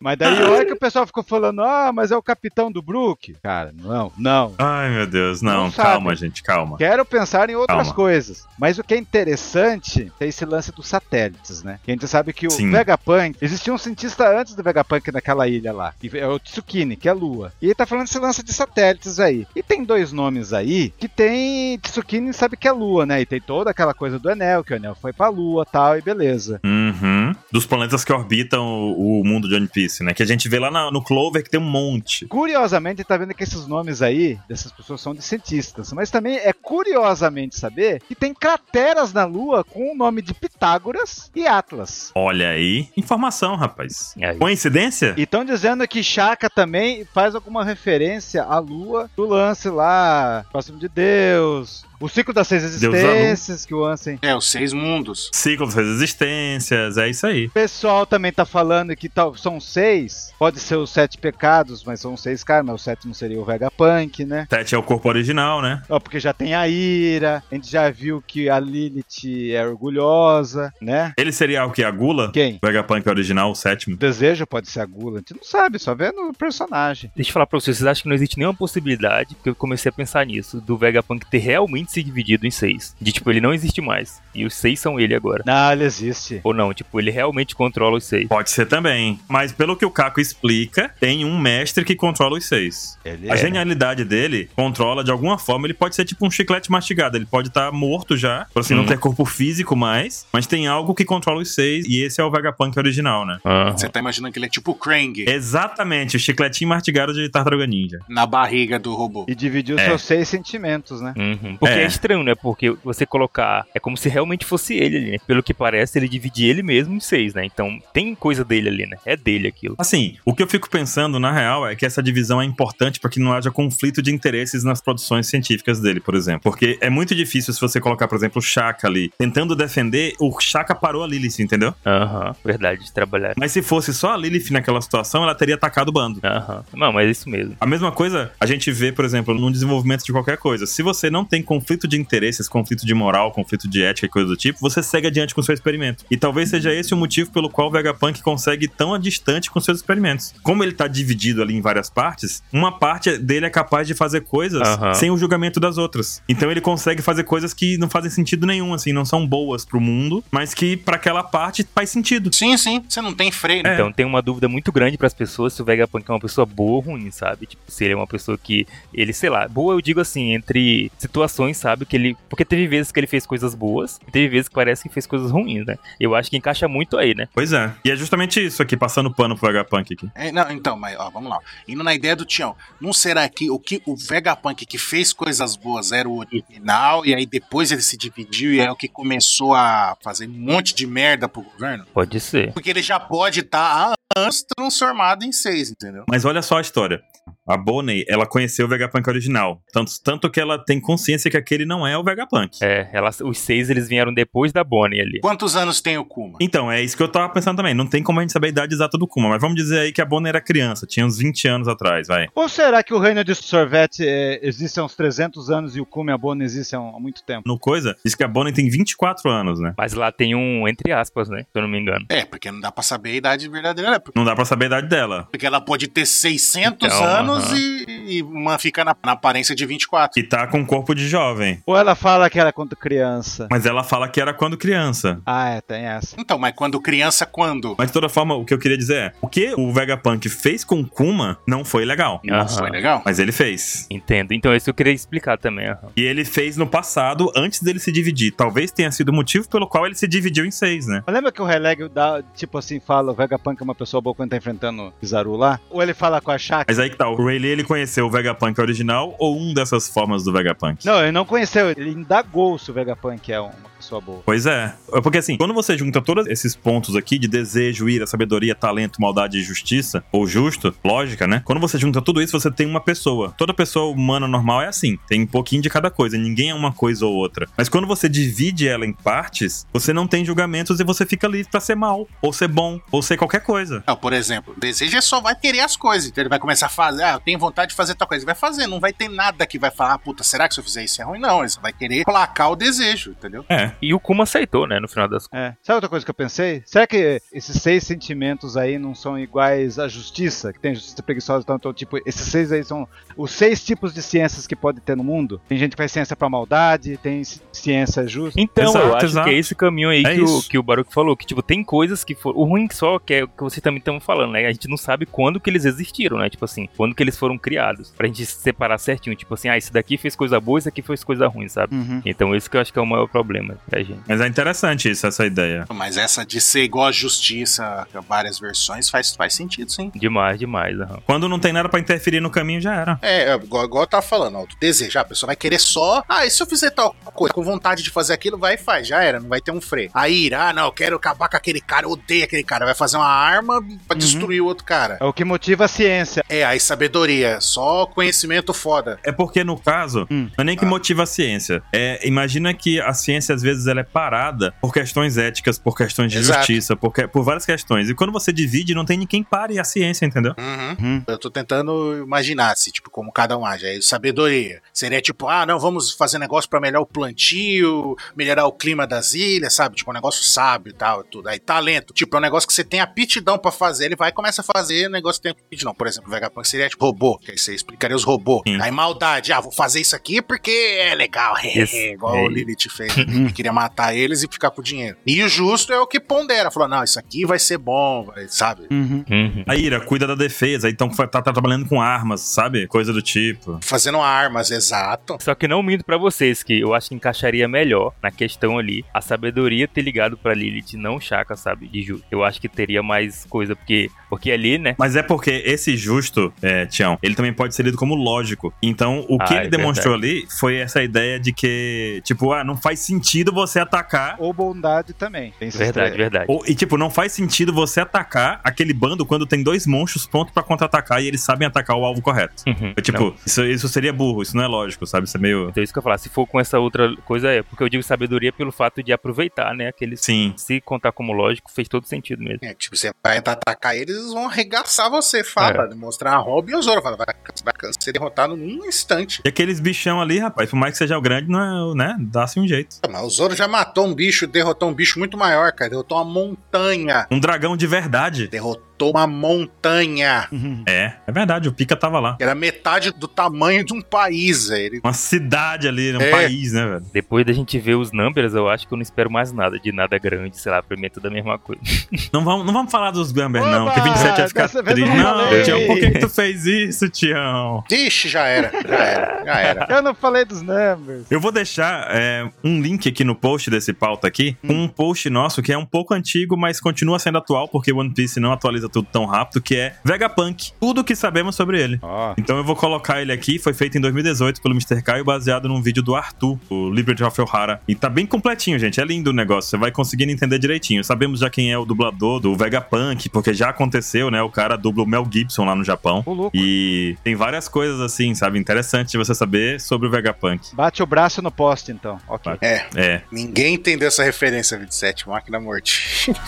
Speaker 2: Mas daí York o pessoal ficou falando, ah, mas é o capitão do Brook. Cara, não, não.
Speaker 1: Ai, meu Deus, não,
Speaker 2: Não sabe.
Speaker 1: calma, gente, calma.
Speaker 2: Quero pensar em outras
Speaker 1: Calma.
Speaker 2: coisas. Mas o que é interessante é esse lance dos satélites, né? Que a gente sabe que o
Speaker 1: Sim.
Speaker 2: Vegapunk. Existia um cientista antes do Vegapunk naquela ilha lá. Que é o Tsukine, que é a Lua. E ele tá falando desse lance de satélites aí. E tem dois nomes aí que tem. Tsukine sabe que é Lua, né? E tem toda aquela coisa do Anel, que o Anel foi pra Lua tal, e beleza.
Speaker 1: Uhum. Dos planetas que orbitam o, o mundo de One Piece, né? Que a gente vê lá na- no Clover que tem um monte.
Speaker 2: Curiosamente, tá vendo que esses nomes aí, dessas pessoas, são de cientistas. Mas também é curiosamente saber que tem crateras na Lua com o nome de Pitágoras e Atlas.
Speaker 1: Olha aí. Informação, rapaz.
Speaker 4: Aí.
Speaker 1: Coincidência?
Speaker 2: E estão dizendo que Chaka também faz alguma referência à lua do lance lá, próximo de Deus. O ciclo das seis
Speaker 1: à lua.
Speaker 2: existências que o Ansem.
Speaker 3: É, os seis mundos.
Speaker 1: Ciclo das resistências, é isso aí.
Speaker 2: O pessoal também tá falando que tal, são seis. Pode ser os sete pecados, mas são seis karmas. O sétimo seria o Vegapunk, né?
Speaker 1: Tete é o corpo original, né?
Speaker 2: Ó, porque já tem a ira. A gente já viu que a Lilith é orgulhosa, né?
Speaker 1: Ele seria o que? A Gula?
Speaker 2: Quem?
Speaker 1: O Vegapunk é original, o sétimo.
Speaker 2: O desejo pode ser a gula. A gente não sabe, só vendo o personagem.
Speaker 4: Deixa eu falar pra vocês, vocês acham que não existe nenhuma possibilidade, que eu comecei a pensar nisso, do Vegapunk ter realmente se dividido em seis. De tipo, ele não existe mais. E os seis são ele agora.
Speaker 2: Não, ele existe.
Speaker 4: Ou não, tipo, ele realmente controla os seis.
Speaker 1: Pode ser também. Mas pelo que o Caco explica, tem um mestre que controla os seis.
Speaker 2: Ele
Speaker 1: A
Speaker 2: é.
Speaker 1: genialidade dele controla de alguma forma. Ele pode ser tipo um chiclete mastigado. Ele pode estar morto já, por assim não
Speaker 4: Hum.
Speaker 1: ter corpo físico mais. Mas tem algo que controla os seis. E esse é o Vegapunk original, né?
Speaker 3: Você tá imaginando que ele é tipo o Krang
Speaker 1: Exatamente, o chicletinho mastigado de Tartaruga Ninja.
Speaker 3: na barriga do robô.
Speaker 2: né? E dividiu
Speaker 1: É.
Speaker 2: seus seis sentimentos, né?
Speaker 4: Uhum. Porque
Speaker 1: É.
Speaker 4: é. estranho, né? Porque você colocar. É como se realmente fosse ele ali, né? Pelo que parece, ele divide ele mesmo em seis, né? Então tem coisa dele ali, né? É dele aquilo.
Speaker 1: Assim, o que eu fico pensando, na real, é que essa divisão é importante para que não haja conflito de interesses nas produções científicas dele, por exemplo. Porque é muito difícil se você colocar, por exemplo, o Chaka ali. Tentando defender, o Chaka parou a Lilith, entendeu?
Speaker 4: Aham. Verdade, de trabalhar.
Speaker 1: Mas se fosse só a Lilith naquela situação, ela teria atacado o bando.
Speaker 4: Aham. Não, mas é isso mesmo.
Speaker 1: A mesma coisa a gente vê, por exemplo, num desenvolvimento de qualquer coisa. Se você não tem conflito de interesses, conflito de moral, conflito de ética e coisa do tipo, você segue adiante com o seu experimento. E talvez seja esse o motivo pelo qual o Vegapunk consegue ir tão distante com seus experimentos. Como ele tá dividido ali em várias partes, uma parte dele é capaz de fazer coisas
Speaker 4: Aham.
Speaker 1: sem o julgamento das outras. Então ele consegue fazer coisas que não fazem sentido nenhum, assim, não são boas pro mundo, mas que pra aquela parte faz sentido.
Speaker 3: Sim, sim. Você não tem freio. né?
Speaker 4: Então tem uma dúvida muito grande pras pessoas se o Vegapunk é uma pessoa boa ou ruim, sabe? Tipo, se ele é uma pessoa que ele, sei lá, boa eu digo assim, entre situações, sabe, que ele, porque teve vezes que ele fez coisas boas, e teve vezes que parece que fez coisas ruins, né? Eu acho que encaixa muito aí, né?
Speaker 1: Pois é. E é justamente isso aqui, passando pano pro Vegapunk aqui.
Speaker 3: É, não, então, mas ó, vamos lá. Indo na ideia do Tião, não será que o que o Vegapunk que fez coisas boas era o original e aí depois ele se dividiu e é o que começou a fazer um monte de merda pro governo?
Speaker 4: Pode ser.
Speaker 3: Porque ele já pode estar há anos transformado em seis, entendeu?
Speaker 1: Mas olha só a história. A Bonnie, ela conheceu o Vegapunk original. Tanto, tanto que ela tem consciência que aquele não é o Vegapunk.
Speaker 4: É, ela- os seis eles vieram depois da Bonnie ali.
Speaker 3: Quantos anos tem o Kuma?
Speaker 1: Então, é isso que eu tava pensando também. Não tem como a gente saber a idade exata do Kuma, mas vamos dizer aí que a Bonnie era criança, tinha uns 20 anos atrás, vai.
Speaker 2: Ou será que o reino de sorvete eh, existe há uns 300 anos e o cume abono existe há, um, há muito tempo?
Speaker 1: No coisa, diz que a Bonnie tem 24 anos, né?
Speaker 4: Mas lá tem um, entre aspas, né? Se eu não me engano.
Speaker 3: É, porque não dá pra saber a idade verdadeira, né?
Speaker 1: Não dá pra saber a idade dela.
Speaker 3: porque ela pode ter 600
Speaker 4: Então,
Speaker 3: anos
Speaker 4: aham.
Speaker 3: e e uma fica na, na aparência de 24.
Speaker 1: Que tá com um corpo de jovem.
Speaker 2: Ou ela fala que era quando criança.
Speaker 1: Mas ela fala que era quando criança.
Speaker 2: Ah, é, tem essa.
Speaker 3: Então, mas quando criança, quando?
Speaker 1: Mas de toda forma, o que eu queria dizer é: o que o Vegapunk fez com o Kuma não foi legal.
Speaker 3: Não
Speaker 4: Aham.
Speaker 3: foi legal?
Speaker 1: Mas ele fez.
Speaker 4: Entendo. Então, isso eu queria explicar também. aham.
Speaker 1: E ele fez no passado, antes dele se dividir. Talvez tenha sido o motivo pelo qual ele se dividiu em seis, né?
Speaker 2: Mas Lembra que o Releg dá, tipo assim, fala, o Vegapunk é uma pessoa boa quando tá enfrentando o Kizaru lá? Ou ele fala com a Shaka?
Speaker 1: Mas aí que tá, o Rayleigh ele conheceu o Vegapunk original ou um dessas formas do Vegapunk?
Speaker 2: Não, ele não conheceu, ele indagou se o Vegapunk é uma pessoa boa.
Speaker 1: Pois é. É Porque assim, quando você junta todos esses pontos aqui de desejo, ira, sabedoria, talento, maldade e justiça, ou justo, lógica, né? Quando você junta tudo isso, você tem uma pessoa. Toda pessoa humana normal é assim, tem um pouquinho de cada coisa, ninguém é uma coisa ou outra. Mas quando você divide ela em partes, você não tem julgamentos e você fica livre pra ser mal, ou ser bom, ou ser qualquer coisa.
Speaker 3: Não, Então, por exemplo, o desejo é só vai querer as coisas. Então ele vai começar a fazer, ah, eu tenho vontade de fazer tal coisa. Ele vai fazer, não vai ter nada que vai falar, ah, puta, será que se eu fizer isso é ruim? Não, ele só vai querer placar o desejo, entendeu?
Speaker 1: É.
Speaker 4: E o Kuma aceitou, né? No final das contas.
Speaker 2: É. Sabe outra coisa que eu pensei? Será que esses seis sentimentos aí não são iguais à justiça? Que tem justiça preguiçosa, então, então tipo, esses seis aí são os seis tipos de ciências que pode ter no mundo? Tem gente que faz ciência pra maldade, tem ci- ciência justa.
Speaker 4: Então, eu
Speaker 1: Exato,
Speaker 4: acho
Speaker 1: exato.
Speaker 4: que é esse caminho aí
Speaker 1: É
Speaker 4: que, o,
Speaker 1: isso.
Speaker 4: que o Baruch falou, que, tipo, tem coisas que foram... O ruim que só que é o que vocês também estão falando, né? A gente não sabe quando que eles existiram, né? Tipo assim, quando que eles foram criados. Pra gente separar certinho, tipo assim, ah, esse daqui fez coisa boa, esse daqui fez coisa ruim, sabe?
Speaker 2: Uhum.
Speaker 4: Então, esse que eu acho que é o maior problema pra gente.
Speaker 1: Mas é interessante isso, essa ideia.
Speaker 3: Mas essa de ser igual à justiça, várias versões, faz, faz sentido, sim.
Speaker 4: Demais, demais, aham.
Speaker 1: Quando não tem nada pra interferir no caminho, já era.
Speaker 3: É, é, igual, igual eu tava falando, ó, tu deseja, a pessoa vai querer só, ah, e se eu fizer tal coisa, com vontade de fazer aquilo, vai e faz, já era, não vai ter um freio. Aí irá, ah, não, eu quero acabar com aquele cara, eu odeio aquele cara, vai fazer uma arma pra
Speaker 2: Uhum.
Speaker 3: destruir o outro cara.
Speaker 2: É o que motiva a ciência.
Speaker 3: É, aí sabedoria, só conhecimento foda.
Speaker 1: É porque, no caso,
Speaker 2: Hum.
Speaker 1: não é nem que
Speaker 3: Ah.
Speaker 1: motiva a ciência. É, imagina que a ciência, às vezes, ela é parada por questões éticas, por questões de
Speaker 3: Exato.
Speaker 1: justiça, por, que- por várias questões. E quando você divide, não tem ninguém pare a ciência, entendeu?
Speaker 3: Uhum.
Speaker 2: Uhum.
Speaker 3: Eu tô tentando imaginar se, tipo, como cada um age. Aí, sabedoria. Seria tipo, ah, não, vamos fazer negócio pra melhorar o plantio, melhorar o clima das ilhas, sabe? Tipo, um negócio sábio e tal, e tudo. Aí, talento. Tipo, é um negócio que você tem aptidão pra fazer, ele vai e começa a fazer negócio que tem aptidão. Por exemplo, o Vegapunk seria tipo robô, que aí você explicaria os robôs.
Speaker 1: Sim.
Speaker 3: Aí, maldade. Ah, vou fazer isso aqui porque é legal.
Speaker 4: Isso.
Speaker 3: Igual
Speaker 4: É
Speaker 3: o Lilith fez. né? queria matar eles e ficar com o dinheiro. E o justo é o que pondera. Falou, não, isso aqui vai ser bom, vai- sabe?
Speaker 2: Uhum.
Speaker 4: Uhum.
Speaker 1: A ira cuida da defesa, então fa- tá, tá trabalhando com armas, sabe? Coisa do tipo.
Speaker 3: Fazendo armas, exato.
Speaker 4: Só que não minto pra vocês que eu acho que encaixaria melhor na questão ali a sabedoria ter ligado pra Lilith, não Chaka, sabe? De Ju. Eu acho que teria mais coisa, porque, porque ali, né?
Speaker 1: Mas é porque esse justo, é, Tião, ele também pode ser lido como lógico. Então, o que
Speaker 4: Ah,
Speaker 1: ele
Speaker 4: é
Speaker 1: demonstrou ali foi essa ideia de que, tipo, ah, não faz sentido você atacar
Speaker 2: Ou bondade também. Tem esses
Speaker 4: Verdade,
Speaker 2: três.
Speaker 4: verdade.
Speaker 1: Ou- e, tipo, não faz sentido você atacar aquele bando quando tem dois monstros prontos pra contra-atacar e eles sabem atacar o alvo correto.
Speaker 4: Uhum.
Speaker 1: É,
Speaker 4: Não.
Speaker 1: tipo, isso, isso seria burro, isso não é lógico, sabe? Isso é meio.
Speaker 4: Então, isso que eu ia falar. Se for com essa outra coisa, é. Porque eu digo sabedoria pelo fato de aproveitar, né? Aqueles.
Speaker 1: Sim.
Speaker 4: Se contar como lógico, fez todo sentido mesmo.
Speaker 3: É, tipo, você vai tentar atacar eles, eles vão arregaçar você, fala.
Speaker 1: É.
Speaker 3: Mostrar a Robin e o Zoro. Fala, vai, vai ser derrotado num instante.
Speaker 1: E aqueles bichão ali, rapaz, por mais que seja o grande, não é, né? Dá-se um jeito.
Speaker 3: Mas o Zoro já matou um bicho, derrotou um bicho muito maior, cara. Derrotou uma montanha.
Speaker 1: Um dragão de verdade.
Speaker 3: Derrotou uma montanha.
Speaker 2: Uhum.
Speaker 1: É, é verdade, o Pika tava lá.
Speaker 3: que Era metade do tamanho de um país, velho. Ele
Speaker 1: Uma cidade ali, um
Speaker 3: É.
Speaker 1: país, né, velho?
Speaker 4: Depois da gente ver os numbers, eu acho que eu não espero mais nada de nada grande, sei lá, pra mim é tudo a mesma coisa.
Speaker 1: Não vamos, não vamos falar dos Gambers, não,
Speaker 2: Oba!
Speaker 1: que 27 ia ficar
Speaker 2: Dessa vez eu
Speaker 1: triste.
Speaker 2: não
Speaker 1: Não,
Speaker 2: falei.
Speaker 1: Tião, por que, que tu fez isso, Tião?
Speaker 3: Ixi, já era, já era, já era.
Speaker 2: Eu não falei dos numbers.
Speaker 1: Eu vou deixar é, um link aqui no post desse pauta aqui, com um post nosso que é um pouco antigo, mas continua sendo atual, porque One Piece não atualiza tudo tão rápido, que é Vegapunk, tudo o que sabemos sobre ele.
Speaker 2: Ó.
Speaker 1: Então eu vou colocar ele aqui, foi feito em 2018 pelo Mr. Caio, baseado num vídeo do Arthur, o Liberty of O'Hara. E tá bem completinho, gente, é lindo o negócio, você vai conseguindo entender direitinho. Sabemos já quem é o dublador do Vegapunk, porque já aconteceu, né, o cara dubla o Mel Gibson lá no Japão.
Speaker 2: Ô, louco.
Speaker 1: E tem várias coisas assim, sabe, interessante de você saber sobre o Vegapunk.
Speaker 2: Bate o braço no poste, então. Ok.
Speaker 1: Bate.
Speaker 3: É,
Speaker 1: É,
Speaker 3: ninguém entendeu essa referência 27, Máquina Morte.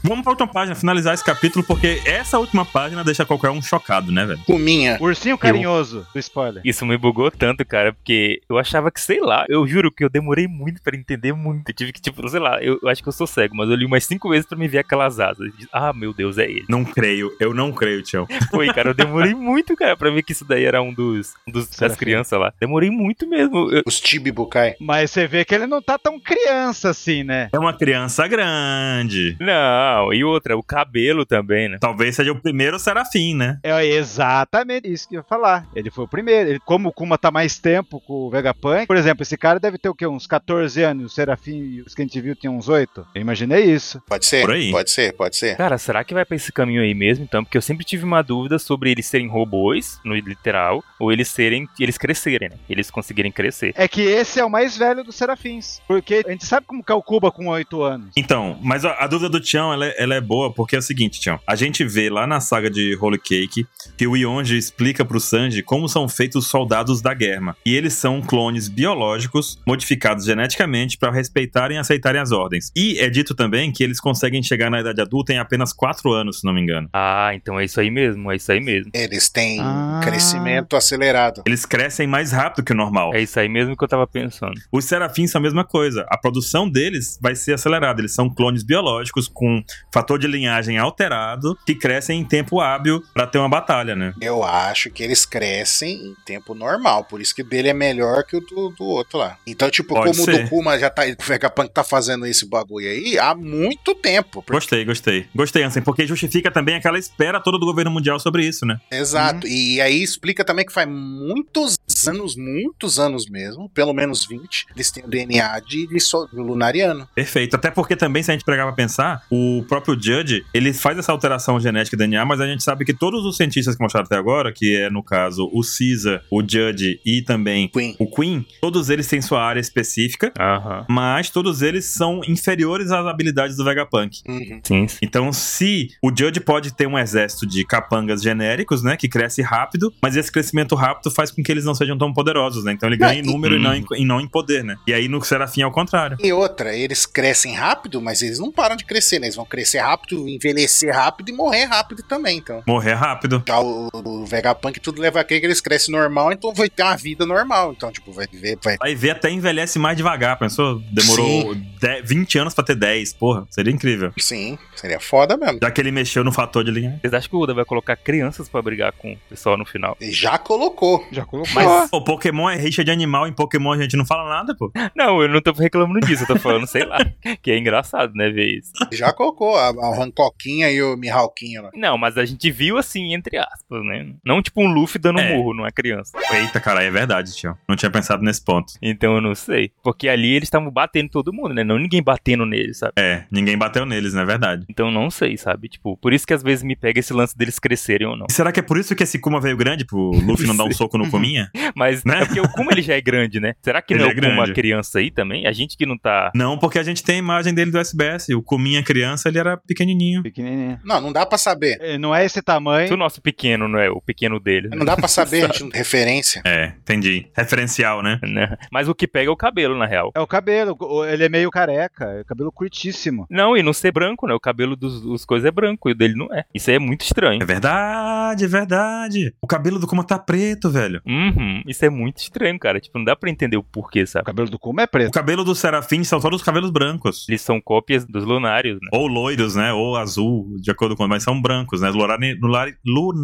Speaker 1: Vamos pra última página, finalizar esse capítulo, porque essa última página deixa qualquer um chocado, né, velho?
Speaker 3: Cuminha.
Speaker 2: Ursinho carinhoso, do spoiler.
Speaker 4: Isso me bugou tanto, cara, porque eu achava que, sei lá, eu juro que eu demorei muito pra entender muito. Eu tive que, tipo, sei lá, eu, eu acho que eu sou cego, mas eu li umas cinco vezes pra me ver aquelas asas. Ah, meu Deus, é ele.
Speaker 1: Não creio, eu não creio, Tião.
Speaker 4: Foi, cara, eu demorei muito, cara, pra ver que isso daí era um dos, um dos das
Speaker 2: Serafim.
Speaker 4: crianças lá. Demorei muito mesmo. Eu-
Speaker 3: Os Tibibukai.
Speaker 2: Mas você vê que ele não tá tão criança assim, né?
Speaker 1: É uma criança grande.
Speaker 4: Não, e outra, o cabelo também, né?
Speaker 1: Talvez seja o primeiro serafim, né?
Speaker 2: É exatamente isso que eu ia falar. Ele foi o primeiro. Ele- como o Kuma tá mais tempo com o Vegapunk, por exemplo, esse cara deve ter o quê? Uns 14 anos. O Serafim e os que a gente viu tinham uns 8. Eu imaginei isso.
Speaker 3: Pode ser?
Speaker 1: Por aí. É.
Speaker 3: Pode ser, pode ser.
Speaker 4: Cara, será que vai pra esse caminho aí mesmo, então? Porque eu sempre tive uma dúvida sobre eles serem robôs, no literal, ou eles serem. eles crescerem, né? Eles conseguirem crescer.
Speaker 2: É que esse é o mais velho dos Serafins. Porque a gente sabe como que é o Cuba com 8 anos.
Speaker 1: Então, mas a, a dúvida do Tião, ela, é- ela é boa, porque é o seguinte, Tião. A gente vê lá na saga de Holy Cake que o Yonji explica pro Sanji como são feitos os soldados da guerra. E eles são clones biológicos, modificados geneticamente para respeitarem e aceitarem as ordens. E é dito também que eles conseguem chegar na idade adulta em apenas 4 anos, se não me engano.
Speaker 4: Ah, então é isso aí mesmo, é isso aí mesmo.
Speaker 3: Eles têm
Speaker 2: Ah.
Speaker 3: crescimento acelerado.
Speaker 1: Eles crescem mais rápido que o normal.
Speaker 4: É isso aí mesmo que eu tava pensando.
Speaker 1: Os serafins são a mesma coisa. A produção deles vai ser acelerada. Eles são clones biológicos com fator de linhagem alterado que crescem em tempo hábil pra ter uma batalha, né?
Speaker 3: Eu acho que eles crescem em tempo normal, por isso que o dele é melhor que o do, do outro lá. Então, tipo,
Speaker 1: Pode
Speaker 3: como o
Speaker 1: ser.
Speaker 3: do Kuma já tá. O Vegapunk tá fazendo esse bagulho aí há muito tempo. Por-
Speaker 1: Gostei, gostei. Gostei, Ansem, porque justifica também aquela espera toda do governo mundial sobre isso, né?
Speaker 3: Exato. E aí explica também que faz muitos anos, muitos anos mesmo, pelo menos 20, eles têm o DNA de, de, so- de lunariano.
Speaker 1: Perfeito. Até porque também, se a gente pegar pra pensar, o próprio Judge, ele faz essa alteração genética do DNA, mas a gente sabe que todos os cientistas que mostraram até agora, que é, no caso, o Caesar, o Judge e também
Speaker 3: Queen.
Speaker 1: o Queen, todos eles têm sua área específica.
Speaker 4: Aham.
Speaker 1: mas todos eles são inferiores às habilidades do Vegapunk.
Speaker 3: Uhum.
Speaker 4: Sim, sim.
Speaker 1: Então, se o Judge pode ter um exército de capangas genéricos, né, que cresce rápido, mas esse crescimento rápido faz com que eles não sejam tão poderosos, né? Então ele ganha em
Speaker 3: Não, e-
Speaker 1: número e não em, e não em poder, né? E aí no Serafim é o contrário.
Speaker 3: E outra, eles crescem rápido, mas eles não param de crescer, né? Eles vão crescer rápido, envelhecer rápido e morrer rápido também, então.
Speaker 1: Morrer é rápido.
Speaker 3: Já o, o Vegapunk tudo leva a crer que eles crescem normal, então vai ter uma vida normal. Então, tipo, vai viver, vai.
Speaker 1: Aí vê até envelhece mais devagar, pensou? Demorou de- 20 anos pra ter 10, porra, seria incrível.
Speaker 3: Sim, seria foda mesmo.
Speaker 1: Já que ele mexeu no fator de linha.
Speaker 4: Vocês acham que o Oda vai colocar crianças pra brigar com o pessoal no final?
Speaker 3: E Já colocou.
Speaker 2: Já colocou.
Speaker 1: Mas o Pokémon é rixa de animal, em Pokémon a gente não fala nada, pô.
Speaker 4: Não, eu não tô reclamando disso, eu tô falando, sei lá, que é engraçado, né, ver isso.
Speaker 3: Já colocou a, a Hancoquinha e o Mihawkinho lá.
Speaker 4: Não, mas a gente viu assim, entre aspas, né? Não tipo um Luffy dando
Speaker 1: É.
Speaker 4: um murro numa criança.
Speaker 1: Eita, cara, é verdade, tio. Não tinha pensado nesse ponto.
Speaker 4: Então eu não sei. Porque ali eles estavam batendo todo mundo, né? Não ninguém batendo nele, sabe?
Speaker 1: É, ninguém bateu neles, não é verdade.
Speaker 4: Então não sei, sabe? Tipo, por isso que às vezes me pega esse lance deles crescerem ou não.
Speaker 1: E Será que é por isso que esse Kuma veio grande pro Luffy não dar um
Speaker 4: Sim. Uhum.
Speaker 1: soco no Kuminha?
Speaker 4: Mas
Speaker 1: Né?
Speaker 4: é porque o Kuma ele já é grande, né? Será que
Speaker 1: Ele
Speaker 4: não
Speaker 1: é
Speaker 4: é o Kuma
Speaker 1: grande.
Speaker 4: criança aí também? A gente que não tá.
Speaker 1: Não, porque a gente tem a imagem dele do SBS. O Kuminha criança, ele era pequenininho.
Speaker 2: Pequenininho.
Speaker 3: Não, não dá pra saber.
Speaker 2: Eh, Não é esse tamanho.
Speaker 4: Se o nosso pequeno não é o pequeno dele, né?
Speaker 3: Não dá pra saber, a gente não tem referência.
Speaker 1: É, entendi. Referencial, né?
Speaker 4: Né? Mas o que pega é o cabelo, na real.
Speaker 2: É o cabelo, o- ele é meio careca, é cabelo curtíssimo.
Speaker 4: Não, e não ser branco, né? O cabelo dos, dos coisas é branco e o dele não é. Isso aí é muito estranho.
Speaker 1: É verdade, é verdade. O cabelo do Kuma tá preto, velho.
Speaker 4: Uhum, isso é muito estranho, cara. Tipo, não dá pra entender o porquê,
Speaker 2: O
Speaker 4: sabe?
Speaker 2: cabelo do Kuma é
Speaker 1: O
Speaker 2: preto.
Speaker 1: cabelo dos Serafins são todos os cabelos brancos.
Speaker 4: Eles são cópias dos lunários, né?
Speaker 1: Ou loiros, né? Ou azul, de acordo com. Mas são brancos, né? Lunari... lunari-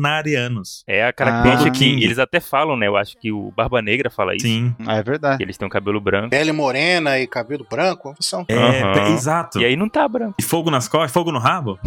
Speaker 1: Lunarianos.
Speaker 4: É a característica
Speaker 1: Ah.
Speaker 4: que eles até falam, né? Eu acho que o Barba Negra fala isso.
Speaker 1: Sim.
Speaker 2: Ah, é verdade.
Speaker 4: Que eles têm um cabelo branco.
Speaker 3: Pele morena e cabelo branco são.
Speaker 1: É,
Speaker 4: Aham.
Speaker 1: pe- exato.
Speaker 4: E aí não tá branco.
Speaker 1: E fogo nas costas? Fogo no rabo?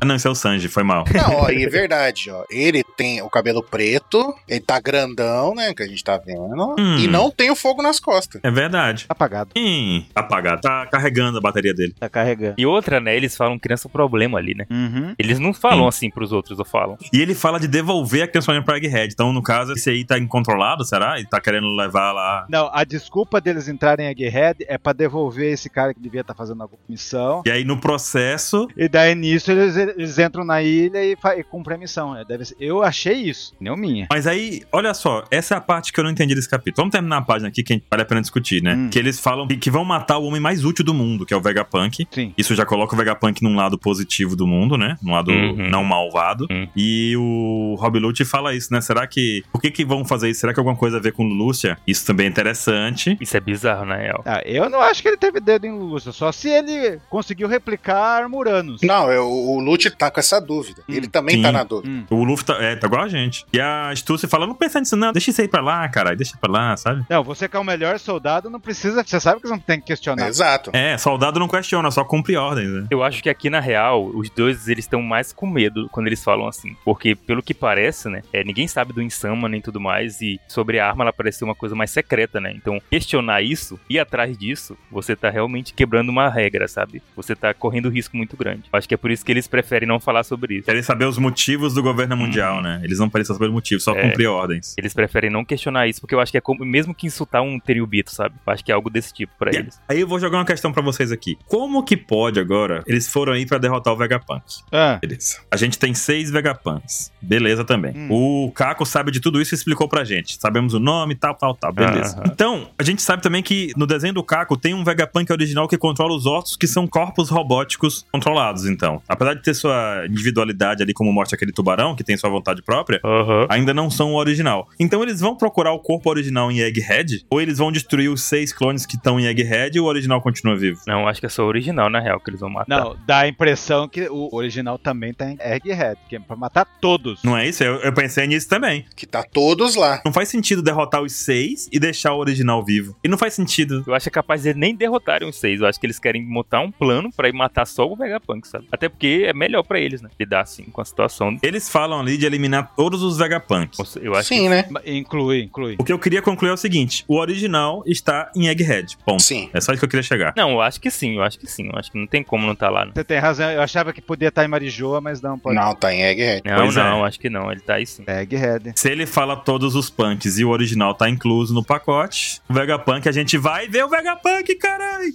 Speaker 1: ah, não, isso é o Sanji, foi mal.
Speaker 3: Não, ó, e é verdade, ó. Ele tem o cabelo preto, ele tá grandão, né? Que a gente tá vendo.
Speaker 1: Hum.
Speaker 3: E não tem o fogo nas costas.
Speaker 1: É verdade.
Speaker 2: Tá apagado.
Speaker 1: Ih, tá apagado. Tá carregando a bateria dele.
Speaker 2: Tá carregando.
Speaker 4: E outra, né? Eles falam criança problema ali, né?
Speaker 2: Uhum.
Speaker 4: Eles não falam assim pros outros, ou falam.
Speaker 1: E ele fala de devolver a criança pra Egghead. Então, no caso, esse aí tá incontrolado, será? E tá querendo levar lá.
Speaker 2: Não, a desculpa deles entrarem a Gearhead é pra devolver esse cara que devia estar fazendo alguma tá missão.
Speaker 1: E aí, no processo,
Speaker 2: E daí nisso eles, eles entram na ilha e, fa- e cumprem a missão. né? Deve ser- Eu achei isso, não minha.
Speaker 1: Mas aí, olha só, essa é a parte que eu não entendi desse capítulo. Vamos terminar a página aqui que vale a pena discutir, né?
Speaker 2: Hum.
Speaker 1: Que eles falam que- que vão matar o homem mais útil do mundo, que é o Vegapunk.
Speaker 2: Sim.
Speaker 1: Isso já coloca o Vegapunk num lado positivo do mundo, né? Num lado
Speaker 4: Uhum.
Speaker 1: não malvado.
Speaker 4: Hum.
Speaker 1: E o Rob Lute fala isso, né? Será que. Por que, que vão fazer isso? Será que alguma coisa a ver com Lúcia? Isso também é interessante.
Speaker 4: Isso é bizarro, na real.
Speaker 2: Ah, eu não acho que ele teve dedo em Lúcia, só se ele conseguiu replicar Muranos.
Speaker 3: Não, eu- o Lute tá com essa dúvida.
Speaker 2: Hum.
Speaker 3: Ele também
Speaker 1: Sim.
Speaker 3: tá na dúvida.
Speaker 2: Hum.
Speaker 1: O Luffy tá, é, tá igual a gente. E a Stussy fala: não pensa nisso, não. Deixa isso aí pra lá, caralho. Deixa pra lá, sabe?
Speaker 2: Não, você que é o melhor soldado, não precisa. Você sabe que você não tem que questionar.
Speaker 3: Exato.
Speaker 1: É, soldado não questiona, só cumpre ordens, né?
Speaker 4: Eu acho que aqui na real, os dois eles estão mais com medo quando eles falam assim. Porque, pelo que parece, né? é, ninguém sabe do Insama nem tudo mais. E sobre a arma, ela parece ser uma coisa mais secreta, né? Então, questionar isso, ir atrás disso, você tá realmente quebrando uma regra, sabe? Você tá correndo risco muito grande. Acho que é por isso que eles preferem não falar sobre isso.
Speaker 1: Querem saber os motivos do governo mundial,
Speaker 4: Hum.
Speaker 1: né? Eles não parecem saber os motivos, só
Speaker 4: É.
Speaker 1: cumprir ordens.
Speaker 4: Eles preferem não questionar isso, porque eu acho que é como, mesmo que insultar um teriubito, sabe? Eu acho que é algo desse tipo pra
Speaker 1: Yeah.
Speaker 4: eles.
Speaker 1: Aí eu vou jogar uma questão pra vocês aqui. Como que pode agora? Eles foram aí pra derrotar o Vegapunk.
Speaker 2: Ah,
Speaker 1: Beleza. A gente tem seis Vegapunks. Beleza também. O Caco sabe de tudo isso e explicou pra gente. Sabemos o nome, tal, tal, tal. Beleza.
Speaker 4: Aham.
Speaker 1: Então, a gente sabe também que no desenho do Caco tem um Vegapunk original que controla os ossos, que são corpos robóticos controlados, então. Apesar de ter sua individualidade ali, como mostra aquele tubarão, que tem sua vontade própria,
Speaker 4: Aham.
Speaker 1: ainda não são o original. Então eles vão procurar o corpo original em Egghead? Ou eles vão destruir os seis clones que estão em Egghead e o original continua vivo?
Speaker 4: Não, acho que é só o original, na real, que eles vão matar.
Speaker 2: não, dá a impressão que o original também tá em Egghead, que é pra matar todos.
Speaker 1: Não é isso? Eu, eu pensei nisso também.
Speaker 3: Que tá todos lá.
Speaker 1: Não faz sentido derrotar os seis e deixar o original vivo. E não faz sentido.
Speaker 4: Eu acho que é capaz de nem derrotarem os seis. Eu acho que eles querem montar um plano pra ir matar só o Vegapunk, sabe? Até porque é melhor pra eles, né? Lidar assim com a situação.
Speaker 1: Eles falam ali de eliminar todos os Vegapunks.
Speaker 4: Eu acho é
Speaker 3: Sim, né?
Speaker 2: Ma- Inclui, inclui.
Speaker 1: O que eu queria concluir é o seguinte: o original está em Egghead.
Speaker 4: um
Speaker 1: Ponto.
Speaker 3: Sim.
Speaker 1: É só isso que eu queria chegar.
Speaker 4: que... Não, eu acho que sim, eu acho que sim. Eu acho que não tem como não estar lá. né? Não,
Speaker 2: Você tem razão, eu achava que podia estar em Marijoa, mas não, pode.
Speaker 3: Não, tá em Egghead.
Speaker 4: não,
Speaker 1: Pois é.
Speaker 4: não, acho que não. Ele tá aí sim.
Speaker 2: Egghead.
Speaker 1: Se ele fala todos os punks e o original tá incluso no pacote, o Vegapunk, a gente vai ver o Vegapunk, caralho!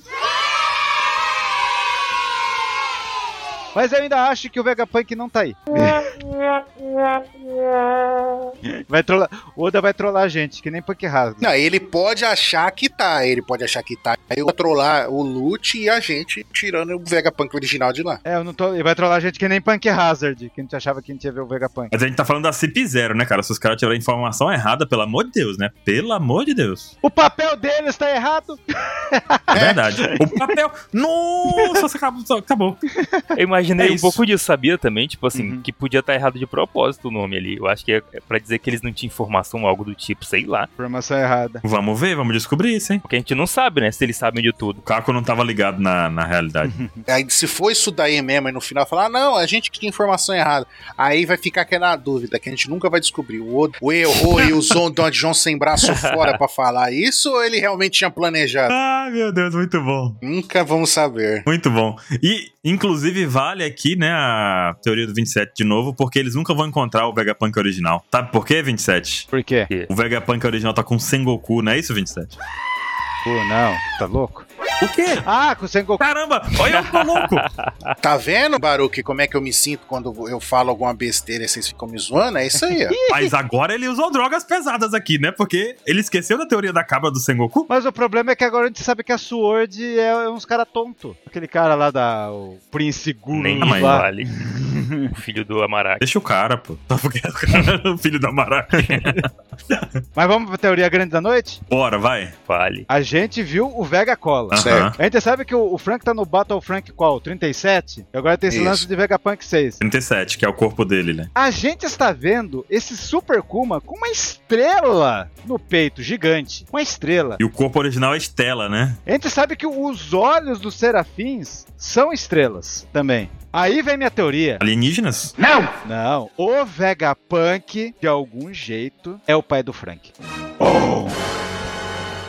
Speaker 2: Mas eu ainda acho que o Vegapunk não tá aí. vai trollar. O Oda vai trollar a gente, que nem Punk Hazard.
Speaker 3: Não, ele pode achar que tá, ele pode achar que tá. Aí eu vou trollar o loot e a gente tirando o Vegapunk original de lá.
Speaker 2: É, eu não tô. Ele vai trollar a gente que nem Punk Hazard, que a gente achava que a gente ia ver o Vegapunk.
Speaker 1: Mas a gente tá falando da CIP zero, né, cara? Se os caras tiverem informação errada, pelo amor de Deus, né? Pelo amor de Deus.
Speaker 2: O papel deles tá errado!
Speaker 1: É verdade. O papel. Nossa, você acabou. só- acabou.
Speaker 4: Eu
Speaker 1: É
Speaker 4: imaginei um
Speaker 1: isso.
Speaker 4: pouco disso, sabia também? Tipo assim,
Speaker 2: Uhum.
Speaker 4: que podia estar errado de propósito o nome ali. Eu acho que é pra dizer que eles não tinham informação ou algo do tipo, sei lá.
Speaker 2: Informação é errada.
Speaker 1: Vamos ver, vamos descobrir isso, hein?
Speaker 4: Porque a gente não sabe, né? Se eles sabem de tudo.
Speaker 1: O Caco não tava ligado na, na realidade.
Speaker 3: Aí se for isso daí mesmo, e no final falar, ah, não, a gente que tinha informação errada. Aí vai ficar aquela dúvida que a gente nunca vai descobrir. O, Oda- o errou e usou o Don John sem braço fora pra falar isso ou ele realmente tinha planejado?
Speaker 1: ah, meu Deus, muito bom.
Speaker 3: Nunca vamos saber.
Speaker 1: Muito bom. E, inclusive, vale aqui, né, a teoria do 27 de novo, porque eles nunca vão encontrar o Vegapunk original. Sabe por quê, 27?
Speaker 2: Por quê?
Speaker 1: O Vegapunk original tá com Sengoku, não é isso, 27?
Speaker 2: Pô, não, tá louco?
Speaker 1: O quê?
Speaker 2: Ah, com o Sengoku.
Speaker 1: Caramba, olha eu tô louco.
Speaker 3: Tá vendo, Baruque, como é que eu me sinto quando eu falo alguma besteira e vocês ficam me zoando? É isso aí, ó.
Speaker 1: Mas agora ele usou drogas pesadas aqui, né? Porque ele esqueceu da teoria da cabra do Sengoku.
Speaker 2: Mas o problema é que agora a gente sabe que a Sword é, é uns cara tonto. Aquele cara lá da. O Prince Guru.
Speaker 4: Nem
Speaker 1: Ah, mas
Speaker 2: lá.
Speaker 4: vale. o filho do Amarak.
Speaker 1: Deixa o cara, pô. Só porque o cara é o filho da Maraca.
Speaker 2: Mas vamos pra teoria grande da noite?
Speaker 1: Bora, vai.
Speaker 4: Vale.
Speaker 2: A gente viu o Vega Cola.
Speaker 1: Aham.
Speaker 3: Certo.
Speaker 2: A gente sabe que o o Frank tá no Battle Frank qual? 37? E agora tem esse
Speaker 3: Isso.
Speaker 2: lance de Vegapunk 6.
Speaker 1: 37, que é o corpo dele, né?
Speaker 2: A gente está vendo esse Super Kuma com uma estrela no peito, gigante. Uma estrela.
Speaker 1: E o corpo original é Estela, né?
Speaker 2: A gente sabe que os olhos dos serafins são estrelas também. Aí vem minha teoria.
Speaker 1: Alienígenas?
Speaker 2: Não, o Vegapunk, de algum jeito, é o pai do Frank.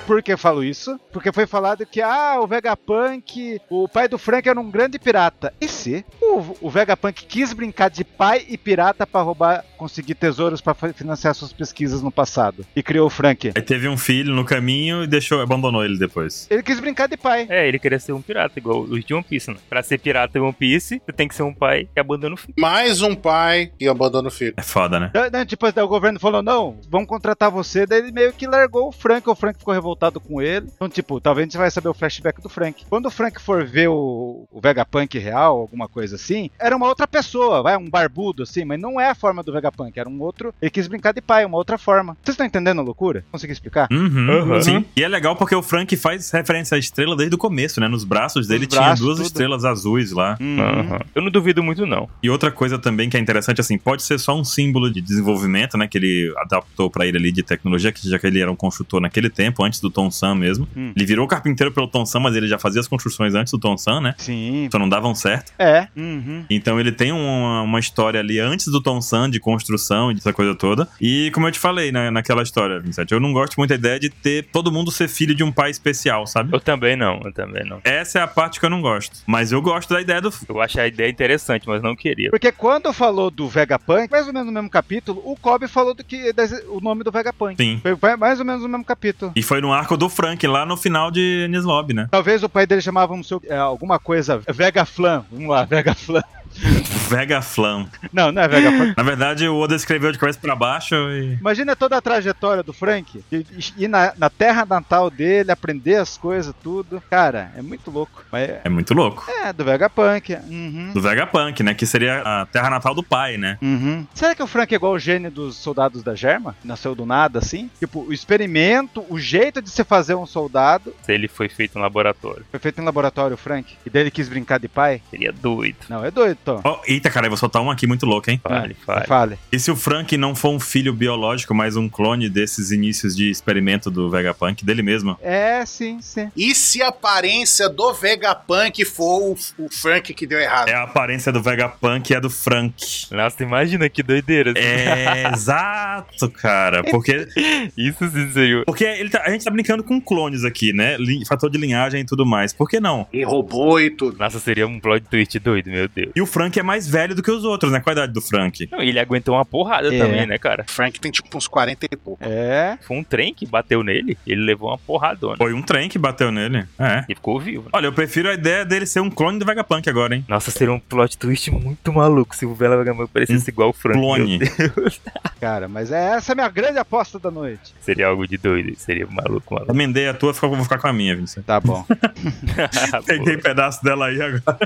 Speaker 2: Por que eu falo isso? Porque foi falado que, ah, o Vegapunk, o pai do Frank era um grande pirata. E se o, o Vegapunk quis brincar de pai e pirata pra roubar, conseguir tesouros pra fa- financiar suas pesquisas no passado? E criou o Frank.
Speaker 1: Aí teve um filho no caminho e deixou, abandonou ele depois.
Speaker 2: Ele quis brincar de pai.
Speaker 4: É, ele queria ser um pirata, igual os de One Piece, né? Pra ser pirata em One Piece, você tem que ser um pai que abandona o filho.
Speaker 3: Mais um pai e abandona o filho.
Speaker 1: É foda, né?
Speaker 2: Daí, né, Tipo, daí o governo falou, não, vamos contratar você. Daí ele meio que largou o Frank, o Frank ficou revoltado com ele. Então, tipo, talvez a gente vai saber o flashback do Frank. Quando o Frank for ver o, o Vegapunk real, alguma coisa assim, era uma outra pessoa, vai, um barbudo assim, mas não é a forma do Vegapunk, era um outro. Ele quis brincar de pai, uma outra forma. Vocês estão entendendo a loucura? Consegui explicar?
Speaker 1: Uhum,
Speaker 4: Uhum.
Speaker 1: Sim. E é legal porque o Frank faz referência à estrela desde o começo, né? Nos braços dele
Speaker 2: Nos braços,
Speaker 1: tinha duas
Speaker 2: tudo.
Speaker 1: estrelas azuis lá.
Speaker 2: Uhum.
Speaker 4: Eu não duvido muito, não.
Speaker 1: E outra coisa também que é interessante, assim, pode ser só um símbolo de desenvolvimento, né? Que ele adaptou pra ele ali de tecnologia, que já que ele era um construtor naquele tempo, antes do Tom Sam mesmo.
Speaker 2: Hum.
Speaker 1: Ele virou carpinteiro pelo Tom Sam, mas ele já fazia as construções antes do Tom Sam, né?
Speaker 2: Sim.
Speaker 1: Só não davam certo.
Speaker 2: É. Uhum.
Speaker 1: Então ele tem uma, uma história ali antes do Tom Sand de construção e dessa coisa toda. E como eu te falei né, naquela história, Vincent, eu não gosto muito da ideia de ter todo mundo ser filho de um pai especial, sabe?
Speaker 4: Eu também não, eu também não.
Speaker 1: Essa é a parte que eu não gosto. Mas eu gosto da ideia do.
Speaker 4: Eu acho a ideia interessante, mas não queria.
Speaker 2: Porque quando falou do Vegapunk, mais ou menos no mesmo capítulo, o Kobe falou do que das- o nome do Vegapunk.
Speaker 1: Sim.
Speaker 2: Foi- Foi mais ou menos no mesmo capítulo.
Speaker 1: E foi no arco do Frank, lá no final de Nislob, né?
Speaker 2: Talvez o pai dele chamava um seu, é, alguma coisa Vegaflan. Vamos lá, Vegaflan.
Speaker 1: Vega Flam.
Speaker 2: Não, não é Vegaflan.
Speaker 1: Na verdade, o Oda escreveu de cabeça pra baixo e.
Speaker 2: Imagina toda a trajetória do Frank. E, e- e na, na terra natal dele, aprender as coisas, tudo. Cara, é muito louco. Mas é,
Speaker 1: É muito louco.
Speaker 2: é do Vegapunk. Uhum.
Speaker 1: Do Vegapunk, né? Que seria a terra natal do pai, né?
Speaker 2: Uhum. Será que o Frank é igual o gênio dos soldados da Germa? Nasceu do nada, assim? Tipo, o experimento, o jeito de se fazer um soldado
Speaker 4: Se ele foi feito no laboratório,
Speaker 2: foi feito em laboratório, o Frank. E daí ele quis brincar de pai?
Speaker 4: seria doido.
Speaker 2: Não, é doido, Tom.
Speaker 1: Oh, eita, cara, eu vou soltar um aqui muito louco, hein?
Speaker 4: Fale,
Speaker 2: É,
Speaker 4: fale.
Speaker 2: Fale.
Speaker 1: E se o Frank não for um filho biológico, mas um clone desses inícios de experimento do Vegapunk, dele mesmo?
Speaker 2: É, sim, sim.
Speaker 3: E se a aparência do Vegapunk for o, o Frank que deu errado?
Speaker 1: É a aparência do Vegapunk e a do Frank.
Speaker 4: Nossa, imagina que doideira.
Speaker 1: É, exato, cara. Porque,
Speaker 4: Isso sim seria.
Speaker 1: porque ele tá- a gente tá brincando com clones aqui, né? Li- fator de linhagem e tudo mais. Por que não?
Speaker 3: E robô e tudo.
Speaker 4: Nossa, seria um plot twist doido, meu Deus.
Speaker 1: E o Frank é mais velho do que os outros, né? Qual a idade do Frank?
Speaker 4: Não, ele aguentou uma porrada
Speaker 2: É.
Speaker 4: também, né, cara?
Speaker 3: O Frank tem tipo uns 40 e pouco.
Speaker 2: É.
Speaker 4: Foi um trem que bateu nele, ele levou uma porradona.
Speaker 1: Foi um trem que bateu nele. É.
Speaker 4: E ficou vivo. né?
Speaker 1: Olha, eu prefiro a ideia dele ser um clone do Vegapunk agora, hein?
Speaker 4: Nossa, seria um plot twist muito maluco se o Vela Vagabundo parecesse igual o Frank.
Speaker 1: Um Clone.
Speaker 4: Meu Deus.
Speaker 2: Cara, mas é essa é a minha grande aposta da noite.
Speaker 4: Seria algo de doido, seria maluco, maluco. Ah,
Speaker 1: Amendei a tua, fica- vou ficar com a minha, Vincent.
Speaker 2: Tá bom.
Speaker 1: Peguei pedaço dela aí agora.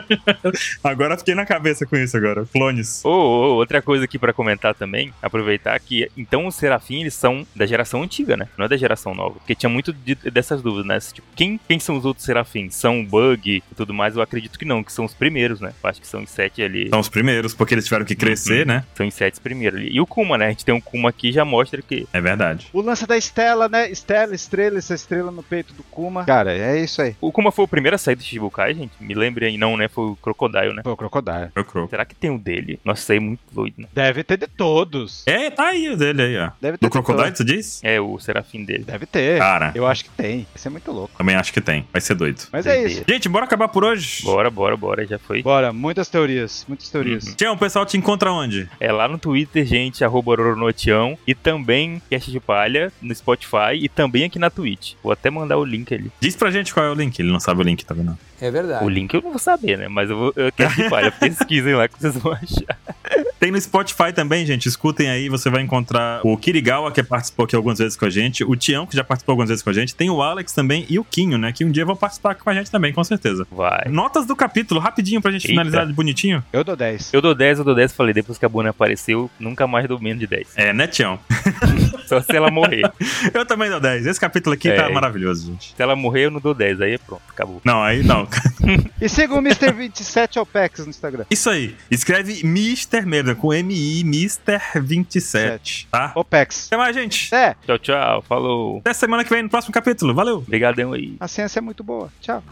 Speaker 1: agora fiquei na cabeça com isso agora. Clones.
Speaker 4: Oh, oh, outra coisa aqui pra comentar também, aproveitar que então os Serafim eles são da geração antiga, né? Não é da geração nova. Porque tinha muito de- dessas dúvidas, né? Tipo, quem, quem são os outros Serafim? São o Bug e tudo mais? Eu acredito que não, que são os primeiros, né? Eu acho que são os sete ali.
Speaker 1: São os primeiros, porque eles tiveram que crescer, né?
Speaker 4: São os sete primeiros ali. E o Kuma, né? A gente tem um Kuma aqui já mostra que
Speaker 1: É verdade.
Speaker 2: O lance da Estela, né? Estela, estrela, essa estrela no peito do Kuma. Cara, é isso aí.
Speaker 4: o Kuma foi o primeiro a sair do Shibukai, gente. Me lembre aí, não, né? Foi o Crocodile, né?
Speaker 2: Foi o Crocodile.
Speaker 1: Foi o Croco.
Speaker 4: Será que tem o dele? Nossa, isso aí é muito doido, né?
Speaker 2: Deve ter de todos.
Speaker 1: É, tá aí o dele aí, ó.
Speaker 2: Deve ter
Speaker 1: Do
Speaker 2: de
Speaker 1: Crocodile, Ah. tu diz?
Speaker 4: É o Serafim dele.
Speaker 2: todos. Deve ter.
Speaker 1: Cara,
Speaker 2: Eu acho que tem. Isso é muito louco.
Speaker 1: também acho que tem. Vai ser doido.
Speaker 2: Mas é
Speaker 4: Doideira.
Speaker 2: isso.
Speaker 1: Gente, bora acabar por hoje?
Speaker 4: Bora, bora, bora, já foi.
Speaker 2: Bora, muitas teorias. Muitas teorias.
Speaker 1: Tião, o pessoal te encontra onde?
Speaker 4: É lá no Twitter, gente, arroba Roronotião. E também Cast de Palha no Spotify e também aqui na Twitch. Vou até mandar o link ali.
Speaker 1: Diz pra gente qual é o link. Ele não sabe o link, tá vendo?
Speaker 5: É
Speaker 2: Ah.
Speaker 5: verdade.
Speaker 4: O link eu não vou saber, né? Mas eu vou. Eu, Cast de Palha, pesquisem lá que vocês vão achar.
Speaker 1: Tem no Spotify também, gente. Escutem aí, você vai encontrar o Kirigawa, que participou aqui algumas vezes com a gente, o Tião, que já participou algumas vezes com a gente, tem o Alex também e o Quinho, né? Que um dia vão participar aqui com a gente também, com certeza.
Speaker 4: Vai.
Speaker 1: Notas do capítulo, rapidinho pra gente
Speaker 4: Eita.
Speaker 1: finalizar bonitinho.
Speaker 2: Eu dou 10.
Speaker 4: Eu dou 10, eu dou 10, falei, depois que a Bona apareceu, nunca mais dou menos de 10.
Speaker 1: É, né, Tião?
Speaker 4: Só se ela morrer.
Speaker 1: Eu também dou 10. Esse capítulo aqui tá
Speaker 4: É.
Speaker 1: maravilhoso, gente.
Speaker 4: se ela morrer, eu não dou 10. Aí é pronto, acabou.
Speaker 1: Não, aí não.
Speaker 2: E siga o Mr. 27 Alpex no Instagram.
Speaker 1: Isso aí. Escreve Mr. Merda com M-I, Mr. 27,
Speaker 2: Sete.
Speaker 1: tá?
Speaker 2: Opex.
Speaker 1: Até mais, gente.
Speaker 2: É,
Speaker 4: Tchau, tchau. Falou.
Speaker 1: Até semana que vem no próximo capítulo. Valeu!
Speaker 4: Obrigadão aí.
Speaker 2: a ciência é muito boa. Tchau.